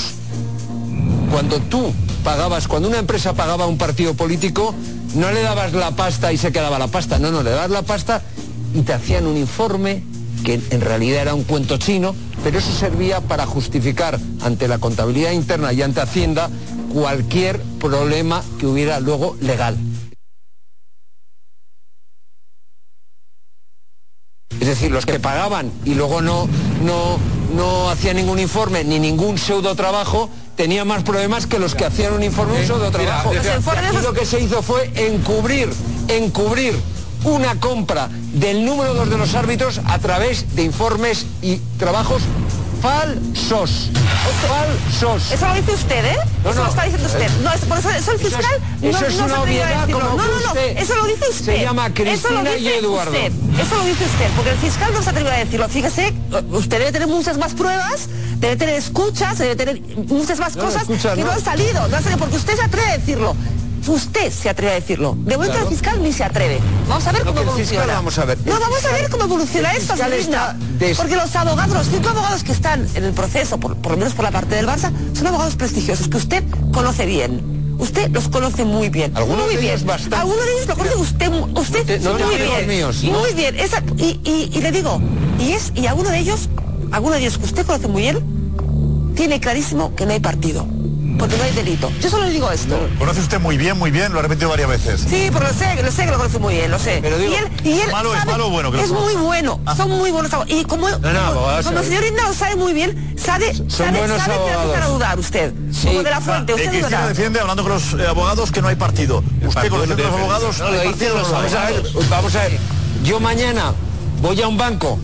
[SPEAKER 13] cuando tú pagabas, cuando una empresa pagaba a un partido político, no le dabas la pasta y se quedaba la pasta. No, no, le dabas la pasta y te hacían un informe que en realidad era un cuento chino, pero eso servía para justificar ante la contabilidad interna y ante Hacienda cualquier problema que hubiera luego legal. Es decir, los que pagaban y luego no, no, no hacían ningún informe ni ningún pseudo trabajo tenían más problemas que los que hacían un informe
[SPEAKER 3] ¿Eh?
[SPEAKER 7] Eh,
[SPEAKER 13] un pseudo trabajo.
[SPEAKER 17] mira, Los informes-
[SPEAKER 13] Y lo que se hizo fue encubrir, encubrir una compra del número dos de los árbitros a través de informes y trabajos falsos. Falsos.
[SPEAKER 17] Eso lo dice usted, ¿eh?
[SPEAKER 13] No,
[SPEAKER 17] eso
[SPEAKER 13] no. Eh,
[SPEAKER 17] lo está diciendo usted. No, es- por eso, eso el
[SPEAKER 13] Eso es-
[SPEAKER 17] fiscal no-
[SPEAKER 13] eso es una
[SPEAKER 17] no, se atreve a
[SPEAKER 13] obviedad,
[SPEAKER 17] decirlo.
[SPEAKER 13] como
[SPEAKER 17] No, no,
[SPEAKER 13] que
[SPEAKER 17] no,
[SPEAKER 13] usted
[SPEAKER 17] eso lo dice
[SPEAKER 13] se
[SPEAKER 17] usted.
[SPEAKER 13] llama Cristina
[SPEAKER 17] eso lo
[SPEAKER 13] y
[SPEAKER 17] dice
[SPEAKER 13] Eduardo.
[SPEAKER 17] usted. Eso lo dice usted, porque el fiscal no se atreve a decirlo. Fíjese, usted debe tener muchas más pruebas, debe tener escuchas, debe tener muchas más
[SPEAKER 13] No, no,
[SPEAKER 17] cosas
[SPEAKER 13] escuchas,
[SPEAKER 17] que no.
[SPEAKER 13] no.
[SPEAKER 17] han salido, no han salido, porque usted se atreve a decirlo. Usted se atreve a decirlo. De momento
[SPEAKER 13] Claro.
[SPEAKER 17] el fiscal ni se atreve. Vamos a ver
[SPEAKER 13] No,
[SPEAKER 17] cómo
[SPEAKER 13] que el fiscal
[SPEAKER 17] evoluciona.
[SPEAKER 13] vamos a ver.
[SPEAKER 17] No,
[SPEAKER 13] El
[SPEAKER 17] vamos a
[SPEAKER 13] fiscal-
[SPEAKER 17] ver cómo evoluciona
[SPEAKER 13] el
[SPEAKER 17] esto,
[SPEAKER 13] fiscal
[SPEAKER 17] Silvina.
[SPEAKER 13] está des-
[SPEAKER 17] Porque los abogados, los cinco abogados que están en el proceso, por, por lo menos por la parte del Barça, son abogados prestigiosos que usted conoce bien. Usted los conoce muy bien.
[SPEAKER 13] Algunos
[SPEAKER 17] muy
[SPEAKER 13] de
[SPEAKER 17] bien.
[SPEAKER 13] ellos bastante.
[SPEAKER 17] Algunos de ellos lo conoce usted, mu- usted
[SPEAKER 13] te- no te
[SPEAKER 17] muy
[SPEAKER 13] digo los
[SPEAKER 17] bien.
[SPEAKER 13] míos, ¿no?
[SPEAKER 17] Muy bien. Esa- y, y- y le digo, y es, y alguno de ellos, alguno de ellos que usted conoce muy bien, tiene clarísimo que no hay partido. Porque no hay delito. Yo solo le digo esto.
[SPEAKER 3] Conoce usted muy bien, muy bien, lo ha repetido varias veces.
[SPEAKER 17] Sí, pero lo sé, lo sé que lo conoce muy bien, lo sé.
[SPEAKER 3] Pero digo,
[SPEAKER 17] y él, y él
[SPEAKER 3] ¿malo es
[SPEAKER 17] sabe-
[SPEAKER 3] malo o bueno que lo
[SPEAKER 17] es
[SPEAKER 3] conoce?
[SPEAKER 17] muy bueno,
[SPEAKER 14] Ah.
[SPEAKER 17] son muy buenos abogados. Y como,
[SPEAKER 13] no, abogados,
[SPEAKER 17] como el
[SPEAKER 13] sí.
[SPEAKER 17] señor Inda lo sabe muy bien, sabe, sabe,
[SPEAKER 3] buenos
[SPEAKER 17] sabe que
[SPEAKER 3] abogados.
[SPEAKER 17] a dudar usted. Como de la fuente,
[SPEAKER 3] Ah, eh,
[SPEAKER 17] usted
[SPEAKER 3] Cristina
[SPEAKER 17] dudará.
[SPEAKER 3] defiende hablando con los eh, abogados que no hay partido. Usted
[SPEAKER 13] partido
[SPEAKER 3] conociendo a los
[SPEAKER 13] no defiende.
[SPEAKER 3] abogados,
[SPEAKER 13] No,
[SPEAKER 3] hay
[SPEAKER 13] lo
[SPEAKER 3] partido,
[SPEAKER 13] dicen
[SPEAKER 3] no
[SPEAKER 13] los
[SPEAKER 3] sabe.
[SPEAKER 13] abogados. Vamos a ver, vamos a ver. Yo mañana voy a un banco.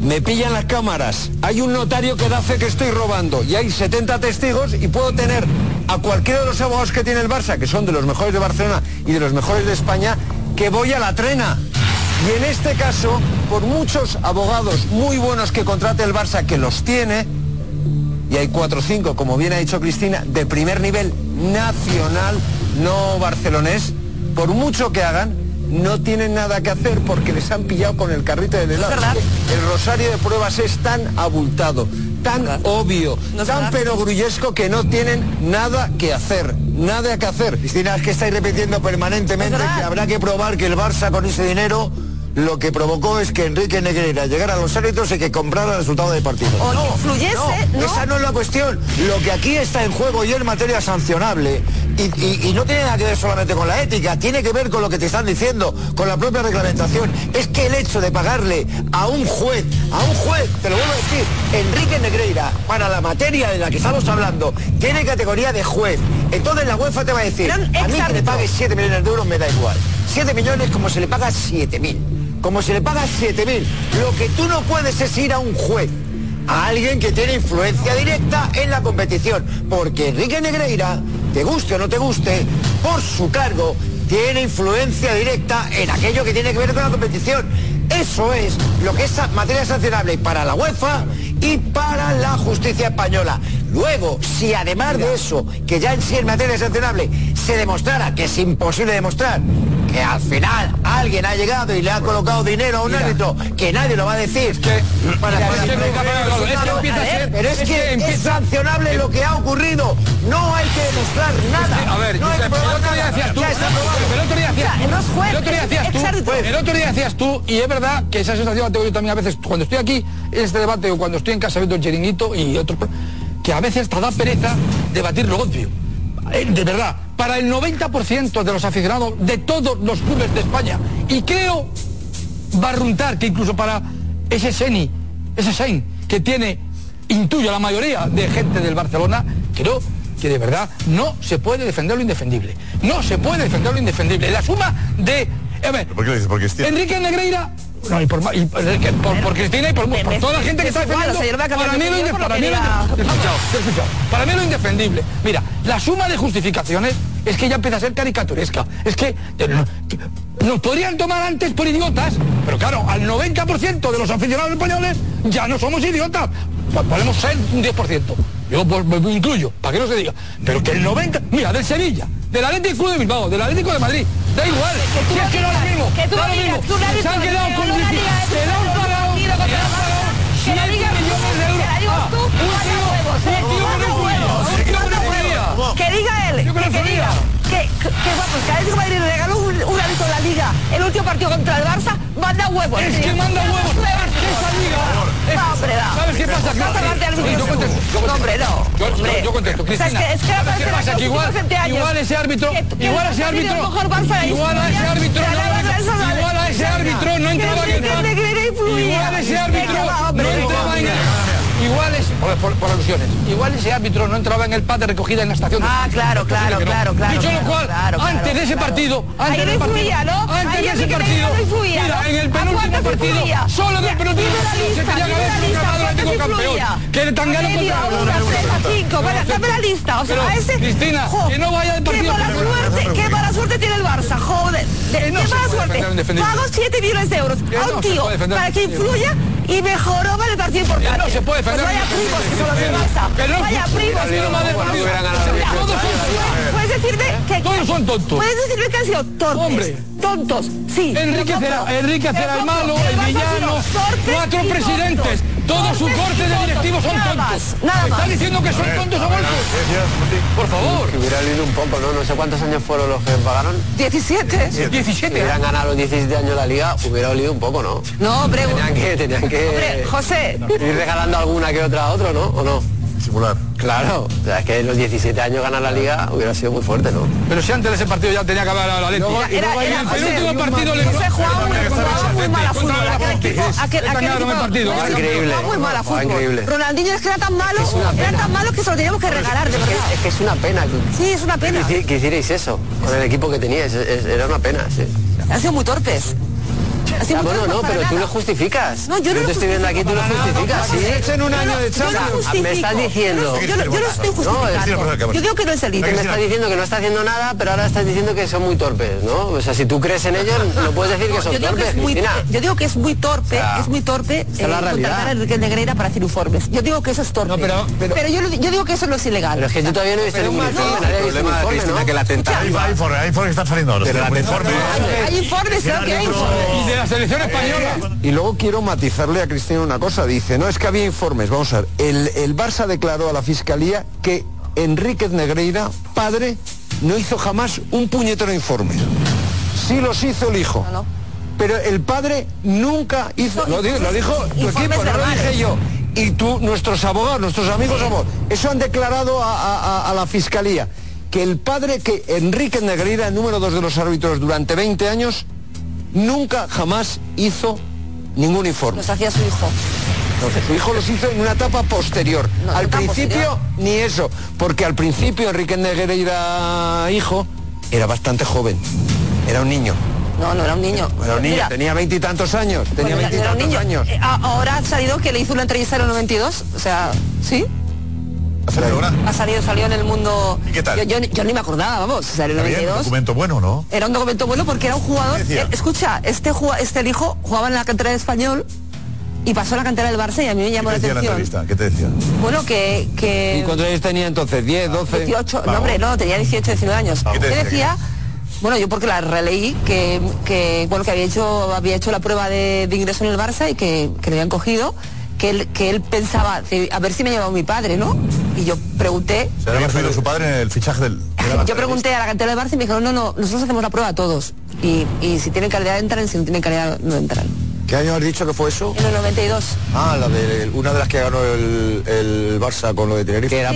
[SPEAKER 13] Me pillan las cámaras. Hay un notario que da fe que estoy robando y hay 70 testigos y puedo tener a cualquiera de los abogados que tiene el Barça, que son de los mejores de Barcelona y de los mejores de España, que voy a la trena. Y en este caso, por muchos abogados muy buenos que contrate el Barça, que los tiene, y hay cuatro o cinco, como bien ha dicho Cristina, de primer nivel nacional, no barcelonés, por mucho que hagan, no tienen nada que hacer porque les han pillado con el carrito del helado. El rosario de pruebas es tan abultado, tan obvio, tan perogrullesco que no tienen nada que hacer. Nada que hacer.
[SPEAKER 7] Cristina, es que estáis repitiendo permanentemente que habrá que probar que el Barça con ese dinero lo que provocó es que Enrique Negreira llegara a los árbitros y que comprara el resultado del partido.
[SPEAKER 17] O que influyese, ¿no?
[SPEAKER 7] Esa no es la cuestión. Lo que aquí está en juego y en materia sancionable, y, y- y no tiene nada que ver solamente con la ética, tiene que ver con lo que te están diciendo, con la propia reglamentación. Es que el hecho de pagarle a un juez, a un juez, te lo vuelvo a decir, Enrique Negreira, para la materia de la que estamos hablando, tiene categoría de juez. Entonces la UEFA te va a decir, a mí que le pague 7 millones de euros me da igual. 7 millones como se le paga 7 mil. Como se le paga 7 mil. Lo que tú no puedes es ir a un juez a alguien que tiene influencia directa en la competición. Porque Enrique Negreira, te guste o no te guste, por su cargo, tiene influencia directa en aquello que tiene que ver con la competición. Eso es lo que es sa- materia sancionable para la UEFA y para la justicia española. Luego, si además de eso, que ya en sí en materia sancionable, se demostrara, que es imposible demostrar, eh, al final alguien ha llegado y le ha colocado dinero a un árbitro que nadie lo va a decir. Para-
[SPEAKER 14] mira,
[SPEAKER 7] para-
[SPEAKER 14] es que
[SPEAKER 7] para-
[SPEAKER 14] nunca me ha
[SPEAKER 7] para-
[SPEAKER 14] colocado, es que
[SPEAKER 7] claro,
[SPEAKER 14] empieza a
[SPEAKER 7] ver,
[SPEAKER 14] ser-
[SPEAKER 7] Pero es,
[SPEAKER 14] es
[SPEAKER 7] que,
[SPEAKER 14] que
[SPEAKER 7] es
[SPEAKER 14] empieza-
[SPEAKER 7] sancionable lo que ha ocurrido. No hay que demostrar nada.
[SPEAKER 14] A ver,
[SPEAKER 7] no hay que
[SPEAKER 14] Josep,
[SPEAKER 7] probar
[SPEAKER 14] el otro día
[SPEAKER 7] nada.
[SPEAKER 14] decías tú.
[SPEAKER 7] Ya está aprobado.
[SPEAKER 14] El otro día decías tú. El otro día decías tú. pues, El otro día decías tú, y es verdad que esa sensación la tengo yo también a veces cuando estoy aquí en este debate o cuando estoy en casa viendo el chiringuito y otros pro- que a veces te da pereza debatir lo obvio. Eh, De verdad, para el 90% de los aficionados de todos los clubes de España. Y creo barruntar que incluso para ese Seni, ese Sein, que tiene, intuyo a la mayoría de gente del Barcelona, creo que de verdad no se puede defender lo indefendible. No se puede defender lo indefendible. La suma de... a ver,
[SPEAKER 3] ¿Por qué lo dices? Porque es
[SPEAKER 14] Enrique Negreira... No, y por, ma- y por, es que por- por Cristina y por, por
[SPEAKER 17] me-
[SPEAKER 14] toda la gente
[SPEAKER 17] me
[SPEAKER 14] que está
[SPEAKER 17] es igual,
[SPEAKER 14] defendiendo...
[SPEAKER 17] o sea, yo no voy a cambiar
[SPEAKER 14] para
[SPEAKER 17] mi
[SPEAKER 14] mí lo
[SPEAKER 17] opinión
[SPEAKER 14] inde-
[SPEAKER 17] por lo
[SPEAKER 14] para
[SPEAKER 17] que
[SPEAKER 14] mí lo
[SPEAKER 17] diga-
[SPEAKER 14] inde- escuchado, escuchado. Para mí lo indefendible. Mira, la suma de justificaciones es que ya empieza a ser caricaturesca. Es que eh, no- que- nos podrían tomar antes por idiotas, pero claro, al 90% de los aficionados españoles ya no somos idiotas. Po- Podemos ser un 10%. Yo pues, me incluyo, para que no se diga. Pero que el 90, mira, del Sevilla, del Atlético Club de Bilbao, del Atlético de Madrid, da igual, si es que no es lo mismo,
[SPEAKER 9] Que tú
[SPEAKER 14] da
[SPEAKER 9] lo
[SPEAKER 14] lo
[SPEAKER 9] digas,
[SPEAKER 14] mismo.
[SPEAKER 9] tú lo has
[SPEAKER 14] Se han
[SPEAKER 9] dicho,
[SPEAKER 14] quedado
[SPEAKER 9] que
[SPEAKER 14] con
[SPEAKER 9] no lo
[SPEAKER 14] 17,
[SPEAKER 9] digas,
[SPEAKER 14] se la han
[SPEAKER 9] que
[SPEAKER 14] parado,
[SPEAKER 9] no lo
[SPEAKER 14] se la
[SPEAKER 9] digas,
[SPEAKER 14] han parado
[SPEAKER 9] que
[SPEAKER 14] 7
[SPEAKER 9] lo digas tú,
[SPEAKER 14] millones de euros.
[SPEAKER 9] que la digas
[SPEAKER 14] Ah,
[SPEAKER 9] tú,
[SPEAKER 14] un
[SPEAKER 9] manda
[SPEAKER 14] tío
[SPEAKER 9] huevos, eh,
[SPEAKER 14] un tío que
[SPEAKER 9] manda
[SPEAKER 14] no
[SPEAKER 9] huevos,
[SPEAKER 17] eh,
[SPEAKER 14] sabía, un tío que
[SPEAKER 9] manda
[SPEAKER 14] no sabía.
[SPEAKER 9] huevos.
[SPEAKER 17] Que diga él,
[SPEAKER 14] Yo creo
[SPEAKER 17] que,
[SPEAKER 14] que
[SPEAKER 17] que
[SPEAKER 14] lo
[SPEAKER 17] diga. Que, que, que vamos, que Atlético de Madrid le regaló un, un hábito a la liga. El último partido contra el Barça, manda huevos.
[SPEAKER 14] Es que manda huevos, es que esa liga. es-
[SPEAKER 17] No, hombre, no.
[SPEAKER 14] ¿Sabes qué pasa?
[SPEAKER 17] Vas a hablar de árbitros.
[SPEAKER 14] Sí, yo contesto, yo contesto.
[SPEAKER 17] No, hombre, no.
[SPEAKER 14] Yo-
[SPEAKER 17] Hombre.
[SPEAKER 14] yo- yo contesto,
[SPEAKER 17] O sea, es
[SPEAKER 14] Cristina.
[SPEAKER 17] que- es que
[SPEAKER 14] ¿Sabes qué
[SPEAKER 17] parece
[SPEAKER 14] pasa?
[SPEAKER 17] los
[SPEAKER 14] Que igual-
[SPEAKER 17] últimos 20 años.
[SPEAKER 14] igual ese árbitro-
[SPEAKER 17] Que- que
[SPEAKER 14] igual ese
[SPEAKER 17] ha sido el
[SPEAKER 14] árbitro-
[SPEAKER 17] mejor Barça de la
[SPEAKER 14] igual a ese
[SPEAKER 17] historia,
[SPEAKER 14] árbitro
[SPEAKER 17] que
[SPEAKER 14] no-
[SPEAKER 17] ganaba tres a la
[SPEAKER 14] igual a
[SPEAKER 17] vez.
[SPEAKER 14] ese árbitro no
[SPEAKER 17] Que
[SPEAKER 14] entraba
[SPEAKER 17] Enrique
[SPEAKER 14] en el-
[SPEAKER 17] Negreira influía.
[SPEAKER 14] Igual ese
[SPEAKER 17] Venga,
[SPEAKER 14] árbitro
[SPEAKER 17] va,
[SPEAKER 14] no
[SPEAKER 17] hombre.
[SPEAKER 14] entraba en el... Igual es... Por, por- por alusiones. Igual ese árbitro no entraba en el pad de recogida en la estación. Ah,
[SPEAKER 17] claro, claro, claro, claro,
[SPEAKER 14] Dicho lo
[SPEAKER 17] claro,
[SPEAKER 14] cual,
[SPEAKER 17] claro, claro,
[SPEAKER 14] antes de ese
[SPEAKER 17] claro.
[SPEAKER 14] partido... Antes
[SPEAKER 17] Ahí
[SPEAKER 14] del
[SPEAKER 17] no
[SPEAKER 14] partido-
[SPEAKER 17] influía, ¿no?
[SPEAKER 14] Antes
[SPEAKER 17] Ahí
[SPEAKER 14] de ese
[SPEAKER 17] Enrique
[SPEAKER 14] partido...
[SPEAKER 17] Negreira no influía,
[SPEAKER 14] mira,
[SPEAKER 17] ¿no?
[SPEAKER 14] en el
[SPEAKER 17] ¿A
[SPEAKER 14] penúltimo
[SPEAKER 17] cuántos
[SPEAKER 14] partido...
[SPEAKER 17] influía?
[SPEAKER 14] Solo en el
[SPEAKER 17] Mira,
[SPEAKER 14] penúltimo
[SPEAKER 17] dime la
[SPEAKER 14] partido se
[SPEAKER 17] lista,
[SPEAKER 14] tenía que haber
[SPEAKER 17] dime la
[SPEAKER 14] proclamado el
[SPEAKER 17] lista,
[SPEAKER 14] Atlético
[SPEAKER 17] ¿cuántos
[SPEAKER 14] campeón.
[SPEAKER 17] influía?
[SPEAKER 14] Que el Tangana
[SPEAKER 17] Medio,
[SPEAKER 14] contra...
[SPEAKER 17] uno, tres, cinco. Bueno, dame la lista. O sea,
[SPEAKER 14] Pero,
[SPEAKER 17] a ese...
[SPEAKER 14] Cristina,
[SPEAKER 17] Jo,
[SPEAKER 14] que no vaya al
[SPEAKER 17] Qué
[SPEAKER 14] partido.
[SPEAKER 17] mala suerte, qué mala suerte tiene el Barça, joder. De-
[SPEAKER 14] Que no
[SPEAKER 17] qué
[SPEAKER 14] se
[SPEAKER 17] mala
[SPEAKER 14] puede defender un
[SPEAKER 17] suerte.
[SPEAKER 14] defendido.
[SPEAKER 17] Pagó 7 millones de euros
[SPEAKER 14] Que
[SPEAKER 17] a
[SPEAKER 14] no
[SPEAKER 17] un
[SPEAKER 14] se
[SPEAKER 17] tío
[SPEAKER 14] puede defender
[SPEAKER 17] para
[SPEAKER 14] un
[SPEAKER 17] que
[SPEAKER 14] defendido.
[SPEAKER 17] influya y mejoró para el partido importante.
[SPEAKER 14] Que no se puede
[SPEAKER 17] Pues
[SPEAKER 14] defender
[SPEAKER 17] vaya
[SPEAKER 14] un
[SPEAKER 17] primos que son los del
[SPEAKER 14] defendido.
[SPEAKER 17] Barça.
[SPEAKER 14] Que no-
[SPEAKER 17] Vaya primos
[SPEAKER 14] Hubiera
[SPEAKER 17] que
[SPEAKER 14] habido
[SPEAKER 17] son los
[SPEAKER 16] pues
[SPEAKER 17] del
[SPEAKER 14] más de
[SPEAKER 17] Barça.
[SPEAKER 14] hubiera ganado
[SPEAKER 17] Mira,
[SPEAKER 14] el
[SPEAKER 17] todos son-
[SPEAKER 14] Barça.
[SPEAKER 17] Puedes decirme que...
[SPEAKER 14] Todos son tontos.
[SPEAKER 17] Puedes decirme que han sido torpes.
[SPEAKER 14] Hombre.
[SPEAKER 17] Tontos, sí.
[SPEAKER 14] Enrique
[SPEAKER 17] lo compro.
[SPEAKER 14] Cera- Enrique
[SPEAKER 17] Te lo
[SPEAKER 14] Cera el
[SPEAKER 17] compro.
[SPEAKER 14] malo,
[SPEAKER 17] Barça
[SPEAKER 14] el
[SPEAKER 17] ha sido
[SPEAKER 14] villano,
[SPEAKER 17] torpes
[SPEAKER 14] cuatro
[SPEAKER 17] y tontos.
[SPEAKER 14] presidentes, todo su
[SPEAKER 17] Torpes
[SPEAKER 14] corte
[SPEAKER 17] y
[SPEAKER 14] de
[SPEAKER 17] tontos.
[SPEAKER 14] directivos son
[SPEAKER 17] Nada
[SPEAKER 14] tontos.
[SPEAKER 17] más, Nada
[SPEAKER 14] ¿Me
[SPEAKER 17] más.
[SPEAKER 14] estás diciendo que son tontos a golpes? Por favor.
[SPEAKER 16] Que hubiera leído un poco, ¿no? No sé cuántos años fueron los que pagaron.
[SPEAKER 17] 17.
[SPEAKER 16] Si hubieran ganado los 17 años la liga, hubiera olido un poco, ¿no?
[SPEAKER 17] No, hombre.
[SPEAKER 16] Tenían que, tenían que
[SPEAKER 17] Hombre, José.
[SPEAKER 16] ir regalando alguna que otra a otro, ¿no? ¿O no?
[SPEAKER 3] Simular.
[SPEAKER 16] Claro. O sea, es que los 17 años ganar la liga hubiera sido muy fuerte, ¿no?
[SPEAKER 14] Pero si antes de ese partido ya tenía que haber ganado la Leti.
[SPEAKER 16] Era- era-
[SPEAKER 14] en
[SPEAKER 16] era-
[SPEAKER 14] el
[SPEAKER 16] José,
[SPEAKER 14] penúltimo
[SPEAKER 16] José,
[SPEAKER 14] partido le
[SPEAKER 16] José
[SPEAKER 17] jugaba muy- jugaba muy mal a fútbol, aquel equipo- aquel-
[SPEAKER 14] Le
[SPEAKER 17] aquel
[SPEAKER 14] ganaron el
[SPEAKER 17] equipo-
[SPEAKER 14] partido.
[SPEAKER 17] Fue
[SPEAKER 14] ganaron el
[SPEAKER 16] increíble.
[SPEAKER 14] partido.
[SPEAKER 17] Jugaba muy mal a
[SPEAKER 16] Fue
[SPEAKER 17] fútbol.
[SPEAKER 16] increíble.
[SPEAKER 17] Ronaldinho es que era tan malo,
[SPEAKER 16] Es una
[SPEAKER 17] era
[SPEAKER 16] pena.
[SPEAKER 17] tan malo que se lo teníamos que regalar, de
[SPEAKER 16] Es que-
[SPEAKER 17] verdad.
[SPEAKER 16] Es que es una pena. que-
[SPEAKER 17] Sí, es una pena.
[SPEAKER 16] Que, hici- que hicierais eso con el equipo que teníais. es- es- era una pena, sí.
[SPEAKER 17] Han sido muy torpes. Han sido
[SPEAKER 16] Ah,
[SPEAKER 17] muy
[SPEAKER 16] bueno,
[SPEAKER 17] torpes
[SPEAKER 16] no,
[SPEAKER 17] para
[SPEAKER 16] pero tú
[SPEAKER 17] nada.
[SPEAKER 16] lo justificas.
[SPEAKER 17] No, yo no
[SPEAKER 16] te
[SPEAKER 17] lo
[SPEAKER 16] estoy viendo aquí,
[SPEAKER 17] justifico
[SPEAKER 16] tú lo
[SPEAKER 17] para nada.
[SPEAKER 16] justificas.
[SPEAKER 17] Para que se echen un
[SPEAKER 16] Yo
[SPEAKER 17] año
[SPEAKER 16] no-
[SPEAKER 17] de
[SPEAKER 16] yo no
[SPEAKER 17] Champions.
[SPEAKER 16] justifico. Me estás diciendo.
[SPEAKER 17] Yo no- yo no estoy justificando. Yo digo que no es el
[SPEAKER 16] Me
[SPEAKER 17] líder.
[SPEAKER 16] estás diciendo que no está haciendo nada, pero ahora estás diciendo que son muy torpes, ¿no? O sea, si tú crees en ellos, no puedes decir que
[SPEAKER 17] yo
[SPEAKER 16] son
[SPEAKER 17] digo que
[SPEAKER 16] torpes,
[SPEAKER 17] es muy,
[SPEAKER 16] Cristina.
[SPEAKER 17] yo digo que es muy torpe,
[SPEAKER 16] O sea,
[SPEAKER 17] es muy torpe eh,
[SPEAKER 16] es la realidad.
[SPEAKER 17] contratar a Enrique Negreira para hacer informes. Yo digo que eso es torpe. pero, yo, lo- yo digo que eso no es ilegal. Pero
[SPEAKER 16] es que yo todavía no he visto
[SPEAKER 3] Pero
[SPEAKER 16] ningún
[SPEAKER 3] Martín,
[SPEAKER 16] informe, nadie ha
[SPEAKER 3] el
[SPEAKER 16] visto un
[SPEAKER 3] problema de
[SPEAKER 16] informe,
[SPEAKER 3] Cristina
[SPEAKER 16] ¿no?
[SPEAKER 3] que la tenta- Hay hay informes, hay informes que están saliendo ahora. Pero
[SPEAKER 17] Hay informes, claro que hay informes.
[SPEAKER 14] Y de la selección española.
[SPEAKER 13] Y luego quiero matizarle a Cristina una cosa. Dice, no, es que había informes. Vamos a ver, el, el Barça declaró a la Fiscalía que Enríquez Negreira, padre, no hizo jamás un puñetero informe. Sí los hizo el hijo. Pero el padre nunca hizo... Lo, digo- lo dijo tu
[SPEAKER 2] Informes
[SPEAKER 13] equipo, no lo
[SPEAKER 2] verbales.
[SPEAKER 13] dije yo. Y tú, nuestros abogados, nuestros amigos abogados, eso han declarado a, a- a- a la Fiscalía. Que el padre que Enríquez Negreira, número dos de los árbitros durante 20 años, nunca jamás hizo ningún informe.
[SPEAKER 17] Los hacía su hijo.
[SPEAKER 13] Entonces, su hijo los hizo en una etapa posterior.
[SPEAKER 17] No,
[SPEAKER 13] al
[SPEAKER 17] etapa
[SPEAKER 13] principio ni eso, porque al principio Enrique Negreira hijo era bastante joven, era un niño.
[SPEAKER 17] No, no era un niño.
[SPEAKER 13] Era un niño,
[SPEAKER 17] Mira,
[SPEAKER 13] tenía veintitantos años, tenía
[SPEAKER 17] Bueno, era- era un
[SPEAKER 13] veintitantos
[SPEAKER 17] niño.
[SPEAKER 13] años.
[SPEAKER 17] Eh, a- Ahora ha salido que le hizo una entrevista en el 92, o sea, ¿sí? Ha salido, salió en el mundo...
[SPEAKER 3] ¿Y qué tal?
[SPEAKER 17] Yo, yo ni- yo ni me acordaba, vamos, o sea, en el
[SPEAKER 3] Está bien, un
[SPEAKER 17] 92...
[SPEAKER 3] documento bueno, ¿no?
[SPEAKER 17] Era un documento bueno porque era un jugador...
[SPEAKER 3] ¿Qué decía?
[SPEAKER 17] eh, escucha, este, juga- este el hijo jugaba en la cantera de Español y pasó a la cantera del Barça y a mí me llamó la
[SPEAKER 3] ¿Qué decía la
[SPEAKER 17] atención.
[SPEAKER 3] entrevista? ¿Qué te decía?
[SPEAKER 17] Bueno, que... que
[SPEAKER 13] ¿Y cuántos años tenía entonces? ¿10, 12?
[SPEAKER 17] 18, no, hombre, no, tenía 18, 19 años.
[SPEAKER 13] ¿Qué te
[SPEAKER 17] Yo
[SPEAKER 13] decía?
[SPEAKER 17] decía Bueno, yo porque la releí, que, que, bueno, que había hecho, había hecho la prueba de, de ingreso en el Barça y que, que le habían cogido, que él, que él pensaba, "Sí, a ver si me ha llevado mi padre, ¿no? Y yo pregunté,
[SPEAKER 3] Se había influido su padre en el fichaje del...
[SPEAKER 17] yo pregunté a la cantera del Barça y me dijeron, no, no, nosotros hacemos la prueba a todos. Y, y si tienen calidad entran, y si no tienen calidad no entran.
[SPEAKER 7] ¿Qué año has dicho que fue eso?
[SPEAKER 17] En el 92.
[SPEAKER 7] Ah, la de una de las que ganó el, el Barça con lo de Tenerife.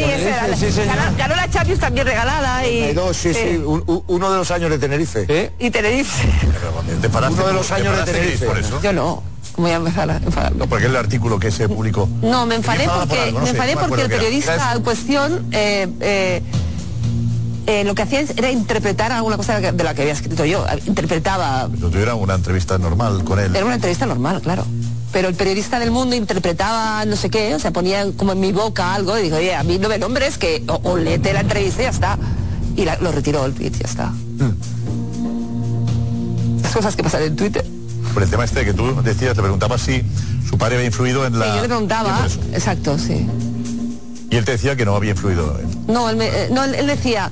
[SPEAKER 17] Sí, esa era la- ganó, ganó la Champions también regalada y...
[SPEAKER 7] 92, sí, sí, un- un- uno de los años de Tenerife.
[SPEAKER 14] ¿Eh?
[SPEAKER 17] Y Tenerife.
[SPEAKER 7] Uno de los
[SPEAKER 3] ¿Te
[SPEAKER 7] años de
[SPEAKER 3] paraste, Cris,
[SPEAKER 7] Tenerife.
[SPEAKER 3] por eso?
[SPEAKER 17] Yo no. Voy a empezar a enfadarme.
[SPEAKER 3] No, porque es el artículo que se publicó.
[SPEAKER 17] No, me enfadé
[SPEAKER 3] Estaba por
[SPEAKER 17] porque,
[SPEAKER 3] algo, no
[SPEAKER 17] me
[SPEAKER 3] sé,
[SPEAKER 17] enfadé
[SPEAKER 3] no me
[SPEAKER 17] porque el
[SPEAKER 3] acuerdo qué era.
[SPEAKER 17] periodista en cuestión eh, eh, eh, lo que hacía era interpretar alguna cosa de la que había escrito yo. Interpretaba.
[SPEAKER 3] Yo tuviera una entrevista normal con él.
[SPEAKER 17] Era una entrevista normal, claro. Pero el periodista del mundo interpretaba no sé qué, o sea, ponía como en mi boca algo y dijo, oye, a mí no me nombres, que o, o léete la entrevista y ya está. Y la- lo retiró el tweet, ya está.
[SPEAKER 3] Hmm.
[SPEAKER 17] Las cosas que pasan en Twitter.
[SPEAKER 3] Por el tema este que tú decías, le preguntabas si su padre había influido en
[SPEAKER 17] Sí, yo
[SPEAKER 3] la...
[SPEAKER 17] le
[SPEAKER 3] Ah,
[SPEAKER 17] preguntaba, exacto, sí.
[SPEAKER 3] Y él te decía que no había influido.
[SPEAKER 17] No, él, me- eh, no, él- él decía,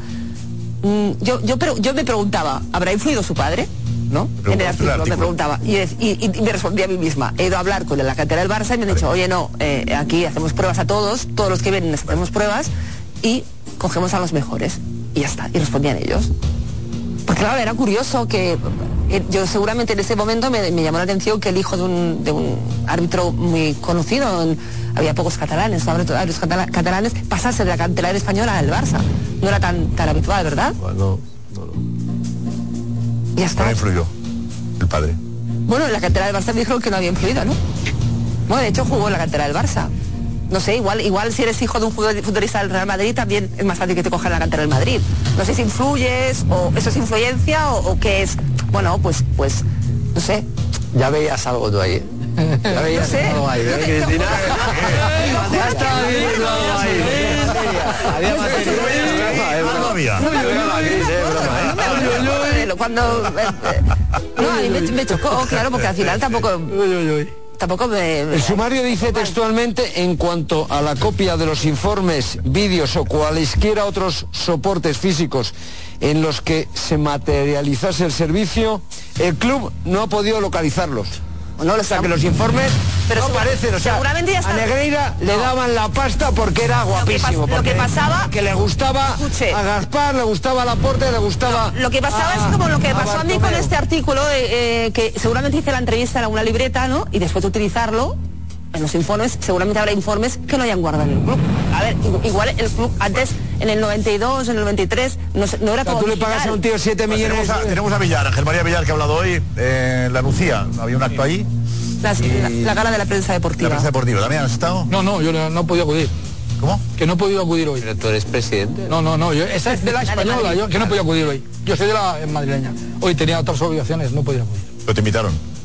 [SPEAKER 17] mm, yo, yo, pre- yo me preguntaba, ¿habrá influido su padre? ¿No?
[SPEAKER 3] Te
[SPEAKER 17] En el
[SPEAKER 3] preguntaste el
[SPEAKER 17] artículo me
[SPEAKER 3] artículo.
[SPEAKER 17] preguntaba. Y, es- y- y- y me respondí a mí misma. He ido a hablar con la cantera del Barça y me han dicho, oye, no, eh, aquí hacemos pruebas a todos, todos los que vienen les hacemos pruebas y cogemos a los mejores. Y ya está. Y respondían ellos. Porque claro, era curioso que eh, yo seguramente en ese momento me, me llamó la atención que el hijo de un, de un árbitro muy conocido, en- había pocos catalanes, no árbitros árbitros catala- catalanes, pasase de la cantera española al Barça. No era tan, tan habitual, ¿verdad?
[SPEAKER 3] No,
[SPEAKER 17] Y ya está.
[SPEAKER 3] No influyó el padre.
[SPEAKER 17] Bueno, en la cantera del Barça me dijeron que no había influido, ¿no? Bueno, de hecho jugó en la cantera del Barça. No sé, igual, igual si eres hijo de un jugador- futbolista del Real Madrid también es más fácil que te cojan la cantera del Madrid. No sé si influyes o eso es influencia o, o qué es. Bueno, pues, pues, no sé.
[SPEAKER 16] Ya veías algo tú ahí. ¿eh? Ya veías
[SPEAKER 17] No sé.
[SPEAKER 16] algo ahí, ¿eh, Cristina? Ya estaba viendo algo ahí. ¿eh? Había material. Rafa, es broma. Es broma, Cris, es broma, ¿eh?
[SPEAKER 17] Cuando. eh, eh, No, a mí me, me chocó, claro, porque al final tampoco. Tampoco me.
[SPEAKER 13] El sumario dice textualmente, en cuanto a la copia de los informes, vídeos o cualesquiera otros soportes físicos en los que se materializase el servicio, el club no ha podido localizarlos. o sea, que los informes no aparecen. O sea,
[SPEAKER 17] seguramente ya está-
[SPEAKER 13] a Negreira le
[SPEAKER 17] No.
[SPEAKER 13] daban la pasta porque era guapísimo.
[SPEAKER 17] pas- lo
[SPEAKER 13] porque
[SPEAKER 17] que pasaba-
[SPEAKER 13] Que le gustaba a Gaspar, le gustaba a Laporte, le gustaba...
[SPEAKER 17] Lo que pasaba es como lo que pasó a mí con este artículo, eh, eh, que seguramente hice la entrevista en una libreta, ¿no? Y después de utilizarlo en los informes, seguramente habrá informes que no hayan guardado en el club. A ver, i- igual el club antes, en el 92, en el 93, no, se- no era todo digital.
[SPEAKER 3] Bueno, Pues Tenemos a, tenemos a Villar, Ángel María Villar, que ha hablado hoy eh, en La Lucía. Había un acto ahí.
[SPEAKER 17] Las- la, la gala de la prensa deportiva.
[SPEAKER 3] La prensa deportiva. ¿También has estado?
[SPEAKER 14] No, no, yo no, no he podido acudir.
[SPEAKER 3] ¿Cómo?
[SPEAKER 14] Que no he podido acudir hoy.
[SPEAKER 16] Pero tú eres presidente.
[SPEAKER 14] No, no, no, yo, esa es de la española, yo que no he podido acudir hoy. Yo soy de la madrileña. Hoy tenía otras obligaciones, no podía acudir.
[SPEAKER 3] ¿Pero te invitaron? Eh,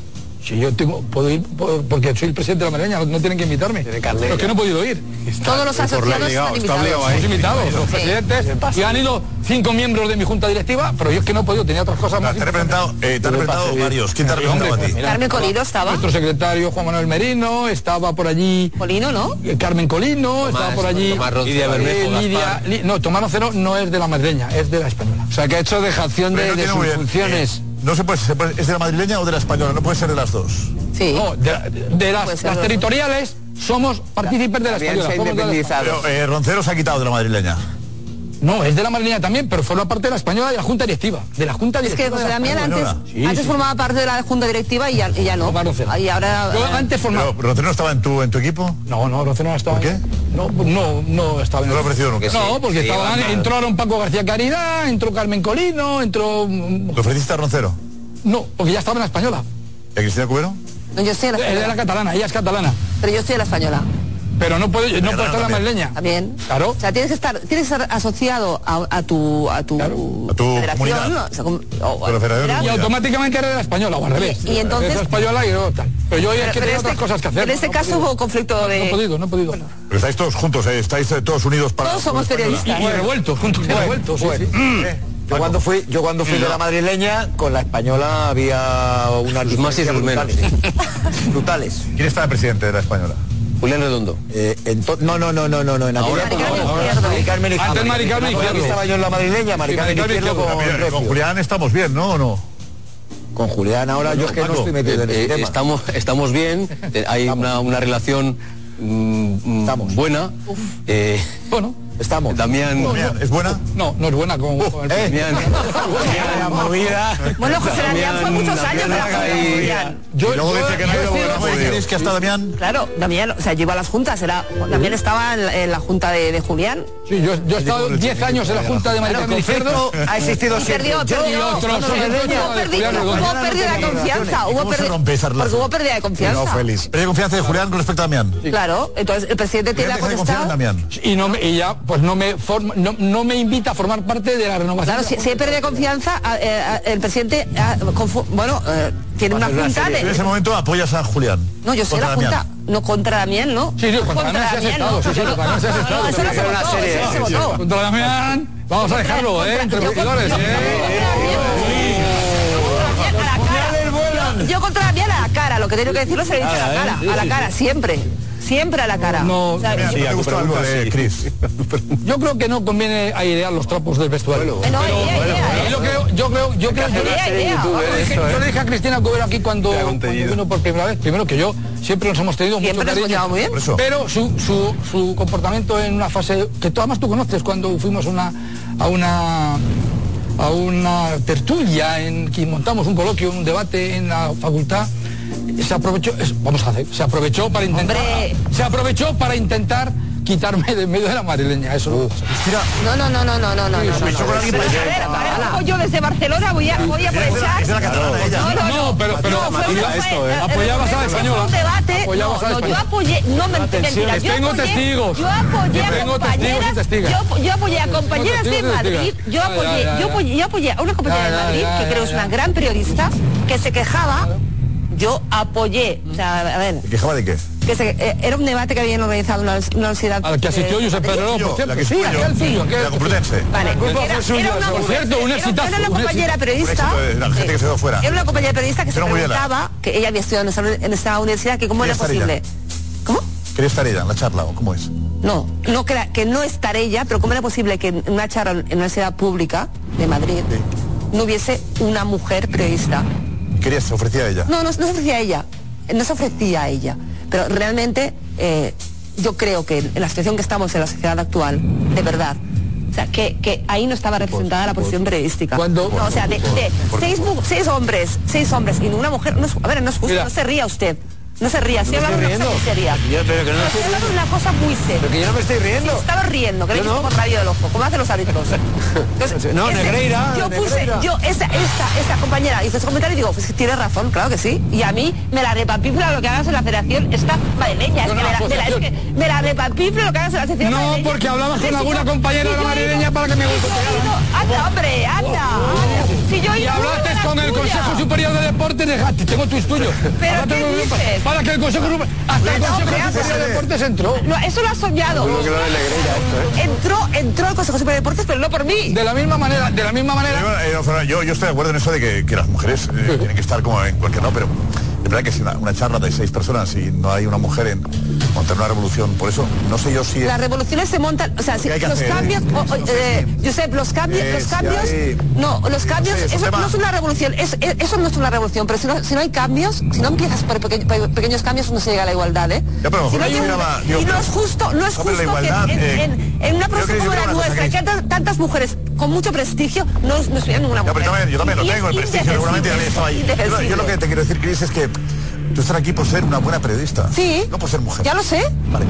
[SPEAKER 14] Si yo tengo, puedo ir po- porque soy el presidente de la madrileña, no, no tienen que invitarme. Pero es que no he podido ir.
[SPEAKER 17] Todos los asociados
[SPEAKER 14] Estamos
[SPEAKER 17] están invitados.
[SPEAKER 14] Estamos invitados, los presidentes. Y han ido cinco miembros de mi junta directiva, pero yo es que no he podido, tenía otras cosas más. Te he
[SPEAKER 3] representado, te han representado varios. ¿Quién te ha representado
[SPEAKER 14] pues,
[SPEAKER 3] a ti?
[SPEAKER 17] Carmen Colino estaba.
[SPEAKER 14] Nuestro secretario Juan Manuel Merino, estaba por allí. Eh,
[SPEAKER 17] Colino, ¿no?
[SPEAKER 14] Carmen Colino, estaba por allí.
[SPEAKER 13] Tomás Roncero, Lidia Bermejo,
[SPEAKER 14] eh, Lidia-
[SPEAKER 13] Gaspar.
[SPEAKER 14] Li- no, Tomás Rocero no es de la madrileña, es de la española.
[SPEAKER 13] O sea, que ha hecho dejación de,
[SPEAKER 14] Pero
[SPEAKER 13] de
[SPEAKER 14] no tiene
[SPEAKER 13] sus
[SPEAKER 14] muy bien,
[SPEAKER 13] funciones.
[SPEAKER 3] Eh, No se puede, se puede- ¿Es de la madrileña o de la española? No puede ser de las dos.
[SPEAKER 17] Sí.
[SPEAKER 14] No, de, de las, las territoriales somos partícipes de la española. somos de la española.
[SPEAKER 3] Pero eh, Roncero se ha quitado de la madrileña.
[SPEAKER 14] No, es de la madrileña también, pero forma parte de la española y de la junta directiva. De la junta
[SPEAKER 17] Es
[SPEAKER 14] directiva.
[SPEAKER 17] que José
[SPEAKER 14] de la
[SPEAKER 17] Damián antes,
[SPEAKER 14] española. Sí,
[SPEAKER 17] antes
[SPEAKER 14] sí.
[SPEAKER 17] formaba parte de la junta directiva y ya, y ya no. Y ahora.
[SPEAKER 14] Yo antes formaba.
[SPEAKER 3] Pero, ¿Roncero no estaba en tu, en tu equipo?
[SPEAKER 14] No, no, Roncero no estaba.
[SPEAKER 3] ¿Por qué?
[SPEAKER 14] No, no, no estaba en
[SPEAKER 3] No lo ha ofrecido nunca.
[SPEAKER 14] No, porque estaban, entraron Paco García Caridad, entró Carmen Colino, entró.
[SPEAKER 3] ¿Lo ofreciste a Roncero?
[SPEAKER 14] No, porque ya estaba en la española.
[SPEAKER 3] ¿Y a Cristina Cubero?
[SPEAKER 17] No, yo soy de la
[SPEAKER 14] Ella
[SPEAKER 17] española.
[SPEAKER 14] era catalana, ella es catalana.
[SPEAKER 17] Pero yo estoy de la española.
[SPEAKER 14] Pero no puede, no puede estar la madrileña.
[SPEAKER 17] También.
[SPEAKER 14] Claro.
[SPEAKER 17] O sea, tienes que estar, tienes que estar asociado a, a tu a tu, federación,
[SPEAKER 14] comunidad.
[SPEAKER 17] ¿no? O sea, como- o-
[SPEAKER 14] y
[SPEAKER 17] federal.
[SPEAKER 14] automáticamente era de la española o al revés.
[SPEAKER 17] Oh, Y- y entonces-
[SPEAKER 14] Es la española y yo tal. Pero yo
[SPEAKER 17] Pero-
[SPEAKER 14] es que
[SPEAKER 17] pero
[SPEAKER 14] tenía
[SPEAKER 17] este-
[SPEAKER 14] otras cosas que hacer.
[SPEAKER 17] pero en este caso hubo conflicto de.
[SPEAKER 14] No he podido, no he podido.
[SPEAKER 3] Pero estáis todos juntos, eh, estáis eh, todos unidos para...
[SPEAKER 17] Todos somos
[SPEAKER 3] por la española.
[SPEAKER 17] periodistas. Y- y
[SPEAKER 14] revueltos, juntos
[SPEAKER 3] Bueno,
[SPEAKER 14] revueltos, sí,
[SPEAKER 3] bueno.
[SPEAKER 14] sí.
[SPEAKER 3] Mm.
[SPEAKER 7] Eh, Yo cuando fui, yo cuando fui de la madrileña, con la española había unas
[SPEAKER 3] más y
[SPEAKER 7] diferencias
[SPEAKER 3] sus menos,
[SPEAKER 7] brutales. Eh,
[SPEAKER 3] ¿Quién está de presidente de la española?
[SPEAKER 8] Julián Redondo.
[SPEAKER 7] no, no, no, no, no, no. En
[SPEAKER 8] Ahora,
[SPEAKER 7] aquella-
[SPEAKER 8] ahora,
[SPEAKER 7] Ahora,
[SPEAKER 8] ahora.
[SPEAKER 7] Maricarmen Izquierdo.
[SPEAKER 8] Antes Maricarmen
[SPEAKER 7] Me acuerdo que
[SPEAKER 8] Izquierdo.
[SPEAKER 7] Estaba yo en la madrileña, Maricarmen Izquierdo con
[SPEAKER 3] Con,
[SPEAKER 7] Recio.
[SPEAKER 3] Julián estamos bien, ¿no? ¿O no?
[SPEAKER 7] Con Julián ahora yo es que no estoy metido en
[SPEAKER 8] eh,
[SPEAKER 7] el tema.
[SPEAKER 8] Estamos, estamos bien, eh, hay una, una relación mm, mm, buena.
[SPEAKER 14] bueno,
[SPEAKER 8] estamos. Damián.
[SPEAKER 3] ¿Es buena?
[SPEAKER 14] No, no es buena con,
[SPEAKER 3] Oh.
[SPEAKER 14] con el
[SPEAKER 8] Damián.
[SPEAKER 17] Bueno, José Damián fue muchos años de la Junta de Julián.
[SPEAKER 3] Yo, luego dice que no ha ido
[SPEAKER 17] estoy-
[SPEAKER 3] a la movida. ¿Crees que hasta Damián?
[SPEAKER 17] Claro, Damián, o sea, yo iba a las juntas, era, Damián estaba en la, en la junta de, de Julián.
[SPEAKER 14] Sí, yo, yo he estado 10 años en la Junta de Maricarmen Izquierdo.
[SPEAKER 17] Y Perdió, perdió.
[SPEAKER 14] Y otros,
[SPEAKER 17] Cuando
[SPEAKER 14] otros,
[SPEAKER 17] perdió,
[SPEAKER 14] otros,
[SPEAKER 17] hubo
[SPEAKER 14] de
[SPEAKER 17] pérdida-
[SPEAKER 14] Julián Redondo.
[SPEAKER 17] Hubo pérdida de confianza. Hubo
[SPEAKER 3] ¿Cómo se rompe esa
[SPEAKER 17] pérdida, porque
[SPEAKER 3] relación?
[SPEAKER 17] hubo pérdida de confianza.
[SPEAKER 3] Pérdida de confianza de Julián con respecto a Damián.
[SPEAKER 17] Claro, entonces el presidente te
[SPEAKER 3] Julián
[SPEAKER 17] ha
[SPEAKER 3] deja de confiar en
[SPEAKER 17] contestado.
[SPEAKER 3] Damián.
[SPEAKER 14] Y, no, me- y ya, pues no me, forma- no, no me invita a formar parte de la renovación.
[SPEAKER 17] Claro, si, si hay pérdida de confianza, a- eh, a- el presidente, ah, confu- bueno, eh, tiene una junta
[SPEAKER 3] En ese
[SPEAKER 17] de...
[SPEAKER 3] momento apoyas a Julián.
[SPEAKER 17] No, yo soy
[SPEAKER 3] contra
[SPEAKER 17] la junta,
[SPEAKER 3] Damián.
[SPEAKER 17] no contra Damián, ¿no?
[SPEAKER 14] Sí, sí, contra Damián se ha
[SPEAKER 17] Damián, no.
[SPEAKER 14] aceptado. Sí, sí, contra Damián se ha
[SPEAKER 17] No, no,
[SPEAKER 14] aceptado.
[SPEAKER 17] eso no se
[SPEAKER 14] Era una
[SPEAKER 17] votó,
[SPEAKER 14] serie,
[SPEAKER 17] eso no se
[SPEAKER 14] sí, sí.
[SPEAKER 17] votó.
[SPEAKER 14] Contra Damián, vamos a dejarlo, ¿eh? Entre regidores, ¿eh?
[SPEAKER 17] Yo contra Damián a la cara, lo que tengo que decirlo se lo he dicho a la
[SPEAKER 3] Cara, ¿eh?
[SPEAKER 17] cara,
[SPEAKER 3] Sí,
[SPEAKER 17] a la
[SPEAKER 3] sí,
[SPEAKER 17] cara,
[SPEAKER 3] sí.
[SPEAKER 17] siempre. Siempre a la cara.
[SPEAKER 14] No,
[SPEAKER 17] O sea,
[SPEAKER 14] Damián,
[SPEAKER 3] Sí,
[SPEAKER 14] ¿te
[SPEAKER 3] a tu eh,
[SPEAKER 14] gustó
[SPEAKER 3] pregunta,
[SPEAKER 14] algo de
[SPEAKER 3] sí.
[SPEAKER 14] Yo creo que no conviene airear los trapos del vestuario.
[SPEAKER 17] No,
[SPEAKER 14] Pero-
[SPEAKER 17] idea,
[SPEAKER 14] yo
[SPEAKER 17] idea,
[SPEAKER 14] lo creo, yo creo, yo creo, yo,
[SPEAKER 17] Idea,
[SPEAKER 14] yo le
[SPEAKER 17] idea.
[SPEAKER 14] dije- yo le dije a Cristina Cubero aquí cuando, cuando vino por primera vez, primero que yo siempre nos hemos tenido mucho
[SPEAKER 17] Siempre nos hemos
[SPEAKER 14] cariño,
[SPEAKER 17] llevado muy bien. Por eso.
[SPEAKER 14] pero su, su, su comportamiento en una fase que tú además tú conoces cuando fuimos una, a una a una tertulia en que montamos un coloquio, un debate en la facultad se aprovechó, es- vamos a hacer, se aprovechó para intentar, se aprovechó para intentar quitarme de en medio de la madrileña, eso.
[SPEAKER 17] No, no, no, no, no, no, no. no, no.
[SPEAKER 14] con alguien
[SPEAKER 17] Vamos a ver, ahora cojo yo desde Barcelona voy a, voy a aprovechar. No, no, no.
[SPEAKER 14] pero, pero
[SPEAKER 17] No, fue-
[SPEAKER 14] Matilda,
[SPEAKER 17] fue-
[SPEAKER 14] esto, ¿eh?
[SPEAKER 17] eh,
[SPEAKER 14] apoyabas a la
[SPEAKER 17] fue
[SPEAKER 14] española.
[SPEAKER 17] Un debate.
[SPEAKER 14] Apoyabas a la
[SPEAKER 17] no, no, yo
[SPEAKER 14] española.
[SPEAKER 17] apoyé, no me
[SPEAKER 14] Atención,
[SPEAKER 17] mentira,
[SPEAKER 14] les
[SPEAKER 17] yo
[SPEAKER 14] tengo
[SPEAKER 17] apoyé,
[SPEAKER 14] testigos.
[SPEAKER 17] Yo apoyé
[SPEAKER 14] Les
[SPEAKER 17] a
[SPEAKER 14] tengo testigos y
[SPEAKER 17] compañeras,
[SPEAKER 14] testigas.
[SPEAKER 17] yo, yo apoyé a
[SPEAKER 14] Les tengo
[SPEAKER 17] compañeras de
[SPEAKER 14] testigos y testigas.
[SPEAKER 17] Madrid, yo
[SPEAKER 14] Ya, ya,
[SPEAKER 17] apoyé,
[SPEAKER 14] ya,
[SPEAKER 17] yo
[SPEAKER 14] ya.
[SPEAKER 17] apoyé, yo apoyé a una compañera
[SPEAKER 14] Ya,
[SPEAKER 17] de
[SPEAKER 14] ya,
[SPEAKER 17] Madrid,
[SPEAKER 14] ya,
[SPEAKER 17] que
[SPEAKER 14] ya,
[SPEAKER 17] creo es
[SPEAKER 14] ya.
[SPEAKER 17] una gran periodista, que se quejaba, yo apoyé, o sea, a ver,
[SPEAKER 3] ¿Y quejaba de qué?
[SPEAKER 17] que se- eh, era un debate que habían organizado una, una universidad.
[SPEAKER 14] Al que asistió
[SPEAKER 17] eh,
[SPEAKER 14] Josep Pedrerol, por
[SPEAKER 3] La que
[SPEAKER 14] cierto.
[SPEAKER 3] fui
[SPEAKER 14] Sí,
[SPEAKER 3] yo.
[SPEAKER 14] aquel suyo, aquel.
[SPEAKER 3] La Complutense.
[SPEAKER 17] Vale, era, era una,
[SPEAKER 14] Por cierto, un
[SPEAKER 17] era-
[SPEAKER 14] exitazo.
[SPEAKER 17] Era una
[SPEAKER 14] un
[SPEAKER 17] compañera
[SPEAKER 14] exitazo.
[SPEAKER 17] periodista.
[SPEAKER 3] Un éxito de la gente que se quedó fuera.
[SPEAKER 17] Era una compañera periodista que se
[SPEAKER 3] Pero muy bien.
[SPEAKER 17] preguntaba que ella había estudiado en esa, en esa universidad, que cómo
[SPEAKER 3] Sí,
[SPEAKER 17] era
[SPEAKER 3] esta era
[SPEAKER 17] posible.
[SPEAKER 3] ¿Quería estar ella en la charla o cómo es?
[SPEAKER 17] No, no que, era- que no estar ella, pero cómo era posible que en una charla en una ciudad pública de Madrid no hubiese una mujer periodista.
[SPEAKER 3] Quería, se ofrecía a ella.
[SPEAKER 17] No, no, no se ofrecía a ella. No se ofrecía a ella. Pero realmente eh, yo creo que en la situación que estamos en la sociedad actual, de verdad, o sea, que, que ahí no estaba representada la posición periodística. No, o sea, de, de seis, mu- seis hombres, seis hombres y una mujer, no es- a ver, no es justo, no se ría usted. No se ría, estoy
[SPEAKER 7] No me
[SPEAKER 17] hablando de
[SPEAKER 7] estoy
[SPEAKER 17] una cosa muy seria.
[SPEAKER 7] Yo- pero que no me estoy
[SPEAKER 17] Estoy hablando de una cosa muy seria.
[SPEAKER 7] Pero que yo no me estoy riendo.
[SPEAKER 17] Sí, estaba riendo, que le
[SPEAKER 7] Yo
[SPEAKER 17] hice
[SPEAKER 7] no.
[SPEAKER 17] por radio del ojo, como hacen los árbitros. Entonces,
[SPEAKER 7] No,
[SPEAKER 17] ese-
[SPEAKER 7] Negreira,
[SPEAKER 17] Yo puse,
[SPEAKER 7] Negreira.
[SPEAKER 17] yo, esa, esa, esa compañera hizo ese comentario y digo, pues tiene razón, claro que sí. Y a mí me la repapifla lo que hagas en la federación esta madrileña. Es
[SPEAKER 14] No, no,
[SPEAKER 17] que me la- me la- es
[SPEAKER 14] asociación.
[SPEAKER 17] que me la repapifla lo que hagas en la sección
[SPEAKER 14] No,
[SPEAKER 17] madrileña.
[SPEAKER 14] porque hablabas
[SPEAKER 17] Sí,
[SPEAKER 14] con
[SPEAKER 17] sí,
[SPEAKER 14] alguna
[SPEAKER 17] yo-
[SPEAKER 14] compañera
[SPEAKER 17] sí,
[SPEAKER 14] de la
[SPEAKER 17] yo he
[SPEAKER 14] madrileña
[SPEAKER 17] ido-
[SPEAKER 14] para que me
[SPEAKER 17] sí, yo he
[SPEAKER 14] guste.
[SPEAKER 17] ido- Anda, hombre, anda. Si yo he
[SPEAKER 14] Y
[SPEAKER 17] ido
[SPEAKER 14] hablaste
[SPEAKER 17] a la
[SPEAKER 14] con el
[SPEAKER 17] tuya.
[SPEAKER 14] Consejo Superior de Deportes, dejaste, tengo tus tuyos.
[SPEAKER 17] ¿Pero
[SPEAKER 14] Hablaste
[SPEAKER 17] qué
[SPEAKER 14] con-
[SPEAKER 17] dices?
[SPEAKER 14] Para que el Consejo Superior, hasta el
[SPEAKER 17] No,
[SPEAKER 14] Consejo
[SPEAKER 17] hombre,
[SPEAKER 14] Superior de
[SPEAKER 17] anda.
[SPEAKER 14] Deportes entró.
[SPEAKER 17] No, eso lo has soñado. Entró, entró el Consejo Superior de Deportes, pero no por mí.
[SPEAKER 14] De la misma manera, de la misma manera.
[SPEAKER 3] Yo, eh, Fernando, yo, yo estoy de acuerdo en eso de que, que las mujeres eh, tienen que estar como en cualquier no, pero es verdad que si una, una charla de seis personas y no hay una mujer en montar una revolución, por eso no sé yo si es-
[SPEAKER 17] Las revoluciones se montan, o sea, si
[SPEAKER 3] hay que
[SPEAKER 17] los
[SPEAKER 3] hacer,
[SPEAKER 17] cambios,
[SPEAKER 3] ¿eh?
[SPEAKER 17] o- o, eh, Josep, los cambios,
[SPEAKER 3] Eh,
[SPEAKER 17] los
[SPEAKER 3] si
[SPEAKER 17] cambios,
[SPEAKER 3] hay-
[SPEAKER 17] no, los cambios,
[SPEAKER 3] sé, es un
[SPEAKER 17] eso
[SPEAKER 3] tema.
[SPEAKER 17] no es una revolución, es- es- eso no es una revolución, pero si no, si no hay cambios, si no empiezas por peque- pe- pequeños cambios no se llega a la igualdad, ¿eh?
[SPEAKER 3] Ya, pero a lo
[SPEAKER 17] Si
[SPEAKER 3] mejor
[SPEAKER 17] no
[SPEAKER 3] ahí
[SPEAKER 17] hay-
[SPEAKER 3] miraba, digo,
[SPEAKER 17] y no
[SPEAKER 3] pero-
[SPEAKER 17] es justo, no es
[SPEAKER 3] No, pero la
[SPEAKER 17] justo que
[SPEAKER 3] igualdad,
[SPEAKER 17] en,
[SPEAKER 3] eh,
[SPEAKER 17] en- en una
[SPEAKER 3] yo creo que- yo
[SPEAKER 17] profesión como
[SPEAKER 3] creo
[SPEAKER 17] la
[SPEAKER 3] una cosa
[SPEAKER 17] nuestra,
[SPEAKER 3] que
[SPEAKER 17] que hay tan- tantas mujeres con mucho prestigio, no, no estudian
[SPEAKER 3] Ya,
[SPEAKER 17] ninguna mujer.
[SPEAKER 3] pero también- yo también lo
[SPEAKER 17] Y es
[SPEAKER 3] tengo, el prestigio,
[SPEAKER 17] indefensible,
[SPEAKER 3] seguramente también estaba ahí. Yo, yo lo
[SPEAKER 17] indefensible.
[SPEAKER 3] que te quiero decir, Cris, es que tú estás aquí por ser una buena periodista.
[SPEAKER 17] Sí.
[SPEAKER 3] No por ser mujer.
[SPEAKER 17] Ya lo sé,
[SPEAKER 3] Vale.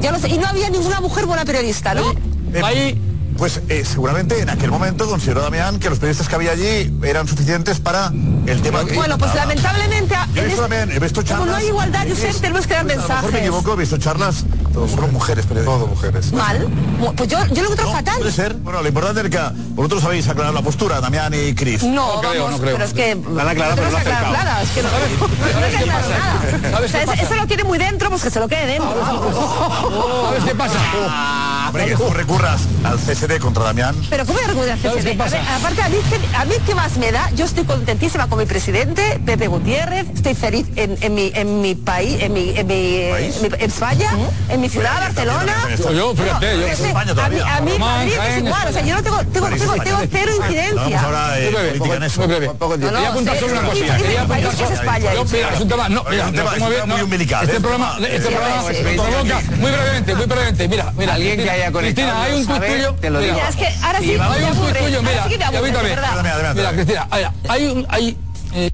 [SPEAKER 17] ya lo sé, y no había ninguna mujer buena periodista, ¿no?
[SPEAKER 3] Eh, Pues eh, seguramente en aquel momento consideró Damián que los periodistas que había allí eran suficientes para el tema que
[SPEAKER 17] Bueno, pues
[SPEAKER 3] trataba.
[SPEAKER 17] lamentablemente... a-
[SPEAKER 3] Ah. Yo he
[SPEAKER 17] en
[SPEAKER 3] visto
[SPEAKER 17] este-
[SPEAKER 3] también, he visto charlas.
[SPEAKER 17] Como no hay igualdad,
[SPEAKER 3] yo
[SPEAKER 17] Josep, tenemos que dar
[SPEAKER 3] A lo mejor me
[SPEAKER 17] mensajes.
[SPEAKER 3] equivoco, he visto charlas. Todos fueron mujeres, pero. Todos mujeres.
[SPEAKER 17] Mal. Mu- Pues yo, yo lo encuentro fatal.
[SPEAKER 3] Puede ser. Bueno, lo importante es que vosotros sabéis aclarar la postura, Damián y Cris.
[SPEAKER 17] No, No creo, vamos, no creo. pero es que-
[SPEAKER 3] La han aclarado, pero
[SPEAKER 17] Pero no
[SPEAKER 3] lo ha
[SPEAKER 17] está
[SPEAKER 3] acercado.
[SPEAKER 17] aclarada, es que no, no está aclarada nada.
[SPEAKER 14] ¿Sabes
[SPEAKER 17] O sea,
[SPEAKER 14] qué
[SPEAKER 17] eso,
[SPEAKER 14] pasa?
[SPEAKER 17] eso lo tiene muy dentro, pues que se lo quede dentro.
[SPEAKER 14] ¿Sabes qué pasa?
[SPEAKER 3] Ah, Hombre, que tú recurras al CSD contra Damián.
[SPEAKER 17] Pero ¿cómo voy a recomendar
[SPEAKER 3] ¿Sabes
[SPEAKER 17] CCD?
[SPEAKER 3] qué pasa?
[SPEAKER 17] A ver, aparte, a mí, que- a mí qué más me da, yo estoy contentísima con mi presidente, Pepe Gutiérrez, estoy feliz en, en mi, en mi país, en mi, en mi, eh, en mi- en España, en mi ciudad, Barcelona.
[SPEAKER 14] Yo, yo, fíjate,
[SPEAKER 17] No,
[SPEAKER 14] yo-
[SPEAKER 17] es que
[SPEAKER 14] España
[SPEAKER 17] a mí,
[SPEAKER 14] todavía.
[SPEAKER 17] a mí
[SPEAKER 14] Román,
[SPEAKER 17] Madrid es
[SPEAKER 14] Jaén,
[SPEAKER 17] igual, o sea, yo no tengo, tengo,
[SPEAKER 14] Madrid,
[SPEAKER 17] tengo,
[SPEAKER 14] España.
[SPEAKER 17] tengo cero
[SPEAKER 7] eh,
[SPEAKER 17] incidencia.
[SPEAKER 14] Muy breve, muy breve.
[SPEAKER 17] No,
[SPEAKER 14] Quería
[SPEAKER 17] no,
[SPEAKER 14] apuntar
[SPEAKER 17] sí,
[SPEAKER 14] solo una
[SPEAKER 17] sí,
[SPEAKER 14] cosa.
[SPEAKER 17] sí,
[SPEAKER 14] Quería
[SPEAKER 17] sí,
[SPEAKER 14] apuntar
[SPEAKER 17] país es
[SPEAKER 14] solo-
[SPEAKER 17] España, eh,
[SPEAKER 14] No,
[SPEAKER 17] dicho.
[SPEAKER 14] mira, es un tema, no, mira,
[SPEAKER 3] eh. Es un tema-
[SPEAKER 14] nos
[SPEAKER 3] es un
[SPEAKER 14] vamos
[SPEAKER 3] tema
[SPEAKER 14] bien,
[SPEAKER 3] muy
[SPEAKER 14] no.
[SPEAKER 3] umbilical,
[SPEAKER 14] Este
[SPEAKER 3] ¿eh?
[SPEAKER 14] programa,
[SPEAKER 3] Sí,
[SPEAKER 14] este
[SPEAKER 3] sí,
[SPEAKER 14] programa
[SPEAKER 3] sí.
[SPEAKER 14] provoca, muy brevemente, muy brevemente, mira, mira.
[SPEAKER 3] Alguien que haya conectado
[SPEAKER 14] Cristina, hay
[SPEAKER 3] lo
[SPEAKER 14] un tuit
[SPEAKER 3] sabe,
[SPEAKER 14] tuyo.
[SPEAKER 3] te lo digo.
[SPEAKER 14] mira,
[SPEAKER 3] Mira, es que ahora sí
[SPEAKER 14] mira,
[SPEAKER 3] me
[SPEAKER 14] Hay un tuit
[SPEAKER 3] aburres,
[SPEAKER 14] tuyo,
[SPEAKER 3] ahora
[SPEAKER 14] mira.
[SPEAKER 3] sí que te
[SPEAKER 14] y a mí
[SPEAKER 3] aburres,
[SPEAKER 14] también.
[SPEAKER 3] de verdad. Adelante, adelante,
[SPEAKER 14] Mira,
[SPEAKER 3] adelante.
[SPEAKER 14] Cristina, hay- hay un, hay, eh,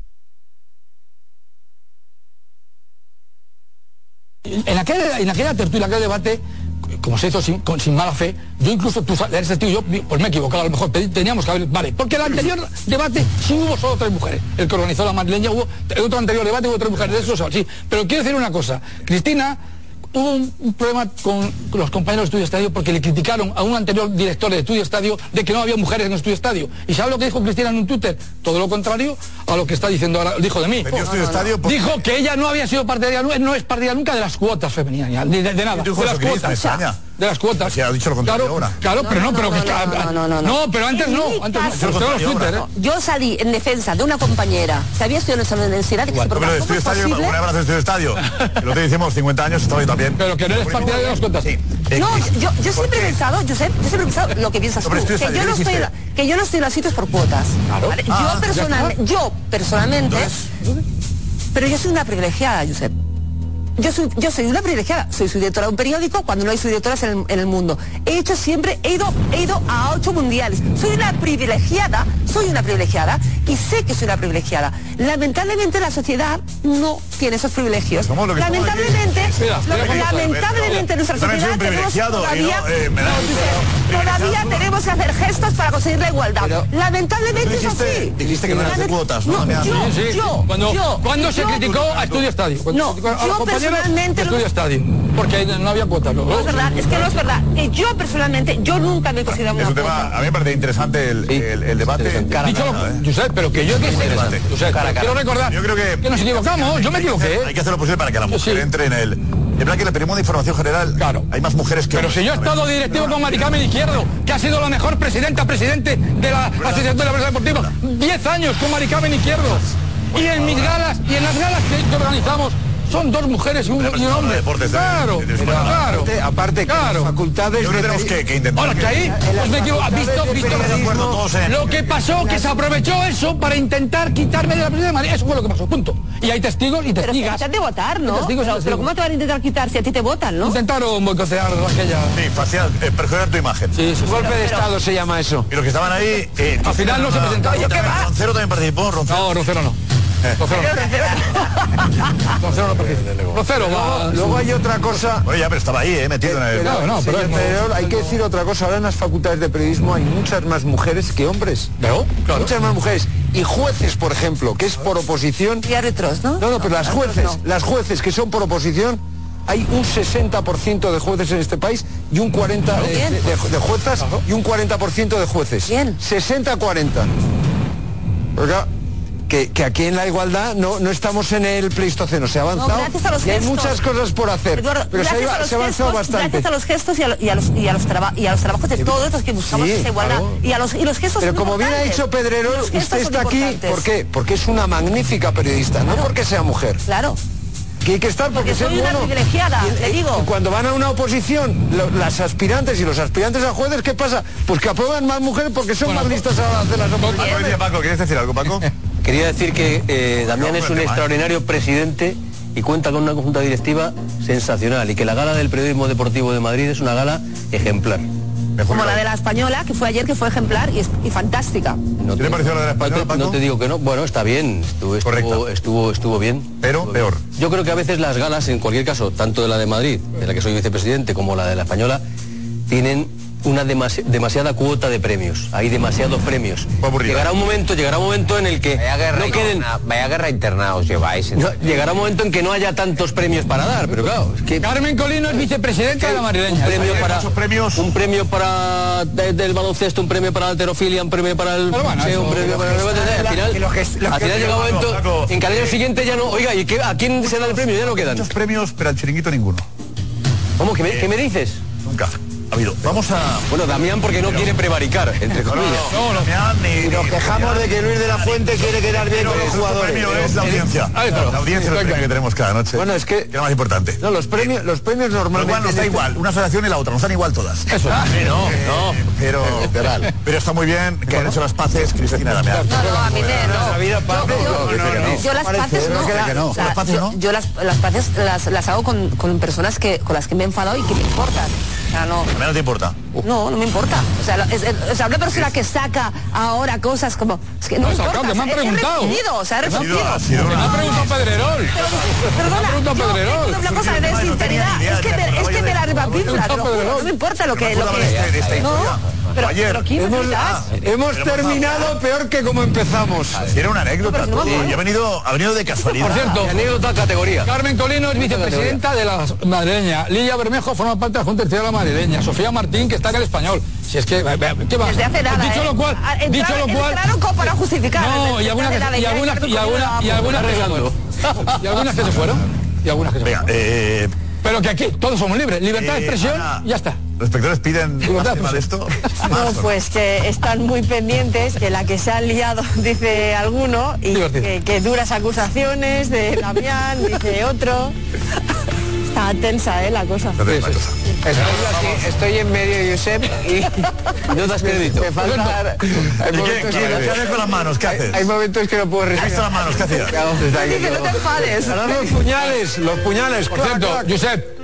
[SPEAKER 14] eh, en aquella, en aquella tertulia, en aquel debate, como se hizo sin, con- sin mala fe, yo incluso tú sa- eres testigo, yo pues me he equivocado, a lo mejor pe- teníamos que haber, vale, porque el anterior debate sí hubo solo tres mujeres, el que organizó la madrileña hubo, el otro anterior debate hubo tres mujeres, eso es sí, pero quiero decir una cosa, Cristina hubo un, un problema con los compañeros de Estudio Estadio porque le criticaron a un anterior director de Estudio Estadio de que no había mujeres en Estudio Estadio, y ¿sabe lo que dijo Cristina en un Twitter? Todo lo contrario a lo que está diciendo ahora, dijo de mí.
[SPEAKER 3] Vendió Estudio Estadio por-
[SPEAKER 14] Dijo que ella no había sido partidaria, no, no es partidaria nunca de las cuotas femeninas, ni de, de nada.
[SPEAKER 3] ¿Quién dijo
[SPEAKER 14] de
[SPEAKER 3] eso?
[SPEAKER 14] las
[SPEAKER 3] ¿Quién dijo
[SPEAKER 14] cuotas.
[SPEAKER 3] en España?
[SPEAKER 14] De las cuotas.
[SPEAKER 3] ha dicho lo contrario ahora.
[SPEAKER 14] Claro, pero no, pero que está- no, pero antes
[SPEAKER 17] En
[SPEAKER 14] no,
[SPEAKER 17] mi
[SPEAKER 14] antes no.
[SPEAKER 17] caso,
[SPEAKER 14] Pero tengo los Twitter, ¿eh?
[SPEAKER 17] Yo salí en defensa de una compañera que había estudiado en nuestra
[SPEAKER 14] ¿eh?
[SPEAKER 17] universidad y que se
[SPEAKER 3] Pero de
[SPEAKER 17] preguntaba,
[SPEAKER 3] Estudio
[SPEAKER 17] ¿cómo es
[SPEAKER 3] Estadio, un
[SPEAKER 17] posible?
[SPEAKER 3] abrazo de Estudio Estadio. Que lo te decimos 50 años, estaba yo también. Pero
[SPEAKER 14] que no eres partidario de las cuotas.
[SPEAKER 3] Sí. Eh,
[SPEAKER 17] No, yo, yo siempre he pensado, Josep, yo siempre he pensado lo que piensas tú,
[SPEAKER 3] Sobre
[SPEAKER 17] que
[SPEAKER 3] estudios, ¿qué
[SPEAKER 17] yo, no estoy,
[SPEAKER 3] dijiste?
[SPEAKER 17] que yo no estoy en los sitios por cuotas. ¿vale?
[SPEAKER 3] Ah,
[SPEAKER 17] yo,
[SPEAKER 3] ya está.
[SPEAKER 17] personalmente, yo personalmente, pero yo soy una privilegiada, Josep. Yo soy, yo soy una privilegiada, soy su directora de un periódico cuando no hay su directoras en el, en el mundo. He hecho siempre, he ido, he ido a ocho mundiales. Soy una privilegiada, soy una privilegiada y sé que soy una privilegiada. Lamentablemente la sociedad no Ah, tiene esos
[SPEAKER 11] Pues
[SPEAKER 17] privilegios.
[SPEAKER 3] somos lo que somos aquí.
[SPEAKER 17] lamentablemente,
[SPEAKER 3] Espera, espera,
[SPEAKER 17] lo-
[SPEAKER 3] que-
[SPEAKER 17] lamentablemente
[SPEAKER 3] Yo
[SPEAKER 17] nuestra
[SPEAKER 3] también soy
[SPEAKER 17] sociedad
[SPEAKER 3] un
[SPEAKER 17] tenemos
[SPEAKER 3] privilegiado y
[SPEAKER 17] todavía,
[SPEAKER 3] no, eh, me da
[SPEAKER 17] No,
[SPEAKER 3] igual.
[SPEAKER 17] dice, todavía tenemos que hacer gestos para conseguir la igualdad.
[SPEAKER 3] Tú
[SPEAKER 17] lamentablemente es así.
[SPEAKER 3] dijiste, dijiste que no eras de
[SPEAKER 17] Lament-
[SPEAKER 3] cuotas, ¿no?
[SPEAKER 17] No,
[SPEAKER 3] Damián?
[SPEAKER 17] yo,
[SPEAKER 14] Sí, sí.
[SPEAKER 17] yo,
[SPEAKER 14] cuando,
[SPEAKER 17] yo,
[SPEAKER 14] cuando se
[SPEAKER 17] yo-
[SPEAKER 14] criticó a Estudio Estadio. Cuando
[SPEAKER 17] No,
[SPEAKER 14] se criticó a
[SPEAKER 17] yo
[SPEAKER 14] los compañeros
[SPEAKER 17] personalmente
[SPEAKER 14] de
[SPEAKER 17] no-
[SPEAKER 14] Estudio Estadio. Porque no había cuotas. luego.
[SPEAKER 17] No es verdad, es que no es verdad. Eh, Yo personalmente, yo nunca me he considerado
[SPEAKER 3] Es
[SPEAKER 17] una
[SPEAKER 3] un
[SPEAKER 17] cuota.
[SPEAKER 3] tema, a mí me parece interesante el, el- el debate. ¿eh?
[SPEAKER 14] Dicho lo- Josep, pero que yo que sé. Josep, quiero recordar
[SPEAKER 3] Yo creo que,
[SPEAKER 14] que nos equivocamos, yo me equivoqué.
[SPEAKER 3] Hay que hacer lo posible para que la mujer entre en el. En plan que le pedimos de información general. Claro. Hay más mujeres que
[SPEAKER 14] Pero si yo he estado directivo con Maricarmen Izquierdo, que ha sido la mejor presidenta, presidente de la Asociación de la Prensa Deportiva, 10 años con Maricarmen Izquierdo. Y en mis galas, y en las galas que, que organizamos, son dos mujeres y un, y un hombre. Claro, claro.
[SPEAKER 13] Aparte, claro. facultades...
[SPEAKER 3] Yo creo que tenemos que, que intentar.
[SPEAKER 14] Ahora que ahí, os me equivoco, visto, visto lo que pasó, que se aprovechó eso para intentar quitarme de la presidencia de Madrid. Eso fue lo que pasó, punto. Y hay testigos y
[SPEAKER 17] Pero
[SPEAKER 14] testigas.
[SPEAKER 17] te de votar, ¿no?
[SPEAKER 14] Y testigos y
[SPEAKER 17] Pero, pero
[SPEAKER 14] testigos.
[SPEAKER 17] ¿cómo te van a intentar quitar si a ti te votan, no?
[SPEAKER 14] Intentaron boicotear aquella...
[SPEAKER 3] Sí, facial, eh, perjudicar tu imagen.
[SPEAKER 13] Golpe de Estado se llama eso.
[SPEAKER 3] Y los que estaban ahí... eh,
[SPEAKER 13] Al final no se presentaron.
[SPEAKER 3] Oye, ¿qué va? Roncero también participó, Roncero. Eh.
[SPEAKER 14] No, Roncero no. Roncero no. Roncero no participó. Roncero va...
[SPEAKER 13] Luego hay otra cosa...
[SPEAKER 3] Oye, ya, pero estaba ahí, eh, metido en el...
[SPEAKER 13] Pero, señor Pedrerol, hay que decir otra cosa. Ahora en las facultades de periodismo hay muchas más mujeres que hombres.
[SPEAKER 14] Claro.
[SPEAKER 13] Muchas más mujeres. Y jueces, por ejemplo, que es por oposición.
[SPEAKER 17] Y árbitros, ¿no?
[SPEAKER 13] No, no, pero las
[SPEAKER 17] árbitros
[SPEAKER 13] jueces,
[SPEAKER 17] no.
[SPEAKER 13] las jueces que son por oposición, hay un 60% de jueces en este país y un 40% de,
[SPEAKER 17] Bien.
[SPEAKER 13] de- de- de juezas y un 40% de jueces. 60-40. Oiga, que, que aquí en la igualdad no, no estamos en el pleistoceno, se ha
[SPEAKER 17] No,
[SPEAKER 13] avanzado
[SPEAKER 17] gracias a los
[SPEAKER 13] y hay
[SPEAKER 17] gestos.
[SPEAKER 13] muchas cosas por hacer,
[SPEAKER 17] Eduardo,
[SPEAKER 13] pero se ha,
[SPEAKER 17] gracias a
[SPEAKER 13] iba-
[SPEAKER 17] los
[SPEAKER 13] se ha avanzado
[SPEAKER 17] gestos,
[SPEAKER 13] bastante.
[SPEAKER 17] Gracias a los gestos y a, lo- y a los, y a los, traba- y a los trabajos de todos los que buscamos
[SPEAKER 13] Sí,
[SPEAKER 17] esa igualdad.
[SPEAKER 13] claro.
[SPEAKER 17] Y, a los, y los gestos
[SPEAKER 13] Pero
[SPEAKER 17] son
[SPEAKER 13] como bien ha
[SPEAKER 17] importantes.
[SPEAKER 13] dicho
[SPEAKER 17] Y
[SPEAKER 13] Pedrerol,
[SPEAKER 17] los gestos
[SPEAKER 13] usted
[SPEAKER 17] son
[SPEAKER 13] está aquí,
[SPEAKER 17] importantes.
[SPEAKER 13] ¿por qué? Porque es una magnífica periodista, no porque sea mujer.
[SPEAKER 17] Claro.
[SPEAKER 13] Que hay que estar porque,
[SPEAKER 17] Porque
[SPEAKER 13] es
[SPEAKER 17] soy una
[SPEAKER 13] bueno.
[SPEAKER 17] privilegiada,
[SPEAKER 13] Y-
[SPEAKER 17] te
[SPEAKER 13] y-
[SPEAKER 17] digo.
[SPEAKER 13] y cuando van a una oposición, lo- las aspirantes y los aspirantes a jueces, ¿qué pasa? Pues que aprueban más mujeres porque son más listas a la hora de hacer las
[SPEAKER 3] Paco,
[SPEAKER 13] oposiciones.
[SPEAKER 3] oye, Paco, ¿quieres decir algo, Paco?
[SPEAKER 8] Quería decir que eh, Damián
[SPEAKER 3] No,
[SPEAKER 8] es un
[SPEAKER 3] espérate,
[SPEAKER 8] extraordinario presidente y cuenta con una conjunta directiva sensacional y que la gala del periodismo deportivo de Madrid es una gala ejemplar.
[SPEAKER 17] Como la de la española, que fue ayer, que fue ejemplar y, es- y fantástica.
[SPEAKER 8] ¿Qué te pareció la de la española, no te, no te digo que no. Bueno, está bien. Estuvo, estuvo, estuvo, estuvo bien. Pero peor. Yo creo que a veces las galas, en cualquier caso, tanto de la de Madrid, de la que soy vicepresidente, como la de la española, tienen una demasi- demasiada cuota de premios. Hay demasiados premios. Llegará un momento, llegará un momento en el que no queden.
[SPEAKER 11] Vaya guerra interna os lleváis.
[SPEAKER 8] no, llegará un momento en que no haya tantos premios para dar, pero claro, es que
[SPEAKER 14] Carmen Colino es vicepresidenta de la
[SPEAKER 8] un
[SPEAKER 14] madrileña.
[SPEAKER 8] premio para un premio para de- del baloncesto, un premio para la alterofilia, un premio para el boxeo, un premio para el ¿eh? al final,
[SPEAKER 3] Ah,
[SPEAKER 8] al final llega un momento en que al
[SPEAKER 3] eh,
[SPEAKER 8] año siguiente ya no, oiga, ¿y qué- a quién se da el premio? Ya no quedan.
[SPEAKER 3] Muchos premios, pero al chiringuito ninguno.
[SPEAKER 8] ¿Cómo? ¿Qué me, qué me dices?
[SPEAKER 3] Eh, Nunca. ha habido. Vamos a.
[SPEAKER 8] Bueno, Damián porque no quiere prevaricar, entre
[SPEAKER 3] No, no,
[SPEAKER 8] comillas.
[SPEAKER 3] no, no, Damián, ni-
[SPEAKER 8] Y nos
[SPEAKER 3] ni-
[SPEAKER 8] quejamos
[SPEAKER 3] Damián.
[SPEAKER 8] de que Luis de la Fuente quiere quedar bien
[SPEAKER 3] Pero
[SPEAKER 8] con los
[SPEAKER 3] nuestro
[SPEAKER 8] jugadores.
[SPEAKER 3] premio es
[SPEAKER 8] Pero-
[SPEAKER 3] la
[SPEAKER 7] eh,
[SPEAKER 3] audiencia.
[SPEAKER 8] Ah, claro.
[SPEAKER 3] La audiencia es el premio que tenemos cada noche.
[SPEAKER 2] Bueno, es que...
[SPEAKER 3] es lo más importante.
[SPEAKER 2] No, los premios, los premios normalmente...
[SPEAKER 3] igual nos da igual, una asociación y la otra, nos dan igual todas.
[SPEAKER 2] Eso.
[SPEAKER 3] Ah,
[SPEAKER 2] Sí, no,
[SPEAKER 3] eh, Pero,
[SPEAKER 2] Literal.
[SPEAKER 3] pero está muy bien que han hecho las paces Cristina y Damián.
[SPEAKER 17] No, no, a mí me- no.
[SPEAKER 3] dice que no.
[SPEAKER 17] Yo las paces no.
[SPEAKER 3] Dice que no.
[SPEAKER 17] O sea, yo, yo las, las paces las, las hago con, con personas que, con las que me he enfadado y que me importan. O sea, no.
[SPEAKER 3] Damián, no te importa.
[SPEAKER 17] No, no me importa. O sea, lo- es- es- o sea, una persona que saca ahora cosas como... Es que no,
[SPEAKER 14] No,
[SPEAKER 17] me
[SPEAKER 14] he sacado,
[SPEAKER 17] importa.
[SPEAKER 14] que me han
[SPEAKER 17] o sea, he-
[SPEAKER 14] preguntado.
[SPEAKER 17] He repetido, o sea, he
[SPEAKER 14] Que me han-
[SPEAKER 17] repetido.
[SPEAKER 14] ha sido Que me una- ha preguntado Pedrerol.
[SPEAKER 17] Pero, perdona,
[SPEAKER 14] Me ha preguntado
[SPEAKER 17] yo,
[SPEAKER 14] Pedrerol.
[SPEAKER 17] Una cosa de sinceridad. Es que me, es que me la repapifla, te lo juro, No me importa lo que... Lo que no, pero, pero 15
[SPEAKER 13] hemos, ah,
[SPEAKER 17] minutas.
[SPEAKER 13] hemos terminado peor que como empezamos.
[SPEAKER 3] ¿eh? Tiene una anécdota.
[SPEAKER 13] no me
[SPEAKER 3] tú,
[SPEAKER 13] acuerdo.
[SPEAKER 3] y ha venido, ha venido de casualidad.
[SPEAKER 14] ¿eh? Por cierto, Carmen Colino es
[SPEAKER 3] Anécdota
[SPEAKER 14] vicepresidenta de la madrileña. Lidia Bermejo forma parte de la Junta Directiva de la madrileña. Sofía Martín, que está en el español. Si es que... eh, ¿qué va?
[SPEAKER 17] Desde hace nada,
[SPEAKER 14] Dicho
[SPEAKER 17] ¿eh?
[SPEAKER 14] lo cual...
[SPEAKER 17] Ah, entraron-
[SPEAKER 14] dicho lo cual...
[SPEAKER 17] entraron como para justificar.
[SPEAKER 14] No, y
[SPEAKER 17] Desde
[SPEAKER 14] algunas
[SPEAKER 17] hace nada,
[SPEAKER 14] que, y
[SPEAKER 17] ya
[SPEAKER 14] algunas,
[SPEAKER 17] Carmen
[SPEAKER 14] y algunas, y
[SPEAKER 17] Colino,
[SPEAKER 14] algunas que se fueron. Ah, Y algunas que se fueron. Y algunas que se fueron. Pero que aquí todos somos libres. Libertad de
[SPEAKER 3] eh,
[SPEAKER 14] expresión,
[SPEAKER 3] Ana,
[SPEAKER 14] ya está.
[SPEAKER 3] Los espectadores piden más tema de esto.
[SPEAKER 9] No, pues que están muy pendientes de la que se han liado, dice alguno, y que, que duras acusaciones de Damián, dice otro. Está tensa, ¿eh? La cosa.
[SPEAKER 16] Estoy en medio, Josep, y no das crédito. Me falta... Hay momentos
[SPEAKER 3] qué-
[SPEAKER 16] que-
[SPEAKER 3] qué haces con las manos? ¿Qué haces?
[SPEAKER 16] Hay momentos que no puedo respirar.
[SPEAKER 3] las manos? ¿Qué hacías?
[SPEAKER 16] Dice, no te enfades.
[SPEAKER 13] Ahora los puñales, los puñales.
[SPEAKER 14] Por
[SPEAKER 13] clac,
[SPEAKER 14] cierto,
[SPEAKER 13] clac.
[SPEAKER 14] Josep,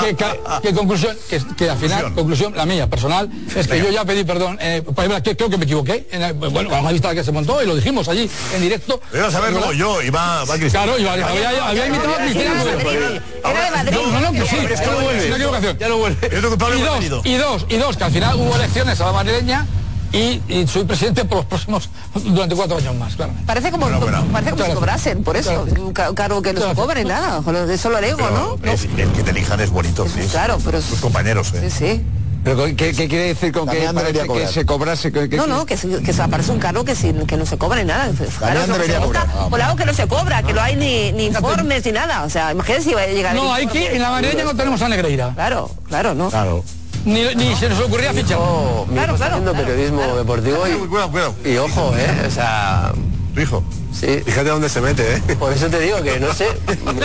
[SPEAKER 14] que, ca- que conclusión, que, que al final, conclusión, la mía personal, es que yo ya pedí perdón, eh, por ejemplo, que- creo que me equivoqué, en el- bueno, a la vista que se montó y lo dijimos allí en directo.
[SPEAKER 3] Pero a saber luego yo, y va, va Cristina.
[SPEAKER 14] Claro, yo había, había- había invitado a Cristina.
[SPEAKER 3] Era de
[SPEAKER 14] pero-
[SPEAKER 3] Madrid, era de Madrid.
[SPEAKER 14] No, no, no, que sí,
[SPEAKER 3] Pero es que no vuelve.
[SPEAKER 14] es una equivocación. Ya no vuelve.
[SPEAKER 3] Es lo que Pablo
[SPEAKER 14] Y
[SPEAKER 3] hubiera
[SPEAKER 14] dos,
[SPEAKER 3] venido.
[SPEAKER 14] y dos, y dos, que al final hubo elecciones a la madrileña y, y soy presidente por los próximos, durante cuatro años más, claro.
[SPEAKER 17] Parece como, parece como si cobrasen, por eso. Un ca- cargo que no se cobre, nada. Joder, Eso lo lego, ¿no?
[SPEAKER 3] Es- el que te elijan es bonito. sí.
[SPEAKER 17] Claro, pero...
[SPEAKER 3] Tus compañeros, ¿eh?
[SPEAKER 17] Sí, sí.
[SPEAKER 13] Pero ¿qué, qué- qué quiere decir con que,
[SPEAKER 17] Damián debería
[SPEAKER 13] parece que
[SPEAKER 17] cobrar.
[SPEAKER 13] se cobrase?
[SPEAKER 3] pues,
[SPEAKER 13] que- que-
[SPEAKER 17] No, no, que se, que se aparece un cargo que, sin- que no se cobre nada. Claro, es lo que
[SPEAKER 13] debería
[SPEAKER 17] se vota,
[SPEAKER 14] Ah,
[SPEAKER 13] cobrar.
[SPEAKER 17] o algo que no se cobra, que no hay ni, ni informes ni nada. O sea, imagínate si va a llegar... el
[SPEAKER 14] No, hay
[SPEAKER 17] informe.
[SPEAKER 14] que, en la madrileña no tenemos a Negreira.
[SPEAKER 17] Claro, claro, no.
[SPEAKER 3] Claro.
[SPEAKER 14] Ni, ni se nos ocurría fichar.
[SPEAKER 17] Claro, claro,
[SPEAKER 16] haciendo periodismo deportivo y, y ojo, ¿eh? O sea...
[SPEAKER 3] Tu hijo.
[SPEAKER 16] Sí.
[SPEAKER 12] Fíjate dónde se mete, ¿eh?
[SPEAKER 16] Por eso te digo que no sé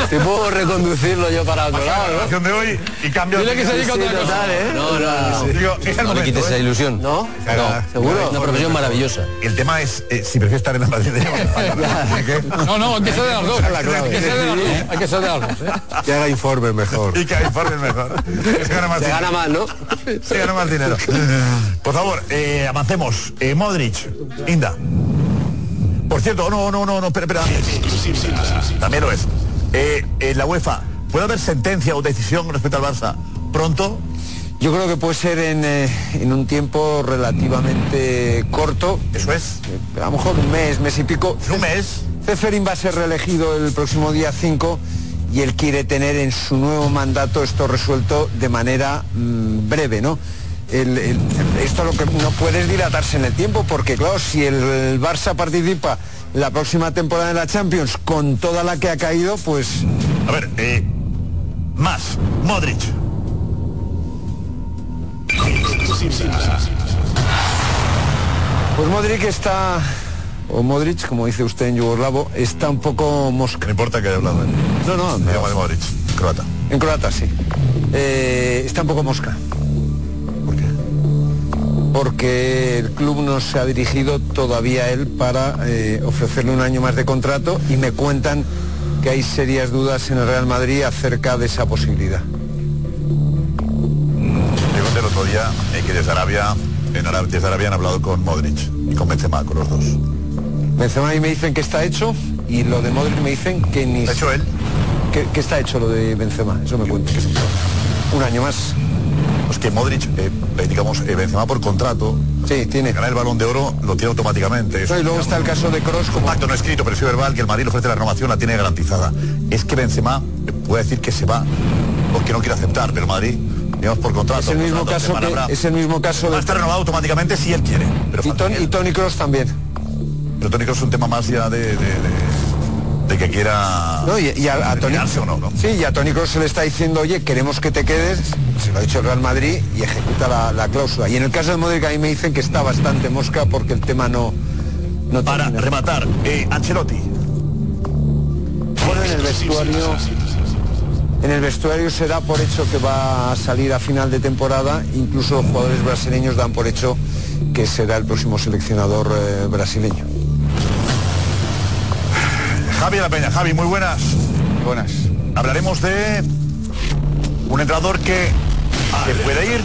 [SPEAKER 16] si puedo reconducirlo yo para otro lado, ¿no?
[SPEAKER 3] Pues Canción de hoy y cambio.
[SPEAKER 16] Dile que se dedica a otra
[SPEAKER 3] Sí,
[SPEAKER 16] cosa.
[SPEAKER 3] total, ¿eh?
[SPEAKER 16] No, no, no.
[SPEAKER 3] Digo, es el
[SPEAKER 16] No le
[SPEAKER 3] momento,
[SPEAKER 16] quites
[SPEAKER 3] ¿eh?
[SPEAKER 16] esa ilusión. No,
[SPEAKER 3] Cara,
[SPEAKER 16] seguro. Una profesión maravillosa.
[SPEAKER 3] El tema es eh, si prefieres estar en la Madrid.
[SPEAKER 14] No, no, hay que ser de las dos.
[SPEAKER 3] Esa es la clave.
[SPEAKER 14] Hay que ser de las dos. Hay que ser de las dos.
[SPEAKER 12] Que haga informe mejor.
[SPEAKER 3] Y que hay informes mejor. Se gana más
[SPEAKER 16] Se
[SPEAKER 3] dinero.
[SPEAKER 16] gana más, ¿no?
[SPEAKER 3] Se gana más dinero. Por favor, eh, avancemos. Eh, Modric, Inda. Por cierto, no, no, no, no, espera, espera. También lo es. Eh, eh, la UEFA, ¿puede haber sentencia o decisión respecto al Barça pronto?
[SPEAKER 13] Yo creo que puede ser en, eh, en un tiempo relativamente corto. Eh,
[SPEAKER 3] Eso es.
[SPEAKER 13] A lo mejor un mes, mes y pico.
[SPEAKER 3] Un mes.
[SPEAKER 13] Ceferín va a ser reelegido el próximo día 5 y él quiere tener en su nuevo mandato esto resuelto de manera mm, breve, ¿no? El- el- esto lo que no puede es dilatarse en el tiempo porque claro, si el, Barça participa la próxima temporada de la Champions con toda la que ha caído, pues
[SPEAKER 3] A ver, eh, más. Modric.
[SPEAKER 13] Pues Modric está, o Modric, como dice usted en yugoslavo, está un poco mosca.
[SPEAKER 3] No importa que haya hablado.
[SPEAKER 13] No, no, no.
[SPEAKER 3] Llama de Modric, croata.
[SPEAKER 13] En croata, sí. Eh, está un poco mosca. ¿Por qué? Porque el club no se ha dirigido todavía a él para eh, ofrecerle un año más de contrato y me cuentan que hay serias dudas en el Real Madrid acerca de esa posibilidad.
[SPEAKER 3] Yo conté el otro día eh, que desde Arabia, en Arabia, desde Arabia han hablado con Modric y con Benzema, con los dos.
[SPEAKER 13] Benzema y me dicen que está hecho y lo de Modric me dicen que ni... ¿Está
[SPEAKER 3] hecho él?
[SPEAKER 13] Que, que está hecho lo de Benzema, eso me cuentan. Un año más.
[SPEAKER 3] Pues que Modric, eh, eh, digamos, eh, Benzema por contrato,
[SPEAKER 13] sí, tiene.
[SPEAKER 3] ganar el balón de oro, lo tiene automáticamente.
[SPEAKER 13] No, y luego está el caso de Cross
[SPEAKER 3] como acto no escrito, pero sí verbal, que el Madrid le ofrece la renovación, la tiene garantizada. Es que Benzema eh, puede decir que se va, o que no quiere aceptar, pero el Madrid, digamos, por contrato.
[SPEAKER 13] Es
[SPEAKER 3] pues,
[SPEAKER 13] el mismo
[SPEAKER 3] contrato de
[SPEAKER 13] caso
[SPEAKER 3] palabra,
[SPEAKER 13] que, es el mismo caso
[SPEAKER 3] Va a estar renovado automáticamente si él quiere. Pero
[SPEAKER 13] y, Tony, y Tony Cross también.
[SPEAKER 3] Pero Tony Kroos es un tema más ya de, de- de- de que quiera
[SPEAKER 13] No, y, y a, a Toni-
[SPEAKER 3] retirarse o no, ¿no?
[SPEAKER 13] Sí, y a Toni Kroos se le está diciendo, oye, queremos que te quedes, se lo ha dicho el Real Madrid y ejecuta la, la cláusula. Y en el caso de Modric a mí me dicen que está bastante mosca porque el tema no... no Para
[SPEAKER 3] rematar, eh, Ancelotti.
[SPEAKER 13] Bueno, en el vestuario... En el vestuario se da por hecho que va a salir a final de temporada, incluso los jugadores brasileños dan por hecho que será el próximo seleccionador eh, brasileño.
[SPEAKER 3] Javi de la Peña, Javi, muy buenas. Buenas. Hablaremos de un entrenador que, que puede ir.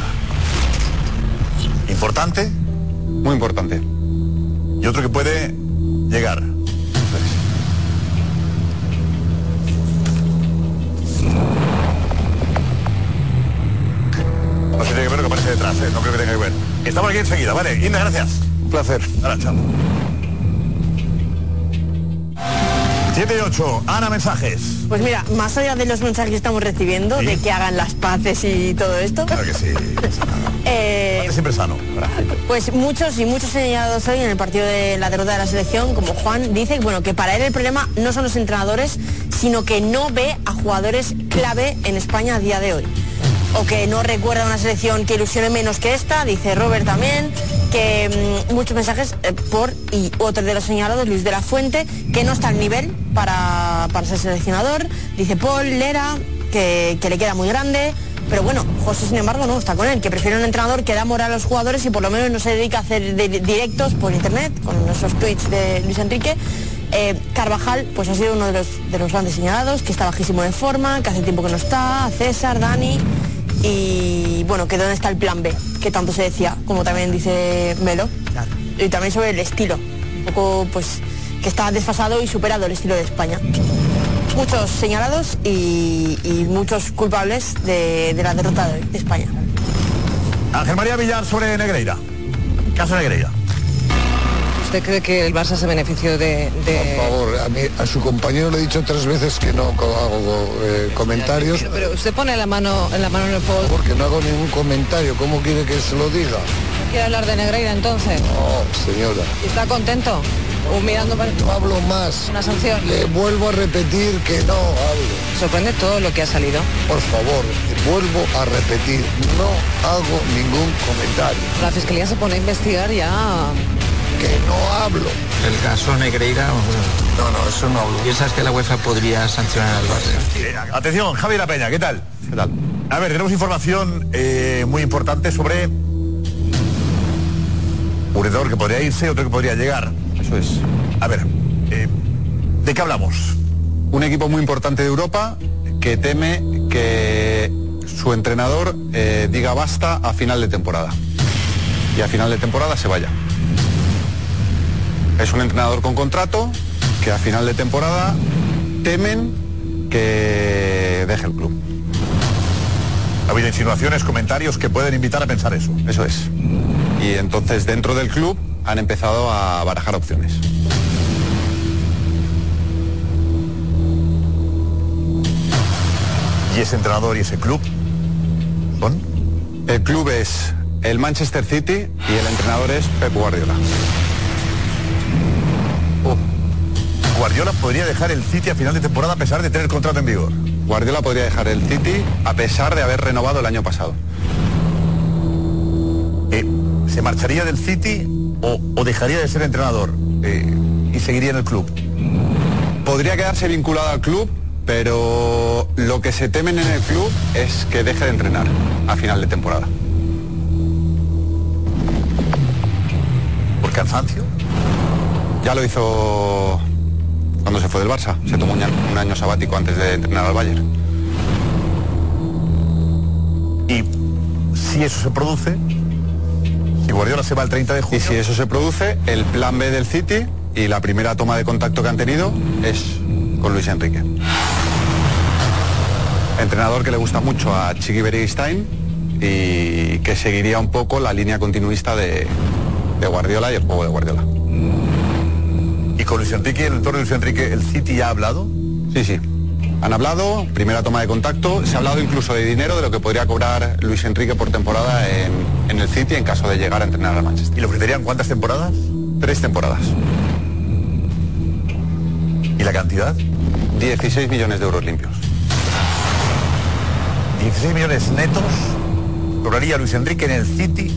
[SPEAKER 3] Importante. Muy importante. Y otro que puede llegar. No sé si tiene que ver lo que aparece detrás, ¿eh? no creo que tenga que ver. Estamos aquí enseguida, ¿vale? Inda, gracias. Un placer. Ahora, chao. 7 y 8, Ana, mensajes.
[SPEAKER 9] Pues mira, más allá de los mensajes que estamos recibiendo, de que hagan las paces y todo esto,
[SPEAKER 3] Claro que sí.
[SPEAKER 9] eh,
[SPEAKER 3] Antes siempre sano.
[SPEAKER 9] Pues muchos y muchos señalados hoy en el partido de la derrota de la selección, como Juan, dice bueno, que para él el problema no son los entrenadores, sino que no ve a jugadores clave en España a día de hoy. O que no recuerda una selección que ilusione menos que esta, dice Robert también, que mm, muchos mensajes eh, por y otro de los señalados, Luis de la Fuente, que no está al nivel para, para ser seleccionador, dice Paul, Lera, que, que le queda muy grande, pero bueno, José, sin embargo, no está con él, que prefiere un entrenador que da moral a los jugadores y por lo menos no se dedica a hacer de- directos por internet, con esos tweets de Luis Enrique. Eh, Carvajal, pues ha sido uno de los, de los grandes señalados, que está bajísimo de forma, que hace tiempo que no está, César, Dani, y bueno, que dónde está el plan B, que tanto se decía, como también dice Melo. Y también sobre el estilo, un poco pues que está desfasado y superado el estilo de España muchos señalados y, y muchos culpables de, de la derrota de, de España.
[SPEAKER 3] Ángel María Villar sobre Negreira. Caso Negreira.
[SPEAKER 27] ¿Usted cree que el Barça se benefició de, de-
[SPEAKER 5] Por favor, a, mí, a su compañero le he dicho tres veces que no co- hago eh, comentarios.
[SPEAKER 27] Pero, pero usted pone la mano, la mano en el fuego.
[SPEAKER 5] Porque no hago ningún comentario. ¿Cómo quiere que se lo diga?
[SPEAKER 27] ¿Quiere hablar de Negreira entonces?
[SPEAKER 5] No, señora.
[SPEAKER 27] ¿Y ¿Está contento? ¿O mirando para... No
[SPEAKER 5] hablo más.
[SPEAKER 27] Una sanción.
[SPEAKER 5] Le vuelvo a repetir que no hablo.
[SPEAKER 27] Sorprende todo lo que ha salido.
[SPEAKER 5] Por favor, vuelvo a repetir, no hago ningún comentario.
[SPEAKER 27] La fiscalía se pone a investigar ya.
[SPEAKER 5] Que no hablo.
[SPEAKER 18] El caso Negreira. No, no, eso no hablo. ¿Piensas que la UEFA podría sancionar al Barça?
[SPEAKER 3] Eh, Atención, Javi de la Peña, ¿qué tal? ¿Qué tal? A ver, tenemos información eh, muy importante sobre un entrenador que podría irse, otro que podría llegar. Eso es. A ver, eh, ¿de qué hablamos?
[SPEAKER 20] Un equipo muy importante de Europa que teme que su entrenador eh, diga basta a final de temporada. Y a final de temporada se vaya. Es un entrenador con contrato que a final de temporada temen que deje el club.
[SPEAKER 3] Ha habido insinuaciones, comentarios que pueden invitar a pensar eso.
[SPEAKER 20] Eso es. Y entonces dentro del club han empezado a barajar opciones.
[SPEAKER 3] ¿Y ese entrenador y ese club? ¿Son?
[SPEAKER 20] El club es el Manchester City y el entrenador es Pep Guardiola.
[SPEAKER 3] Guardiola podría dejar el City a final de temporada a pesar de tener contrato en vigor.
[SPEAKER 20] Guardiola podría dejar el City a pesar de haber renovado el año pasado.
[SPEAKER 3] Eh, ¿Se marcharía del City o, o dejaría de ser entrenador eh, y seguiría en el club?
[SPEAKER 20] Podría quedarse vinculado al club, pero lo que se temen en el club es que deje de entrenar a final de temporada.
[SPEAKER 3] ¿Por cansancio?
[SPEAKER 20] Ya lo hizo cuando se fue del Barça. Se tomó un año, un año sabático antes de entrenar al Bayern.
[SPEAKER 3] Si eso se produce, si Guardiola se va el 30 de junio...
[SPEAKER 20] Y si eso se produce, el plan B del City y la primera toma de contacto que han tenido es con Luis Enrique. Entrenador que le gusta mucho a Chiqui Beristain y que seguiría un poco la línea continuista de, de Guardiola y el juego de Guardiola.
[SPEAKER 3] ¿Y con Luis Enrique, el entorno de Luis Enrique, el City ya ha hablado?
[SPEAKER 20] Sí, sí. Han hablado, primera toma de contacto, se ha hablado incluso de dinero, de lo que podría cobrar Luis Enrique por temporada en, en el City en caso de llegar a entrenar al Manchester.
[SPEAKER 3] ¿Y lo ofrecerían cuántas temporadas?
[SPEAKER 20] Tres temporadas.
[SPEAKER 3] ¿Y la cantidad?
[SPEAKER 20] 16 millones de euros limpios.
[SPEAKER 3] 16 millones netos cobraría Luis Enrique en el City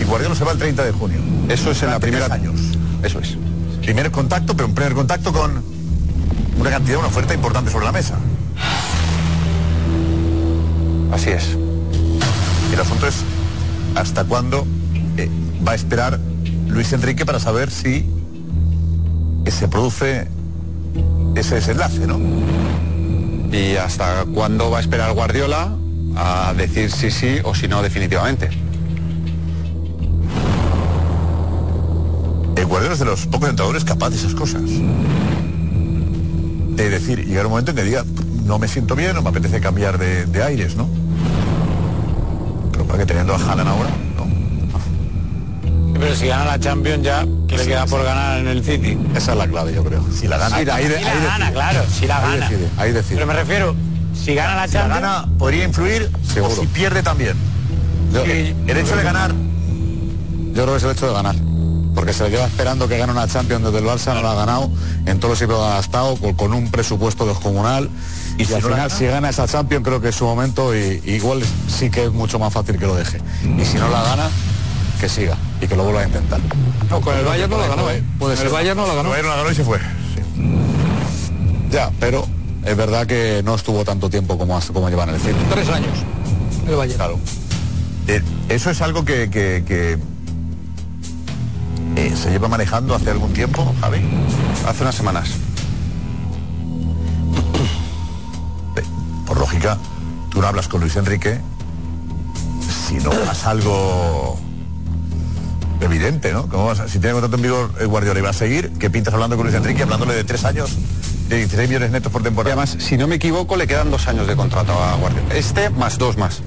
[SPEAKER 3] y Guardiola se va el 30 de junio.
[SPEAKER 20] Eso es en la primera-
[SPEAKER 3] años.
[SPEAKER 20] Eso es.
[SPEAKER 3] Primer contacto, pero un primer contacto con una cantidad, una oferta importante sobre la mesa.
[SPEAKER 20] Así es.
[SPEAKER 3] El asunto es hasta cuándo eh, va a esperar Luis Enrique para saber si se produce ese desenlace, ¿no?
[SPEAKER 20] ¿Y hasta cuándo va a esperar Guardiola a decir si sí o si no definitivamente?
[SPEAKER 3] El Guardiola es de los pocos entrenadores capaz de esas cosas. Es decir, llegar un momento en que diga, no me siento bien, no me apetece cambiar de, de aires, ¿no? Pero para que teniendo a Haaland ahora,
[SPEAKER 6] Pero si gana la Champions ya, que le queda por ganar en el City.
[SPEAKER 3] Esa es la clave, yo creo. Si la gana,
[SPEAKER 6] si la,
[SPEAKER 3] ahí de- ahí
[SPEAKER 6] gana, claro, si la gana.
[SPEAKER 3] ahí decide.
[SPEAKER 6] Pero me refiero, si gana la
[SPEAKER 3] Si la
[SPEAKER 6] Champions.
[SPEAKER 3] gana, podría influir o si pierde también. Sí, el hecho de ganar
[SPEAKER 22] Yo creo que es el hecho de ganar. Porque se le lleva esperando que gane una Champions desde el Barça, no la ha ganado, en todos los sitios donde ha estado, con, con un presupuesto descomunal. Y, al
[SPEAKER 3] no la
[SPEAKER 22] final,
[SPEAKER 3] gana?
[SPEAKER 22] si gana esa Champions, creo que es su momento y igual sí que es mucho más fácil que lo deje.
[SPEAKER 6] Mm.
[SPEAKER 22] Y si no la gana, que siga y que lo vuelva a intentar.
[SPEAKER 14] No, con el Bayern no la ganó, ¿eh?
[SPEAKER 22] Puede
[SPEAKER 14] Con
[SPEAKER 22] ser.
[SPEAKER 14] el Bayern no la ganó.
[SPEAKER 22] El
[SPEAKER 14] Mm.
[SPEAKER 22] Bayern no la ganó y se
[SPEAKER 3] fue.
[SPEAKER 22] Ya, pero es verdad que no estuvo tanto tiempo como, has- como lleva en el cine.
[SPEAKER 14] Tres años. El Bayern.
[SPEAKER 3] Claro. Eh, eso es algo que, que- que, eh, se lleva manejando hace algún tiempo, Javi.
[SPEAKER 20] Hace unas semanas.
[SPEAKER 3] Por lógica, tú no hablas con Luis Enrique si no es algo evidente, ¿no? ¿Cómo vas a- si tiene contrato en vigor el Guardiola y va a seguir, ¿qué pintas hablando con Luis Enrique, hablándole de tres años, de 16 millones netos por temporada?
[SPEAKER 20] además, si no me equivoco, le quedan dos años de contrato a Guardiola. Este más dos más.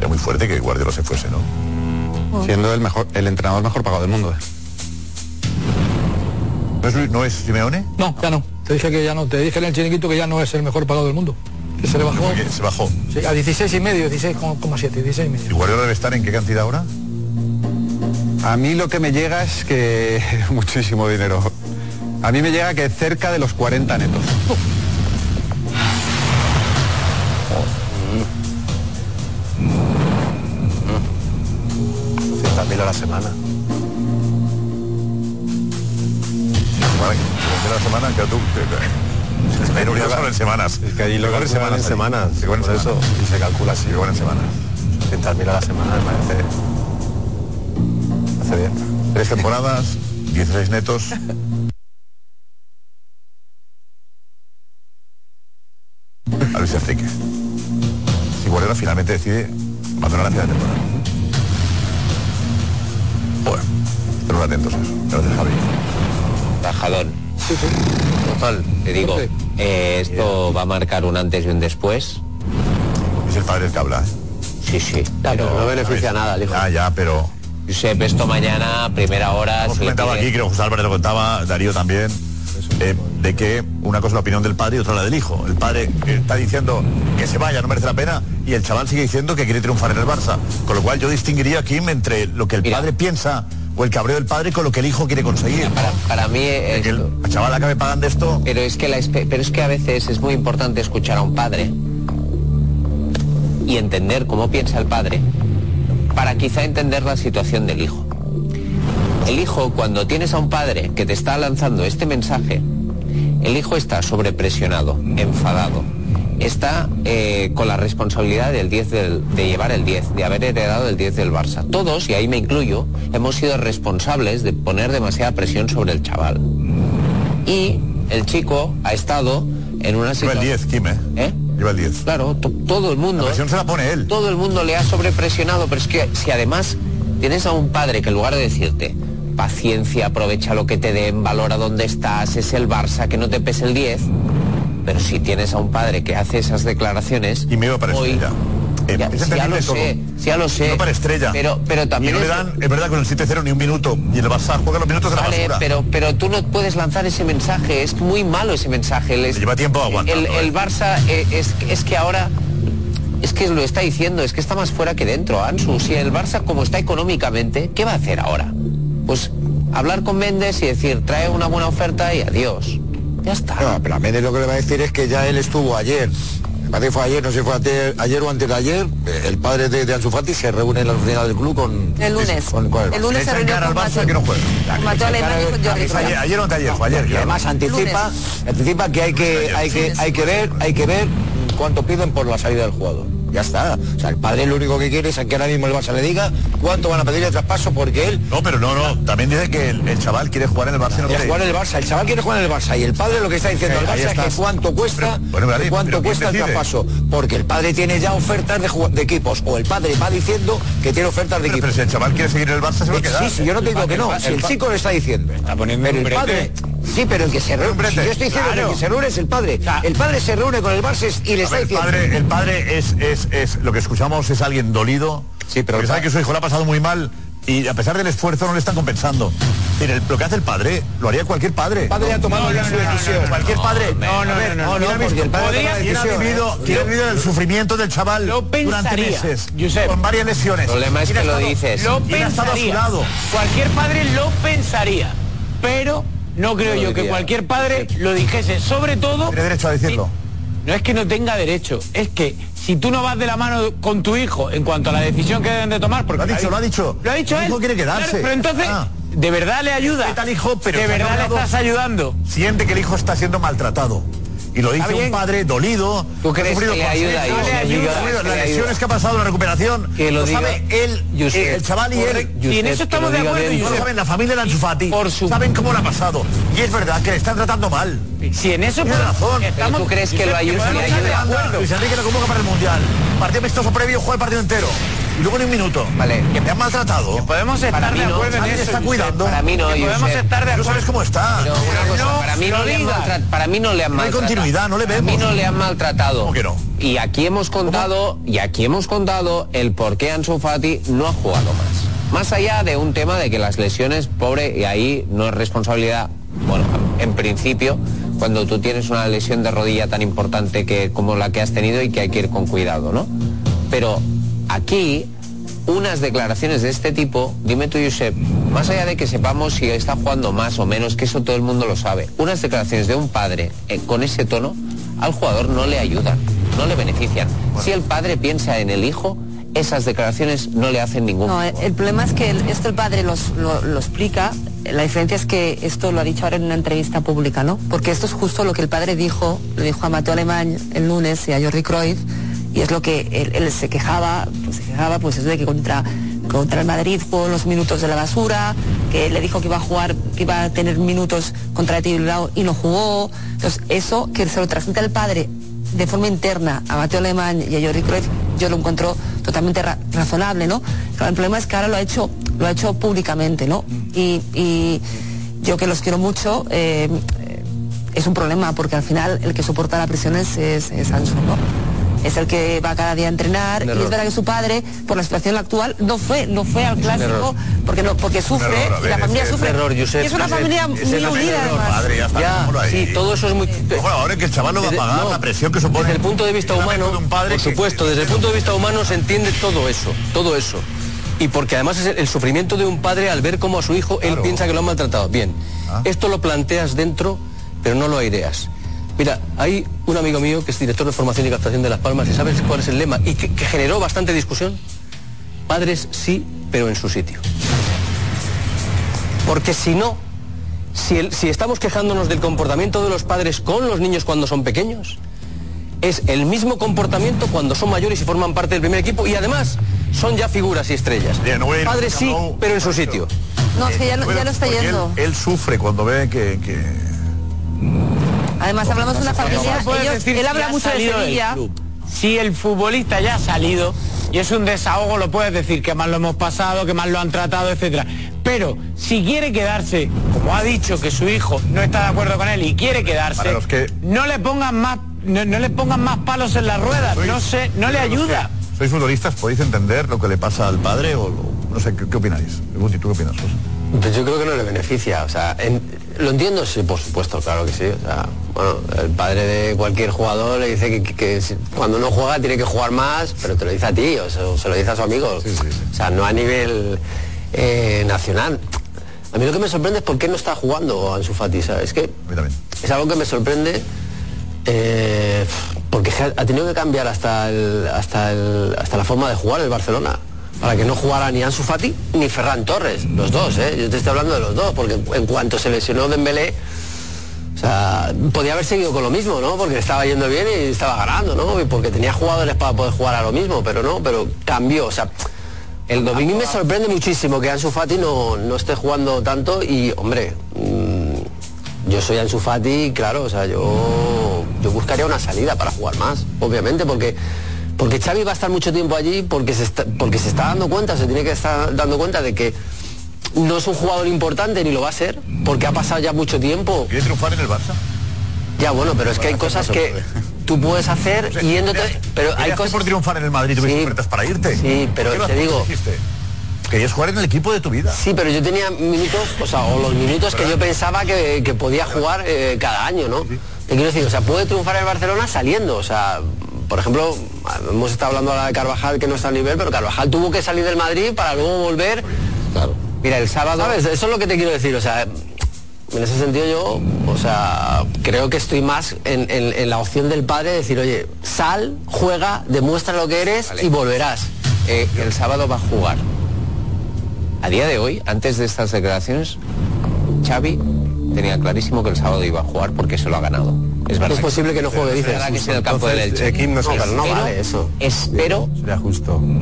[SPEAKER 3] Es muy fuerte que Guardiola se fuese, ¿no?
[SPEAKER 20] Siendo el mejor, el entrenador mejor pagado del mundo. eh.
[SPEAKER 3] ¿No es, Luis- no es Simeone?
[SPEAKER 14] No, ya no. Te dije que ya no. Te dije en el chiringuito que ya no es el mejor pagado del mundo. Que se le bajó
[SPEAKER 3] Porque Se bajó.
[SPEAKER 14] sí, a 16 y medio, 16,7, 16 y medio.
[SPEAKER 3] ¿Y Guardiola debe estar en qué cantidad ahora?
[SPEAKER 20] A mí lo que me llega es que muchísimo dinero. A mí me llega que cerca de los 40 netos.
[SPEAKER 3] Oh.
[SPEAKER 25] Mm-hmm.
[SPEAKER 12] mil a la semana.
[SPEAKER 3] Vale, que de la semana que tú. que- que- Pero ya son en semanas.
[SPEAKER 12] Es que allí lo
[SPEAKER 3] Se cobran
[SPEAKER 12] calculan en semanas.
[SPEAKER 3] Se cobran en
[SPEAKER 12] Por eso,
[SPEAKER 3] semanas.
[SPEAKER 12] y se calcula así.
[SPEAKER 3] Se cobran en semanas.
[SPEAKER 12] 800.000 a la semana me parece.
[SPEAKER 3] Hace bien. Tres temporadas, 16 netos. A Luis Enrique. Si Guardiola finalmente decide abandonar la final de temporada. Bueno, estemos atentos a eso. Gracias, Javi.
[SPEAKER 11] Bajadón. Total. Te digo, eh, esto va a marcar un antes y un después.
[SPEAKER 3] Es el padre el que habla.
[SPEAKER 11] Sí, sí. pero no beneficia nada, dijo.
[SPEAKER 3] Ah, ya, pero.
[SPEAKER 11] Josep, esto mañana, primera hora.
[SPEAKER 3] Hemos
[SPEAKER 11] si le
[SPEAKER 3] comentado
[SPEAKER 11] pide-
[SPEAKER 3] aquí, creo que José Álvarez lo contaba, Darío también, eh, de que una cosa es la opinión del padre y otra la del hijo. El padre eh, está diciendo que se vaya, no merece la pena, y el chaval sigue diciendo que quiere triunfar en el Barça. Con lo cual yo distinguiría, Kim, entre lo que el padre piensa o el cabreo del padre con lo que el hijo quiere conseguir.
[SPEAKER 11] para, para mí
[SPEAKER 3] Que el chaval acabe pagando esto.
[SPEAKER 11] Pero es que la espe- pero es que a veces es muy importante escuchar a un padre y entender cómo piensa el padre para quizá entender la situación del hijo. El hijo cuando tienes a un padre que te está lanzando este mensaje, el hijo está sobrepresionado, enfadado. Está eh, con la responsabilidad del 10 del- de llevar el 10, de haber heredado el 10 del Barça. Todos, y ahí me incluyo, hemos sido responsables de poner demasiada presión sobre el chaval y el chico ha estado en una
[SPEAKER 3] Lleva el
[SPEAKER 11] situación...
[SPEAKER 3] 10, Kim, ¿eh? Lleva el 10.
[SPEAKER 11] Claro, to- todo el mundo...
[SPEAKER 3] se la pone él.
[SPEAKER 11] Todo el mundo le ha sobrepresionado, pero es que si además tienes a un padre que en lugar de decirte paciencia, aprovecha lo que te den, valora dónde estás, es el Barça, que no te pese el 10, pero si tienes a un padre que hace esas declaraciones... Y me iba para estrella. ya,
[SPEAKER 3] Es
[SPEAKER 11] si ya
[SPEAKER 3] entendible
[SPEAKER 11] lo
[SPEAKER 3] todo.
[SPEAKER 11] sé, si ya lo sé.
[SPEAKER 3] No para estrella.
[SPEAKER 11] Pero, pero también
[SPEAKER 3] Y no le
[SPEAKER 11] es-
[SPEAKER 3] dan, es verdad, con el 7-0 ni un minuto. Y el Barça juega los minutos de la
[SPEAKER 11] Vale,
[SPEAKER 3] basura.
[SPEAKER 11] pero, pero tú no puedes lanzar ese mensaje, es muy malo ese mensaje. Les-
[SPEAKER 3] Lleva tiempo aguantando,
[SPEAKER 11] El, el Barça eh, es, es que ahora, es que lo está diciendo, es que está más fuera que dentro, Ansu. Si el Barça como está económicamente, ¿qué va a hacer ahora? Pues hablar con Méndez y decir, trae una buena oferta y adiós. Ya está.
[SPEAKER 28] No, pero a Méndez lo que le va a decir es que ya él estuvo ayer. Me parece que fue ayer, no sé si fue ayer, ayer o antes de ayer. eh, El padre de, de Ansu Fati se reúne en la oficina del club con...
[SPEAKER 17] El lunes.
[SPEAKER 28] con- con
[SPEAKER 17] El lunes
[SPEAKER 28] Le
[SPEAKER 17] se
[SPEAKER 28] echa en
[SPEAKER 17] reunió
[SPEAKER 28] cara
[SPEAKER 17] con
[SPEAKER 28] al Barça
[SPEAKER 17] Macho-
[SPEAKER 28] que no juega.
[SPEAKER 17] con Mateo Alemán y con Jordi Alba.
[SPEAKER 28] o ayer, fue ayer.
[SPEAKER 7] Y además anticipa, anticipa que hay que, hay que, hay que ver, hay que ver cuánto piden por la salida del jugador. Ya está. O sea, el padre lo único que quiere es que ahora mismo el Barça le diga cuánto van a pedir el traspaso porque él.
[SPEAKER 3] No, pero no, no. También dice que el, el chaval quiere jugar en el Barcelona.
[SPEAKER 7] Quiere jugar en el Barça, el chaval quiere jugar en el Barça y el padre lo que está diciendo al
[SPEAKER 3] Ahí
[SPEAKER 7] Barça es
[SPEAKER 3] estás.
[SPEAKER 7] que cuánto cuesta,
[SPEAKER 3] bueno, pero
[SPEAKER 7] que
[SPEAKER 3] ahí,
[SPEAKER 7] cuánto
[SPEAKER 3] pero ¿quién
[SPEAKER 7] cuesta el
[SPEAKER 3] decide?
[SPEAKER 7] traspaso, porque el padre tiene ya ofertas de, ju- de equipos o el padre va diciendo que tiene ofertas de equipos. Pero
[SPEAKER 3] si el chaval quiere seguir en el Barça se va a quedar.
[SPEAKER 7] Sí, sí, yo no te
[SPEAKER 3] El
[SPEAKER 7] digo que
[SPEAKER 3] padre-
[SPEAKER 7] no,
[SPEAKER 3] el
[SPEAKER 7] si el
[SPEAKER 3] pa-
[SPEAKER 7] chico lo está diciendo. pero
[SPEAKER 3] un
[SPEAKER 7] el padre,
[SPEAKER 3] brete.
[SPEAKER 7] sí, pero el que se reúne,
[SPEAKER 3] brete,
[SPEAKER 7] si yo estoy diciendo que
[SPEAKER 3] claro.
[SPEAKER 7] el que se reúne es el padre. El padre se reúne con el Barça y le
[SPEAKER 3] A
[SPEAKER 7] está
[SPEAKER 3] ver, el
[SPEAKER 7] diciendo
[SPEAKER 3] padre, el padre es, es, es- lo que escuchamos es alguien dolido. Sí, pero sabe que su hijo lo ha pasado muy mal y a pesar del esfuerzo no le están compensando. Pero el- lo que hace el padre lo haría cualquier padre. El
[SPEAKER 7] padre ya ha tomado ya su decisión.
[SPEAKER 3] Cualquier padre.
[SPEAKER 7] No, no,
[SPEAKER 3] A ver,
[SPEAKER 7] no, no, no,
[SPEAKER 3] ¿quién ha
[SPEAKER 7] no, porque el padre
[SPEAKER 3] visto-
[SPEAKER 7] toma la
[SPEAKER 3] ¿quién ha
[SPEAKER 7] decisión,
[SPEAKER 3] vivido,
[SPEAKER 7] eh?
[SPEAKER 3] quién ha
[SPEAKER 7] Yo-
[SPEAKER 3] vivido el sufrimiento del chaval durante
[SPEAKER 6] pensaría,
[SPEAKER 3] meses? Con varias lesiones.
[SPEAKER 6] El problema es
[SPEAKER 3] ¿Quién
[SPEAKER 6] que
[SPEAKER 3] ha
[SPEAKER 6] lo
[SPEAKER 3] estado-
[SPEAKER 6] dices.
[SPEAKER 3] ¿quién ha estado a su lado?
[SPEAKER 6] Cualquier padre lo pensaría, pero no
[SPEAKER 3] No
[SPEAKER 6] creo
[SPEAKER 3] lo
[SPEAKER 6] yo que
[SPEAKER 3] diría.
[SPEAKER 6] cualquier padre lo dijese. Sobre todo. Tiene
[SPEAKER 3] derecho a decirlo.
[SPEAKER 6] No es que no tenga derecho, es que si tú no vas de la mano con tu hijo en cuanto a la decisión que deben de tomar, porque
[SPEAKER 3] Lo ha dicho, lo ha dicho.
[SPEAKER 6] lo ha dicho
[SPEAKER 3] El
[SPEAKER 6] él.
[SPEAKER 3] hijo quiere quedarse.
[SPEAKER 6] Claro, pero entonces,
[SPEAKER 3] Ah.
[SPEAKER 6] de verdad le ayuda.
[SPEAKER 3] Respeta al hijo, pero
[SPEAKER 6] de
[SPEAKER 3] se ha
[SPEAKER 6] verdad le
[SPEAKER 3] logrado-
[SPEAKER 6] estás ayudando.
[SPEAKER 3] Siente que el hijo está siendo maltratado. Y lo
[SPEAKER 6] Está
[SPEAKER 3] dice un
[SPEAKER 6] bien.
[SPEAKER 3] padre dolido.
[SPEAKER 6] ¿Tú
[SPEAKER 3] que ha
[SPEAKER 6] crees
[SPEAKER 3] sufrido
[SPEAKER 6] que le ayuda ahí?
[SPEAKER 3] consecuencias,
[SPEAKER 6] No le
[SPEAKER 3] ha
[SPEAKER 6] ayuda,
[SPEAKER 3] sufrido
[SPEAKER 6] que
[SPEAKER 3] Las
[SPEAKER 6] le
[SPEAKER 3] lesiones
[SPEAKER 6] ayuda.
[SPEAKER 3] que ha pasado, la recuperación.
[SPEAKER 6] Que lo diga
[SPEAKER 3] sabe él,
[SPEAKER 6] Josep.
[SPEAKER 3] eh, el chaval y él.
[SPEAKER 6] Correcto. Y en Josep, eso estamos que lo de diga acuerdo, bien.
[SPEAKER 3] No lo
[SPEAKER 6] Josep.
[SPEAKER 3] saben la familia de Ansu Fati. Saben cómo lo ha pasado. Y es verdad que le están tratando mal.
[SPEAKER 6] Si en eso
[SPEAKER 3] Tiene
[SPEAKER 6] podemos-
[SPEAKER 3] razón.
[SPEAKER 6] estamos- ¿Tú crees que lo ayuda?
[SPEAKER 3] podemos
[SPEAKER 6] Sí,
[SPEAKER 3] estar
[SPEAKER 6] ayuda.
[SPEAKER 3] de acuerdo. Luis Enrique lo convoca para el Mundial. Partido amistoso previo, juega el partido entero. Y luego ni un minuto. Vale. Que me han maltratado.
[SPEAKER 6] podemos estar de acuerdo en
[SPEAKER 3] Nadie
[SPEAKER 6] eso,
[SPEAKER 3] está
[SPEAKER 6] Josep.
[SPEAKER 3] cuidando.
[SPEAKER 6] Para mí no,
[SPEAKER 3] Que podemos
[SPEAKER 6] Josep.
[SPEAKER 3] estar de
[SPEAKER 6] Tú
[SPEAKER 3] acuerdo. sabes cómo está.
[SPEAKER 6] Pero una cosa,
[SPEAKER 11] para mí no le han maltratado. Para mí no le han
[SPEAKER 3] No hay
[SPEAKER 11] maltratado.
[SPEAKER 3] continuidad, no le
[SPEAKER 11] Para mí
[SPEAKER 3] vemos.
[SPEAKER 11] no le han maltratado.
[SPEAKER 3] ¿Cómo que no?
[SPEAKER 11] Y aquí hemos contado, y aquí hemos contado el por qué Ansu Fati no ha jugado más. Más allá de un tema de que las lesiones, pobre, y ahí no es responsabilidad, bueno, en principio, cuando tú tienes una lesión de rodilla tan importante que, como la que has tenido y que hay que ir con cuidado, ¿no? Pero aquí, unas declaraciones de este tipo, dime tú, Josep, más allá de que sepamos si está jugando más o menos, que eso todo el mundo lo sabe, unas declaraciones de un padre eh, con ese tono al jugador no le ayudan, no le benefician. Si el padre piensa en el hijo, esas declaraciones no le hacen ningún
[SPEAKER 17] No, el el problema es que el- esto el padre los- lo, lo explica. La diferencia es que esto lo ha dicho ahora en una entrevista pública, ¿no? Porque esto es justo lo que el padre dijo, lo dijo a Mateo Alemán el lunes y a Jordi Cruyff, y es lo que él, él se quejaba, pues se quejaba, pues eso de que contra, contra el Madrid jugó los minutos de la basura, que él le dijo que iba a jugar, que iba a tener minutos contra el Bilbao y no jugó. Entonces, eso que se lo transmite al padre de forma interna a Mateo Alemán y a Jordi Cruyff, yo lo encuentro totalmente ra- razonable, ¿no? Claro, el problema es que ahora lo ha hecho, lo ha hecho públicamente, ¿no? Y, y yo que los quiero mucho, eh, eh, es un problema, porque al final el que soporta la presión es, es, es Ansu, ¿no? Es el que va cada día a entrenar.
[SPEAKER 8] Un
[SPEAKER 17] Y
[SPEAKER 8] error.
[SPEAKER 17] es verdad que su padre, por la situación actual, no fue, no fue al
[SPEAKER 8] un error.
[SPEAKER 17] clásico, porque no, porque sufre,
[SPEAKER 8] error, a
[SPEAKER 17] y
[SPEAKER 8] ver,
[SPEAKER 17] la familia
[SPEAKER 8] es- es
[SPEAKER 17] sufre.
[SPEAKER 8] un error,
[SPEAKER 17] Y
[SPEAKER 8] Josep,
[SPEAKER 17] es una
[SPEAKER 8] Josep,
[SPEAKER 17] familia
[SPEAKER 8] es
[SPEAKER 17] muy
[SPEAKER 8] el
[SPEAKER 17] unida,
[SPEAKER 8] error,
[SPEAKER 17] además.
[SPEAKER 3] Padre, ya está,
[SPEAKER 8] Ya,
[SPEAKER 3] dejémoslo ahí.
[SPEAKER 8] sí, todo eso es muy...
[SPEAKER 3] Ojo, ahora que el chaval lo va a
[SPEAKER 8] Desde-
[SPEAKER 3] pagar,
[SPEAKER 8] no,
[SPEAKER 3] la presión que supone.
[SPEAKER 8] Desde el punto de vista humano, por supuesto, desde el punto de vista humano se entiende todo eso, todo eso. Y porque además es el, el sufrimiento de un padre al ver cómo a su hijo él piensa que lo han maltratado. Bien,
[SPEAKER 3] Ah.
[SPEAKER 8] esto lo planteas dentro, pero no lo aireas. Mira, hay un amigo mío que es director de formación y captación de Las Palmas y sabes cuál es el lema y que- que generó bastante discusión. Padres sí, pero en su sitio. Porque si no, si, el- si estamos quejándonos del comportamiento de los padres con los niños cuando son pequeños, es el mismo comportamiento cuando son mayores y forman parte del primer equipo y además son ya figuras y estrellas. Padres sí, pero en su sitio.
[SPEAKER 17] No, es que ya, no- ya no está
[SPEAKER 3] Porque
[SPEAKER 17] yendo.
[SPEAKER 3] Él, él sufre cuando ve que. que-
[SPEAKER 17] Además, hablamos de una familia,
[SPEAKER 6] No puedes
[SPEAKER 17] ellos-
[SPEAKER 6] decir
[SPEAKER 17] él
[SPEAKER 6] si
[SPEAKER 17] habla
[SPEAKER 6] ha
[SPEAKER 17] mucho de
[SPEAKER 6] salido del
[SPEAKER 17] Sevilla.
[SPEAKER 6] club. Si el futbolista ya ha salido y es un desahogo, lo puedes decir que más lo hemos pasado, que más lo han tratado, etcétera. Pero si quiere quedarse, como ha dicho que su hijo no está de acuerdo con él y quiere quedarse,
[SPEAKER 3] Para los que-
[SPEAKER 6] no le pongan más, no, no le pongan más palos en las ruedas, no sé, no le ayuda.
[SPEAKER 3] ¿Sois futbolistas? ¿Podéis entender lo que le pasa al padre? O lo- no sé, ¿qué, qué opináis? Guti, ¿tú qué opinas? José?
[SPEAKER 16] Pues yo creo que no le beneficia, o sea, en- lo entiendo, sí, por supuesto, claro que sí. O sea, bueno, el padre de cualquier jugador le dice que, que- que si- cuando no juega tiene que jugar más, pero te lo dice a ti, o se, o se lo dice a su amigo. O sea, no a nivel eh, nacional. A mí lo que me sorprende es por qué no está jugando Ansu Fati, ¿sabes? Es que es algo que me sorprende eh, porque ha tenido que cambiar hasta, el- hasta, el- hasta la forma de jugar el Barcelona. Para que no jugara ni Ansu Fati ni Ferran Torres, los dos, ¿eh? Yo te estoy hablando de los dos, porque en cuanto se lesionó Dembélé, o sea, podía haber seguido con lo mismo, ¿no? Porque estaba yendo bien y estaba ganando, ¿no? Y porque tenía jugadores para poder jugar a lo mismo, pero no, pero cambió, o sea, el domingo a mí me sorprende muchísimo que Ansu Fati no, no esté jugando tanto y, hombre, mm, yo soy Ansu Fati, claro, o sea, yo, yo buscaría una salida para jugar más, obviamente, porque, porque Xavi va a estar mucho tiempo allí porque se está, porque se está dando cuenta, se tiene que estar dando cuenta de que no es un jugador importante ni lo va a ser, porque ha pasado ya mucho tiempo.
[SPEAKER 3] ¿Quiere triunfar en el Barça?
[SPEAKER 16] Ya, bueno, pero es que hay
[SPEAKER 3] Bueno,
[SPEAKER 16] cosas
[SPEAKER 3] no se
[SPEAKER 16] que
[SPEAKER 3] puede.
[SPEAKER 16] tú puedes hacer yéndote, pero hay cosas...
[SPEAKER 3] por triunfar en el Madrid tuviste ofertas para irte.
[SPEAKER 16] Sí, pero
[SPEAKER 3] ¿Por qué lo
[SPEAKER 16] te
[SPEAKER 3] haces?
[SPEAKER 16] digo-
[SPEAKER 3] ¿Qué hiciste? Querías jugar en el equipo de tu vida.
[SPEAKER 16] Sí, pero yo tenía minutos, o sea, o los minutos que yo pensaba que, que podía jugar eh, cada año, ¿no? Te quiero decir, o sea, puede triunfar el Barcelona saliendo, o sea, por ejemplo, hemos estado hablando ahora de Carvajal que no está al nivel, pero Carvajal tuvo que salir del Madrid para luego volver. Claro. Mira, el sábado. ¿Sabes? Eso es lo que te quiero decir, o sea, en ese sentido yo, o sea, creo que estoy más en, en- en la opción del padre de decir, oye, sal, juega, demuestra lo que eres y volverás.
[SPEAKER 11] Eh, el sábado va a jugar. A día de hoy, antes de estas declaraciones, Xavi tenía clarísimo que el sábado iba a jugar porque se lo ha ganado. Es verdad.
[SPEAKER 16] Es posible que no juegue,
[SPEAKER 11] Es
[SPEAKER 16] dices.
[SPEAKER 11] verdad que sea el campo del
[SPEAKER 16] Entonces,
[SPEAKER 11] Elche.
[SPEAKER 16] eh, Kim no se
[SPEAKER 11] Espero-
[SPEAKER 16] gana, no vale eso.
[SPEAKER 11] Espero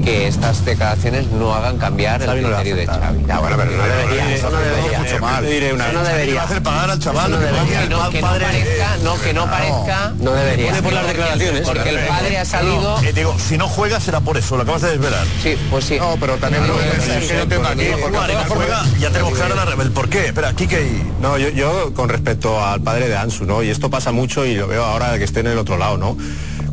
[SPEAKER 11] que estas declaraciones no hagan cambiar el criterio de Xavi.
[SPEAKER 3] no debería, eso no debería. Mucho mal. Eso no debería. hacer pagar al chaval. lo que paga el pa-
[SPEAKER 11] que no
[SPEAKER 3] padre,
[SPEAKER 11] parezca,
[SPEAKER 3] eh,
[SPEAKER 11] no, que no parezca.
[SPEAKER 16] No debería.
[SPEAKER 3] Pone por las
[SPEAKER 11] declaraciones. Porque el padre ha salido.
[SPEAKER 3] Eh, digo, si no juega será por eso, lo acabas de desvelar.
[SPEAKER 11] Sí, pues sí.
[SPEAKER 3] No, pero también lo porque no juega, ya tenemos clara la rebel. ¿Por qué? Espera, Kike y...
[SPEAKER 12] No, yo, yo con respecto al padre de Ansu, ¿no? Y esto pasa mucho y lo veo ahora que esté en el otro lado, ¿no?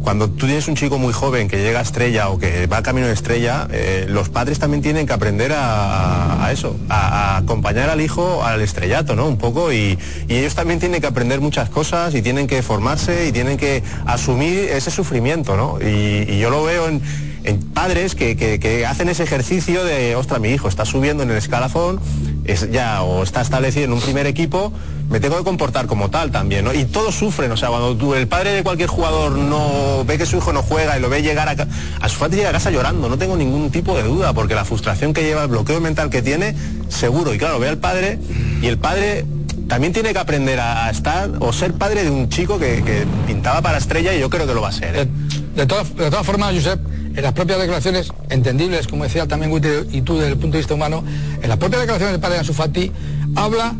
[SPEAKER 12] Cuando tú tienes un chico muy joven que llega a estrella o que va camino de estrella, eh, los padres también tienen que aprender a, a eso, a, a acompañar al hijo al estrellato, ¿no? Un poco y, y ellos también tienen que aprender muchas cosas y tienen que formarse y tienen que asumir ese sufrimiento, ¿no? Y, y yo lo veo en, en padres que, que- que hacen ese ejercicio de, ostra, mi hijo está subiendo en el escalafón, es ya o está establecido en un primer equipo, me tengo que comportar como tal también, ¿no? Y todos sufren, o sea, cuando tú- el padre de cualquier jugador no ve que su hijo no juega y lo ve llegar a, ca- a su fati llega a casa llorando, no tengo ningún tipo de duda, porque la frustración que lleva, el bloqueo mental que tiene, seguro, y claro, ve al padre y el padre también tiene que aprender a, a estar o ser padre de un chico que, que pintaba para estrella y yo creo que lo va a ser. ¿eh?
[SPEAKER 14] De todas, de todas formas, Josep, en las propias declaraciones entendibles, como decía también Guti y tú desde el punto de vista humano, en las propias declaraciones del padre de Ansu Fati habla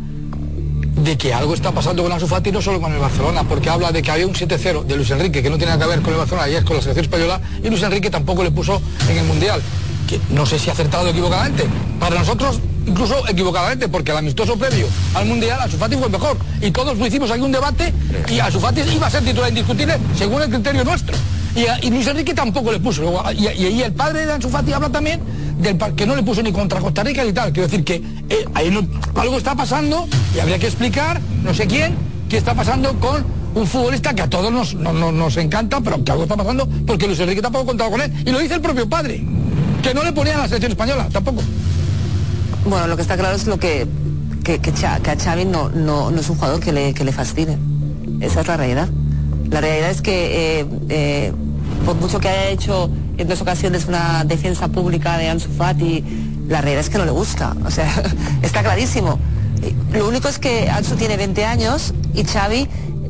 [SPEAKER 14] de que algo está pasando con Ansu Fati, no solo con el Barcelona, porque habla de que había un 7-0 de Luis Enrique que no tenía nada que ver con el Barcelona y es con la selección española, y Luis Enrique tampoco le puso en el Mundial, que no sé si acertado o equivocadamente. Para nosotros, incluso equivocadamente, porque el amistoso previo al Mundial, Ansu Fati fue el mejor, y todos hicimos aquí un debate y Ansu Fati iba a ser titular indiscutible según el criterio nuestro. Y, a- y Luis Enrique tampoco le puso. Luego, Y, y ahí el padre de Ansu Fati habla también del par- que no le puso ni contra Costa Rica ni tal. Quiero decir que eh, ahí no- algo está pasando y habría que explicar, no sé quién, qué está pasando con un futbolista que a todos nos, no- no- nos encanta, pero que algo está pasando porque Luis Enrique tampoco contaba con él. Y lo dice el propio padre, que no le ponía a la selección española, tampoco.
[SPEAKER 17] Bueno, lo que está claro es lo que, que, que Cha- que a Xavi no, no, no es un jugador que le, que le fascine. Esa es la realidad. La realidad es que eh, eh, por mucho que haya hecho en dos ocasiones una defensa pública de Ansu Fati, la realidad es que no le gusta. O sea, está clarísimo. Lo único es que Ansu tiene 20 años y Xavi,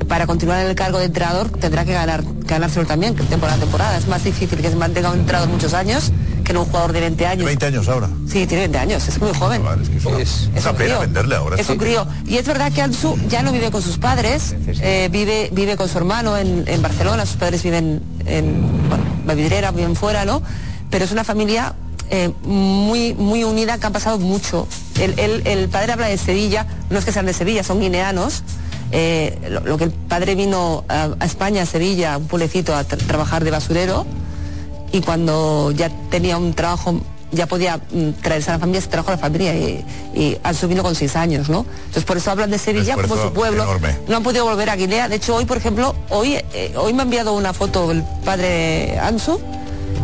[SPEAKER 17] para continuar en el cargo de entrenador, tendrá que ganar, ganárselo también temporada a temporada. Es más difícil que se mantenga un entrenador muchos años que no un jugador de 20 años.
[SPEAKER 3] 20 años ahora.
[SPEAKER 17] Sí, tiene 20 años, es muy joven.
[SPEAKER 3] Es una, es una pena venderle ahora.
[SPEAKER 17] Es un crío. Y es verdad que Ansu ya no vive con sus padres, eh, vive, vive con su hermano en, en Barcelona, sus padres viven en bueno, Bavidrera, viven fuera, ¿no? Pero es una familia eh, muy, muy unida, que han pasado mucho. El, el- el padre habla de Sevilla, no es que sean de Sevilla, son guineanos. Eh, lo, lo que el padre vino a, a España, a Sevilla, un pueblecito, a tra- trabajar de basurero y cuando ya tenía un trabajo, ya podía mm, traerse a la familia, se trajo a la familia y, y Ansu vino con seis años, ¿no? Entonces por eso hablan de Sevilla como
[SPEAKER 3] esfuerzo
[SPEAKER 17] su pueblo.
[SPEAKER 3] enorme.
[SPEAKER 17] No han podido volver a Guinea. De hecho, hoy, por ejemplo, hoy, eh, hoy me ha enviado una foto el padre Ansu,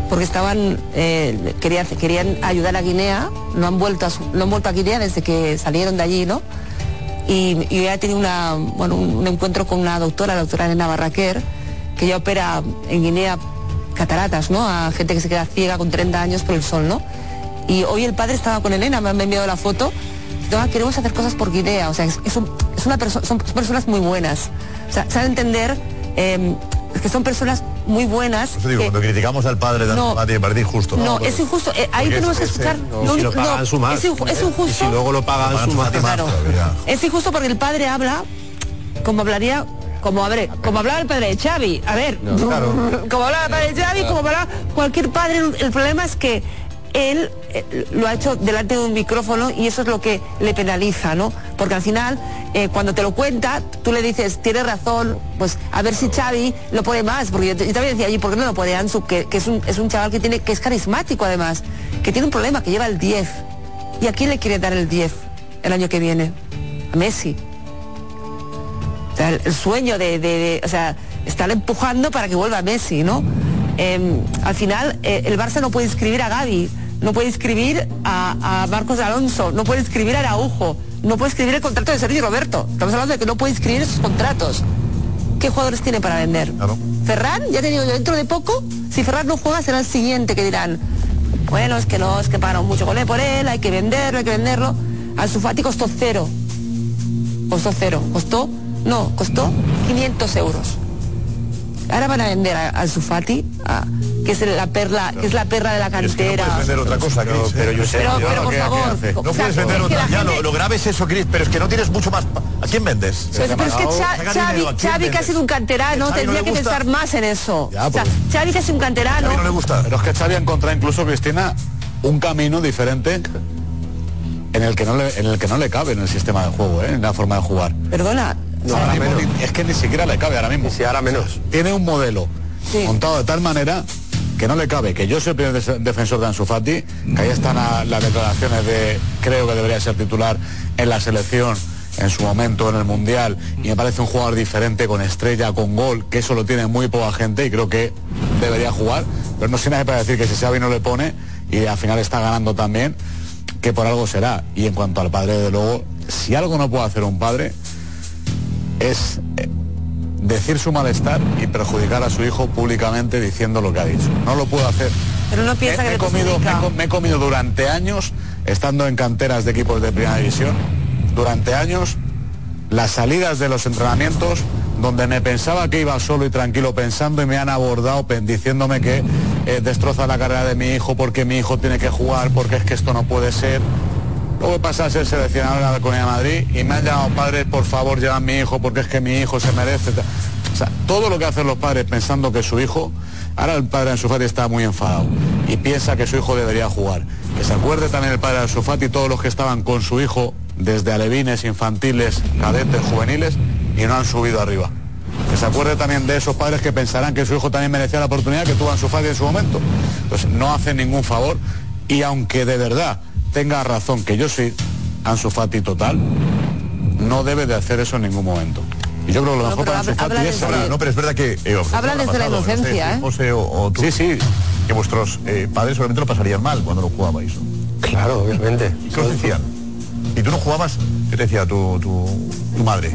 [SPEAKER 17] porque estaban eh, querían, querían ayudar a Guinea, no han vuelto a, su- no han vuelto a Guinea desde que salieron de allí, ¿no? Y, y ella tiene una, bueno, un, un encuentro con una doctora, la doctora Elena Barraquer, que ya opera en Guinea cataratas, ¿no? A gente que se queda ciega con 30 años por el sol, ¿no? Y hoy el padre estaba con Elena, me han enviado la foto. Dice, "Ah, queremos hacer cosas por Guinea, o sea, es, es un- es una perso- son personas muy buenas. O sea, saben entender eh, que son personas muy buenas.
[SPEAKER 3] Eso digo,
[SPEAKER 17] que-
[SPEAKER 3] cuando criticamos al padre de
[SPEAKER 17] No.
[SPEAKER 3] Anzufati, me parece injusto.
[SPEAKER 17] no, es injusto. eh,
[SPEAKER 3] pues,
[SPEAKER 17] ahí
[SPEAKER 3] Porque
[SPEAKER 17] tenemos que
[SPEAKER 3] es- es-
[SPEAKER 17] escuchar.
[SPEAKER 3] no,
[SPEAKER 17] lo
[SPEAKER 3] si lo
[SPEAKER 17] único-
[SPEAKER 3] pagan, su más.
[SPEAKER 17] es, inju- es injusto.
[SPEAKER 12] luego lo pagan su madre.
[SPEAKER 17] Es injusto porque el padre habla como hablaría. Como, habré- como hablaba el padre de Xavi, a ver,
[SPEAKER 12] No, claro.
[SPEAKER 17] como hablaba el padre de Xavi, como hablaba cualquier padre, el problema es que él eh, lo ha hecho delante de un micrófono y eso es lo que le penaliza, ¿no? Porque al final, eh, cuando te lo cuenta, tú le dices, tienes razón, pues a ver si Xavi lo pone más, porque yo, yo también decía, oye, ¿por qué no lo pone Ansu? Que, que es, un, es un chaval que, tiene, que es carismático además, que tiene un problema, que lleva el 10. ¿Y a quién le quiere dar el 10 el año que viene? A Messi. O sea, el, el sueño de, de- de- o sea, estar empujando para que vuelva Messi, ¿no? Eh, al final, eh, el Barça no puede inscribir a Gaby, no puede inscribir a, a Marcos Alonso, no puede inscribir a Araujo, no puede inscribir el contrato de Sergio Roberto. Estamos hablando de que no puede inscribir sus contratos. ¿Qué jugadores tiene para vender? Ferran, ya te digo, yo, dentro de poco, si Ferran no juega, será el siguiente que dirán, bueno, es que no, es que pagaron mucho con él por él, hay que venderlo, hay que venderlo. Ansu Fati costó cero costó cero, costó, no, costó 500 euros. Ahora van a vender a, al Sufati, a- que es la perla, que es la perra de la cantera.
[SPEAKER 3] puedes vender otra cosa, Cris. eh, Pero,
[SPEAKER 12] yo sé, Pero- yo- pero, por
[SPEAKER 3] ¿qué- qué
[SPEAKER 12] favor,
[SPEAKER 3] hace?
[SPEAKER 12] co-
[SPEAKER 3] No
[SPEAKER 12] o sea,
[SPEAKER 3] puedes vender
[SPEAKER 12] es que
[SPEAKER 3] otra.
[SPEAKER 12] la
[SPEAKER 3] Ya, lo,
[SPEAKER 12] gente-
[SPEAKER 3] lo grave es eso, Cris, pero es que no tienes mucho más. pa- ¿A quién vendes?
[SPEAKER 17] Pero, pero es que Cha-
[SPEAKER 3] Saca
[SPEAKER 17] Xavi,
[SPEAKER 3] dinero, ¿a quién
[SPEAKER 17] Xavi que ha
[SPEAKER 3] vendes?
[SPEAKER 17] sido un canterano,
[SPEAKER 3] Xavi no
[SPEAKER 17] tendría
[SPEAKER 3] le
[SPEAKER 17] que
[SPEAKER 3] gusta.
[SPEAKER 17] pensar más en eso.
[SPEAKER 5] Ya,
[SPEAKER 17] O sea,
[SPEAKER 5] pues.
[SPEAKER 17] Xavi que ha sido un canterano.
[SPEAKER 5] no le gusta. Pero es que Xavi ha encontrado incluso, Cristina, un camino diferente en el que no le, en el que no le cabe en el sistema de juego, ¿eh? en la forma de jugar.
[SPEAKER 17] Perdona.
[SPEAKER 5] Ahora mismo ni- es que ni siquiera le cabe ahora mismo.
[SPEAKER 12] ahora menos.
[SPEAKER 5] Tiene un modelo montado de tal manera que no le cabe, que yo soy el primer des- defensor de Ansu Fati, que ahí están a- las declaraciones de creo que debería ser titular en la selección en su momento en el Mundial y me parece un jugador diferente con estrella, con gol, que eso lo tiene muy poca gente y creo que debería jugar, pero no sé nadie para decir que si Xavi no le pone y al final está ganando también, que por algo será. Y en cuanto al padre, de luego, si algo no puede hacer un padre es eh, decir su malestar y perjudicar a su hijo públicamente diciendo lo que ha dicho. No lo puedo hacer.
[SPEAKER 17] Pero no piensa
[SPEAKER 5] me,
[SPEAKER 17] que
[SPEAKER 5] he
[SPEAKER 17] le
[SPEAKER 5] comido, me he co- me he comido durante años, estando en canteras de equipos de primera división, durante años, las salidas de los entrenamientos donde me pensaba que iba solo y tranquilo pensando y me han abordado pen- diciéndome que eh, destroza la carrera de mi hijo porque mi hijo tiene que jugar, porque es que esto no puede ser. Luego pasa a ser seleccionador de la Comunidad de Madrid y me han llamado padres, por favor, lleva a mi hijo porque es que mi hijo se merece. ta- O sea, todo lo que hacen los padres pensando que su hijo, ahora el padre Ansu Fati está muy enfadado y piensa que su hijo debería jugar. Que se acuerde también el padre Ansu Fati, todos los que estaban con su hijo desde alevines, infantiles, cadetes, juveniles y no han subido arriba. Que se acuerde también de esos padres que pensarán que su hijo también merecía la oportunidad que tuvo Ansu Fati en su momento. Entonces no hacen ningún favor y aunque de verdad tenga razón que yo soy Ansu Fati total, no debe de hacer eso en ningún momento. Y yo creo que lo mejor para Ansu Fati es
[SPEAKER 3] Ahora, no, pero es verdad que... eh, os-
[SPEAKER 17] Habla
[SPEAKER 3] os
[SPEAKER 17] desde la
[SPEAKER 3] ha pasado, no sé,
[SPEAKER 17] inocencia, ¿eh?
[SPEAKER 3] José o, o tú, Que vuestros eh, padres seguramente lo pasarían mal cuando lo jugabais.
[SPEAKER 16] Claro, obviamente.
[SPEAKER 3] ¿Qué os decían? Si tú no jugabas, ¿qué te decía tu, tu, tu madre?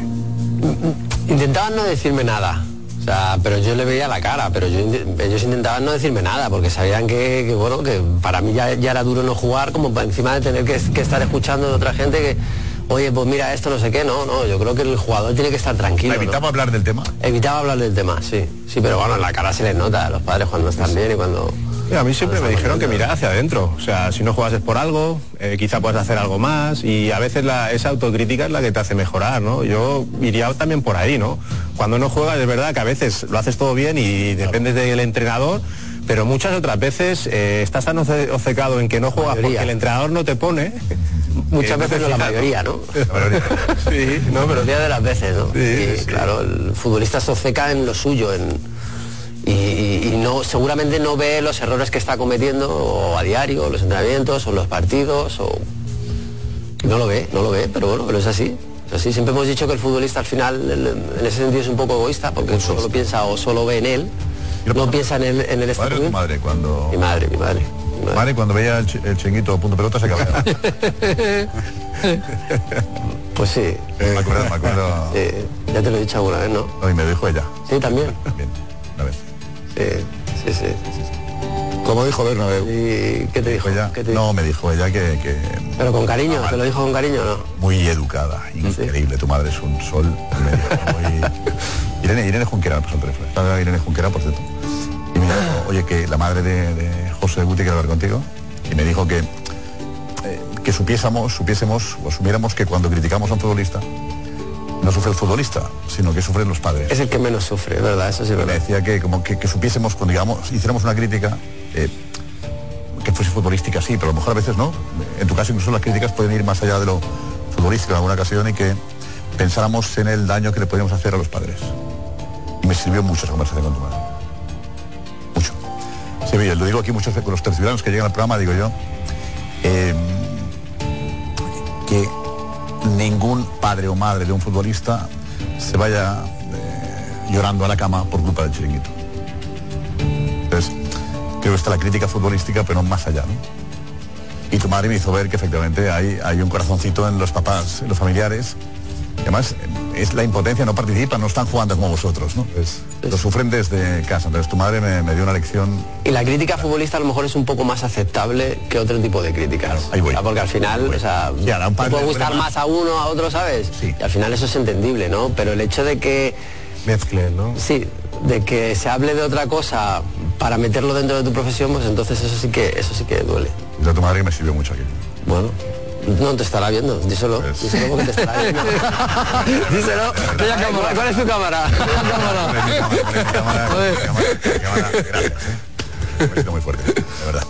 [SPEAKER 16] Intentaban no decirme nada. O sea, pero yo le veía la cara, pero yo inte- ellos intentaban no decirme nada, porque sabían que, que, bueno, que para mí ya, ya era duro no jugar, como pa- encima de tener que, que estar escuchando de otra gente que, oye, pues mira esto, no sé qué, no, no, yo creo que el jugador tiene que estar tranquilo.
[SPEAKER 3] ¿Evitaba hablar del tema?
[SPEAKER 16] Evitaba hablar del tema, sí. Sí, pero bueno, en la cara se les nota a los padres cuando están bien y cuando...
[SPEAKER 12] Mira, a mí siempre me dijeron que mirara hacia adentro. O sea, si no juegas es por algo, eh, quizá puedas hacer algo más y a veces la- esa autocrítica es la que te hace mejorar, ¿no? Yo iría también por ahí, ¿no? Cuando no juegas es verdad que a veces lo haces todo bien y dependes del entrenador, pero muchas otras veces eh, estás tan oce- obcecado en que no juegas porque el entrenador no te pone. eh,
[SPEAKER 16] Muchas veces no, la mayoría, ¿no? sí, no, pero día de las veces, ¿no? y, claro, el futbolista se obceca en lo suyo, en y, y- y no seguramente no ve los errores que está cometiendo o a diario, o los entrenamientos, o los partidos, o no lo ve, no lo ve, pero bueno, pero es así. Es así. Siempre hemos dicho que el futbolista al final en, en ese sentido es un poco egoísta porque solo piensa o solo ve en él no piensa en el, en el
[SPEAKER 3] ¿Madre o tu madre cuando...?
[SPEAKER 16] Mi madre, mi madre.
[SPEAKER 3] Tu Madre cuando veía el, ch- el chinguito punto pelota se cabreaba.
[SPEAKER 16] Pues sí.
[SPEAKER 3] Eh, me acuerdo, me acuerdo.
[SPEAKER 16] Eh, ya te lo he dicho alguna vez, ¿no?
[SPEAKER 3] No, y me dijo ella.
[SPEAKER 16] Sí, también.
[SPEAKER 3] Una vez.
[SPEAKER 16] Sí, sí, sí.
[SPEAKER 3] Como dijo Bernabéu.
[SPEAKER 16] ¿Y qué te dijo?
[SPEAKER 3] ella? No, me dijo ella que... que
[SPEAKER 16] Pero con cariño, te lo dijo con cariño, ¿no?
[SPEAKER 3] muy educada, increíble. Tu madre es un sol. y me dijo, "Oye". Irene, Irene Junquera me pasó el teléfono. Estaba Irene Junquera, por cierto. Y me dijo, oye, que la madre de, de José Guti quiere hablar contigo. Y me dijo que, eh, que supiésemos, supiésemos o asumiéramos que cuando criticamos a un futbolista, no sufre el futbolista, sino que sufren los padres.
[SPEAKER 16] Es el que menos sufre, es verdad, eso sí es
[SPEAKER 3] Me
[SPEAKER 16] verdad.
[SPEAKER 3] decía que como que, que supiésemos, cuando digamos, hiciéramos una crítica, eh, que fuese futbolística, sí, pero a lo mejor a veces no. En tu caso incluso las críticas pueden ir más allá de lo futbolístico en alguna ocasión y que pensáramos en el daño que le podíamos hacer a los padres. Y me sirvió mucho esa conversación con tu madre. Mucho. Sí, oye, lo digo aquí muchas veces con los terciarios que llegan al programa, digo yo, eh, que ningún padre o madre de un futbolista se vaya eh, llorando a la cama por culpa del chiringuito. Entonces, creo que está la crítica futbolística, pero más allá, ¿no? Y tu madre me hizo ver que efectivamente hay, hay un corazoncito en los papás, en los familiares. Y Además, es la impotencia, no participan, no están jugando como vosotros, ¿no? Es- lo sufren desde casa. Entonces tu madre me, me dio una lección.
[SPEAKER 16] Y la crítica futbolista a lo mejor es un poco más aceptable que otro tipo de críticas. O sea, porque al final, o sea, te
[SPEAKER 3] padre
[SPEAKER 16] puede
[SPEAKER 3] le
[SPEAKER 16] gustar
[SPEAKER 3] duele más.
[SPEAKER 16] más a uno, a otro, ¿sabes? Y al final eso es entendible, ¿no? Pero el hecho de que...
[SPEAKER 12] Mezcle, ¿no?
[SPEAKER 16] Sí, de que se hable de otra cosa para meterlo dentro de tu profesión, pues entonces eso sí que, eso sí que duele.
[SPEAKER 3] De tu madre que me sirvió mucho aquí.
[SPEAKER 16] Bueno, no te estará viendo, díselo, díselo porque te estará viendo. díselo. ¿Cuál es tu cámara?
[SPEAKER 3] ¿eh? muy fuerte, de verdad.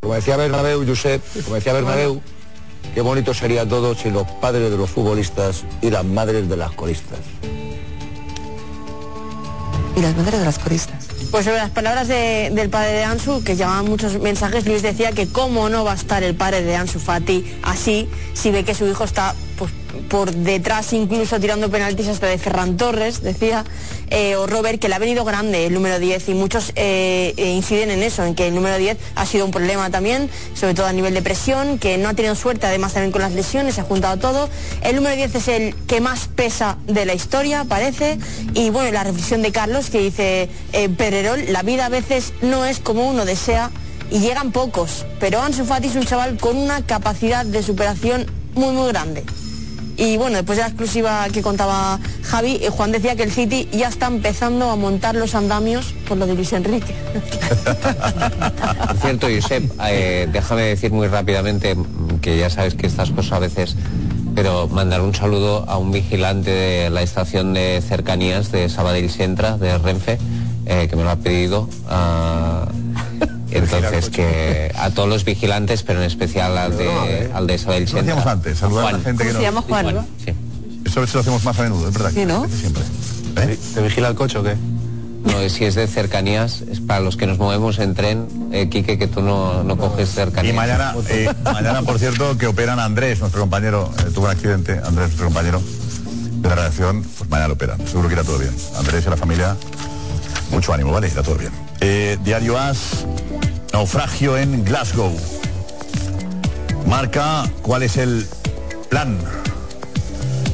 [SPEAKER 13] Como decía Bernabéu, Josep, como decía Bernabéu, qué bonito sería todo si los padres de los futbolistas y las madres de las colistas.
[SPEAKER 17] ¿eh? Y las madres de las coristas.
[SPEAKER 9] Pues sobre las palabras de- del padre de Ansu, que llamaban muchos mensajes, Luis decía que cómo no va a estar el padre de Ansu Fati así, si ve que su hijo está pues, por detrás, incluso tirando penaltis hasta de Ferran Torres, decía, eh, o Robert, que le ha venido grande el número 10, y muchos eh, eh, inciden en eso, en que el número 10 ha sido un problema también, sobre todo a nivel de presión, que no ha tenido suerte, además también con las lesiones, se ha juntado todo. El número 10 es el que más pesa de la historia, parece, y bueno, la reflexión de Carlos que dice, eh, Pererol, la vida a veces no es como uno desea y llegan pocos, pero Ansu Fati es un chaval con una capacidad de superación muy, muy grande. Y bueno, después de la exclusiva que contaba Javi, eh, Juan decía que el City ya está empezando a montar los andamios por lo de Luis Enrique.
[SPEAKER 11] Por cierto, Josep, eh, déjame decir muy rápidamente mm, que ya sabes que estas cosas a veces, pero mandar un saludo a un vigilante de la estación de cercanías de Sabadell Centra, de Renfe, eh, que me lo ha pedido. ah, entonces, que a todos los vigilantes, pero en especial al de, al de Sabadell
[SPEAKER 3] Lo hacíamos
[SPEAKER 11] Centra.
[SPEAKER 3] antes, saludar a la gente que
[SPEAKER 11] ¿Cómo
[SPEAKER 3] no.
[SPEAKER 11] se llama Juan? Juan,
[SPEAKER 3] Eso a veces lo hacemos más a menudo, es verdad.
[SPEAKER 11] Sí, ¿no?
[SPEAKER 3] que Siempre.
[SPEAKER 11] ¿Te vigila el coche o qué? ¿Eh? No, es- si es de cercanías, es para los que nos movemos en tren, eh, Quique, que tú no, no coges cercanías.
[SPEAKER 3] Y mañana, eh, mañana, por cierto, que operan a Andrés, nuestro compañero, eh, tuvo un accidente, Andrés, nuestro compañero de la redacción, pues mañana lo operan, seguro que irá todo bien. Andrés y la familia, mucho ánimo, ¿vale? Irá todo bien. Eh, Diario As, naufragio en Glasgow. Marca cuál es el plan.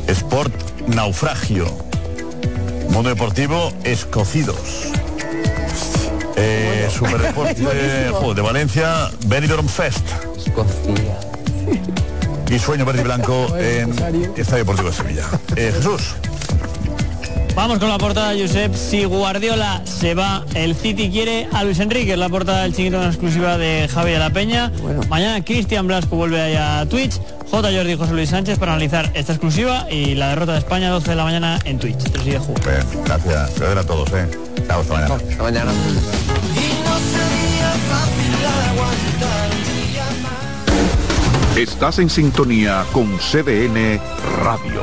[SPEAKER 3] Sport naufragio. Mundo deportivo, escocidos. Eh, Superdeporte jo, de Valencia, Benidorm Fest.
[SPEAKER 11] Escocia. pues,
[SPEAKER 3] Y sueño verde y blanco en Estadio Deportivo de Sevilla. Eh, Jesús.
[SPEAKER 10] Vamos con la portada, Josep. Si Guardiola se va, el City quiere a Luis Enrique. La portada del chiquito en exclusiva de Javier La Peña. Mañana Cristian Blasco vuelve ahí a Twitch. J. Jordi y José Luis Sánchez para analizar esta exclusiva y la derrota de España 12 de la mañana en Twitch. Tres y de juego.
[SPEAKER 3] Bien, gracias. Gracias a todos, eh. Chao, hasta mañana. Hasta
[SPEAKER 11] mañana.
[SPEAKER 1] Estás en sintonía con CDN Radio.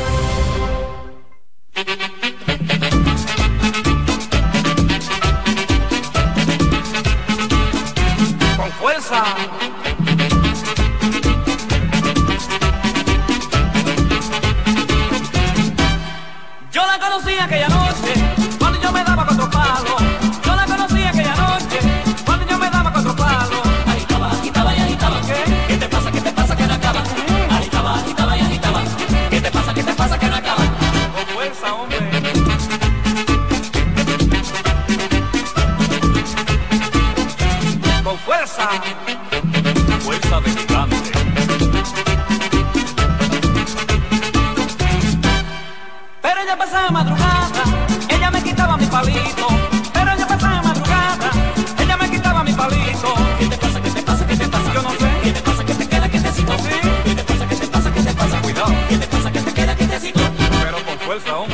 [SPEAKER 2] Con fuerza. Yo la conocí aquella noche, cuando yo me daba cuatro palos. Yo la conocí aquella noche, cuando yo me daba cuatro palos. Agitaba, agitaba y agitaba. ¿Qué? ¿Qué te pasa, qué te pasa que no acaba? Agitaba, agitaba y agitaba. ¿Qué te pasa, qué te pasa que no acaba? Con fuerza, hombre. Con fuerza. Fuerza de gigante. Pero ella pasaba madrugada, ella me quitaba mi palito. Pero ella pasaba madrugada, ella me quitaba mi palito. ¿Qué te pasa? ¿Qué te pasa? ¿Qué te pasa? Yo no sé. ¿Qué te pasa? ¿Qué te queda? ¿Qué te sigo? ¿Qué te pasa? ¿Qué te pasa? ¿Qué te pasa? Cuidado. ¿Qué te pasa? ¿Qué te queda? ¿Qué te sigo? Pero con fuerza, hombre.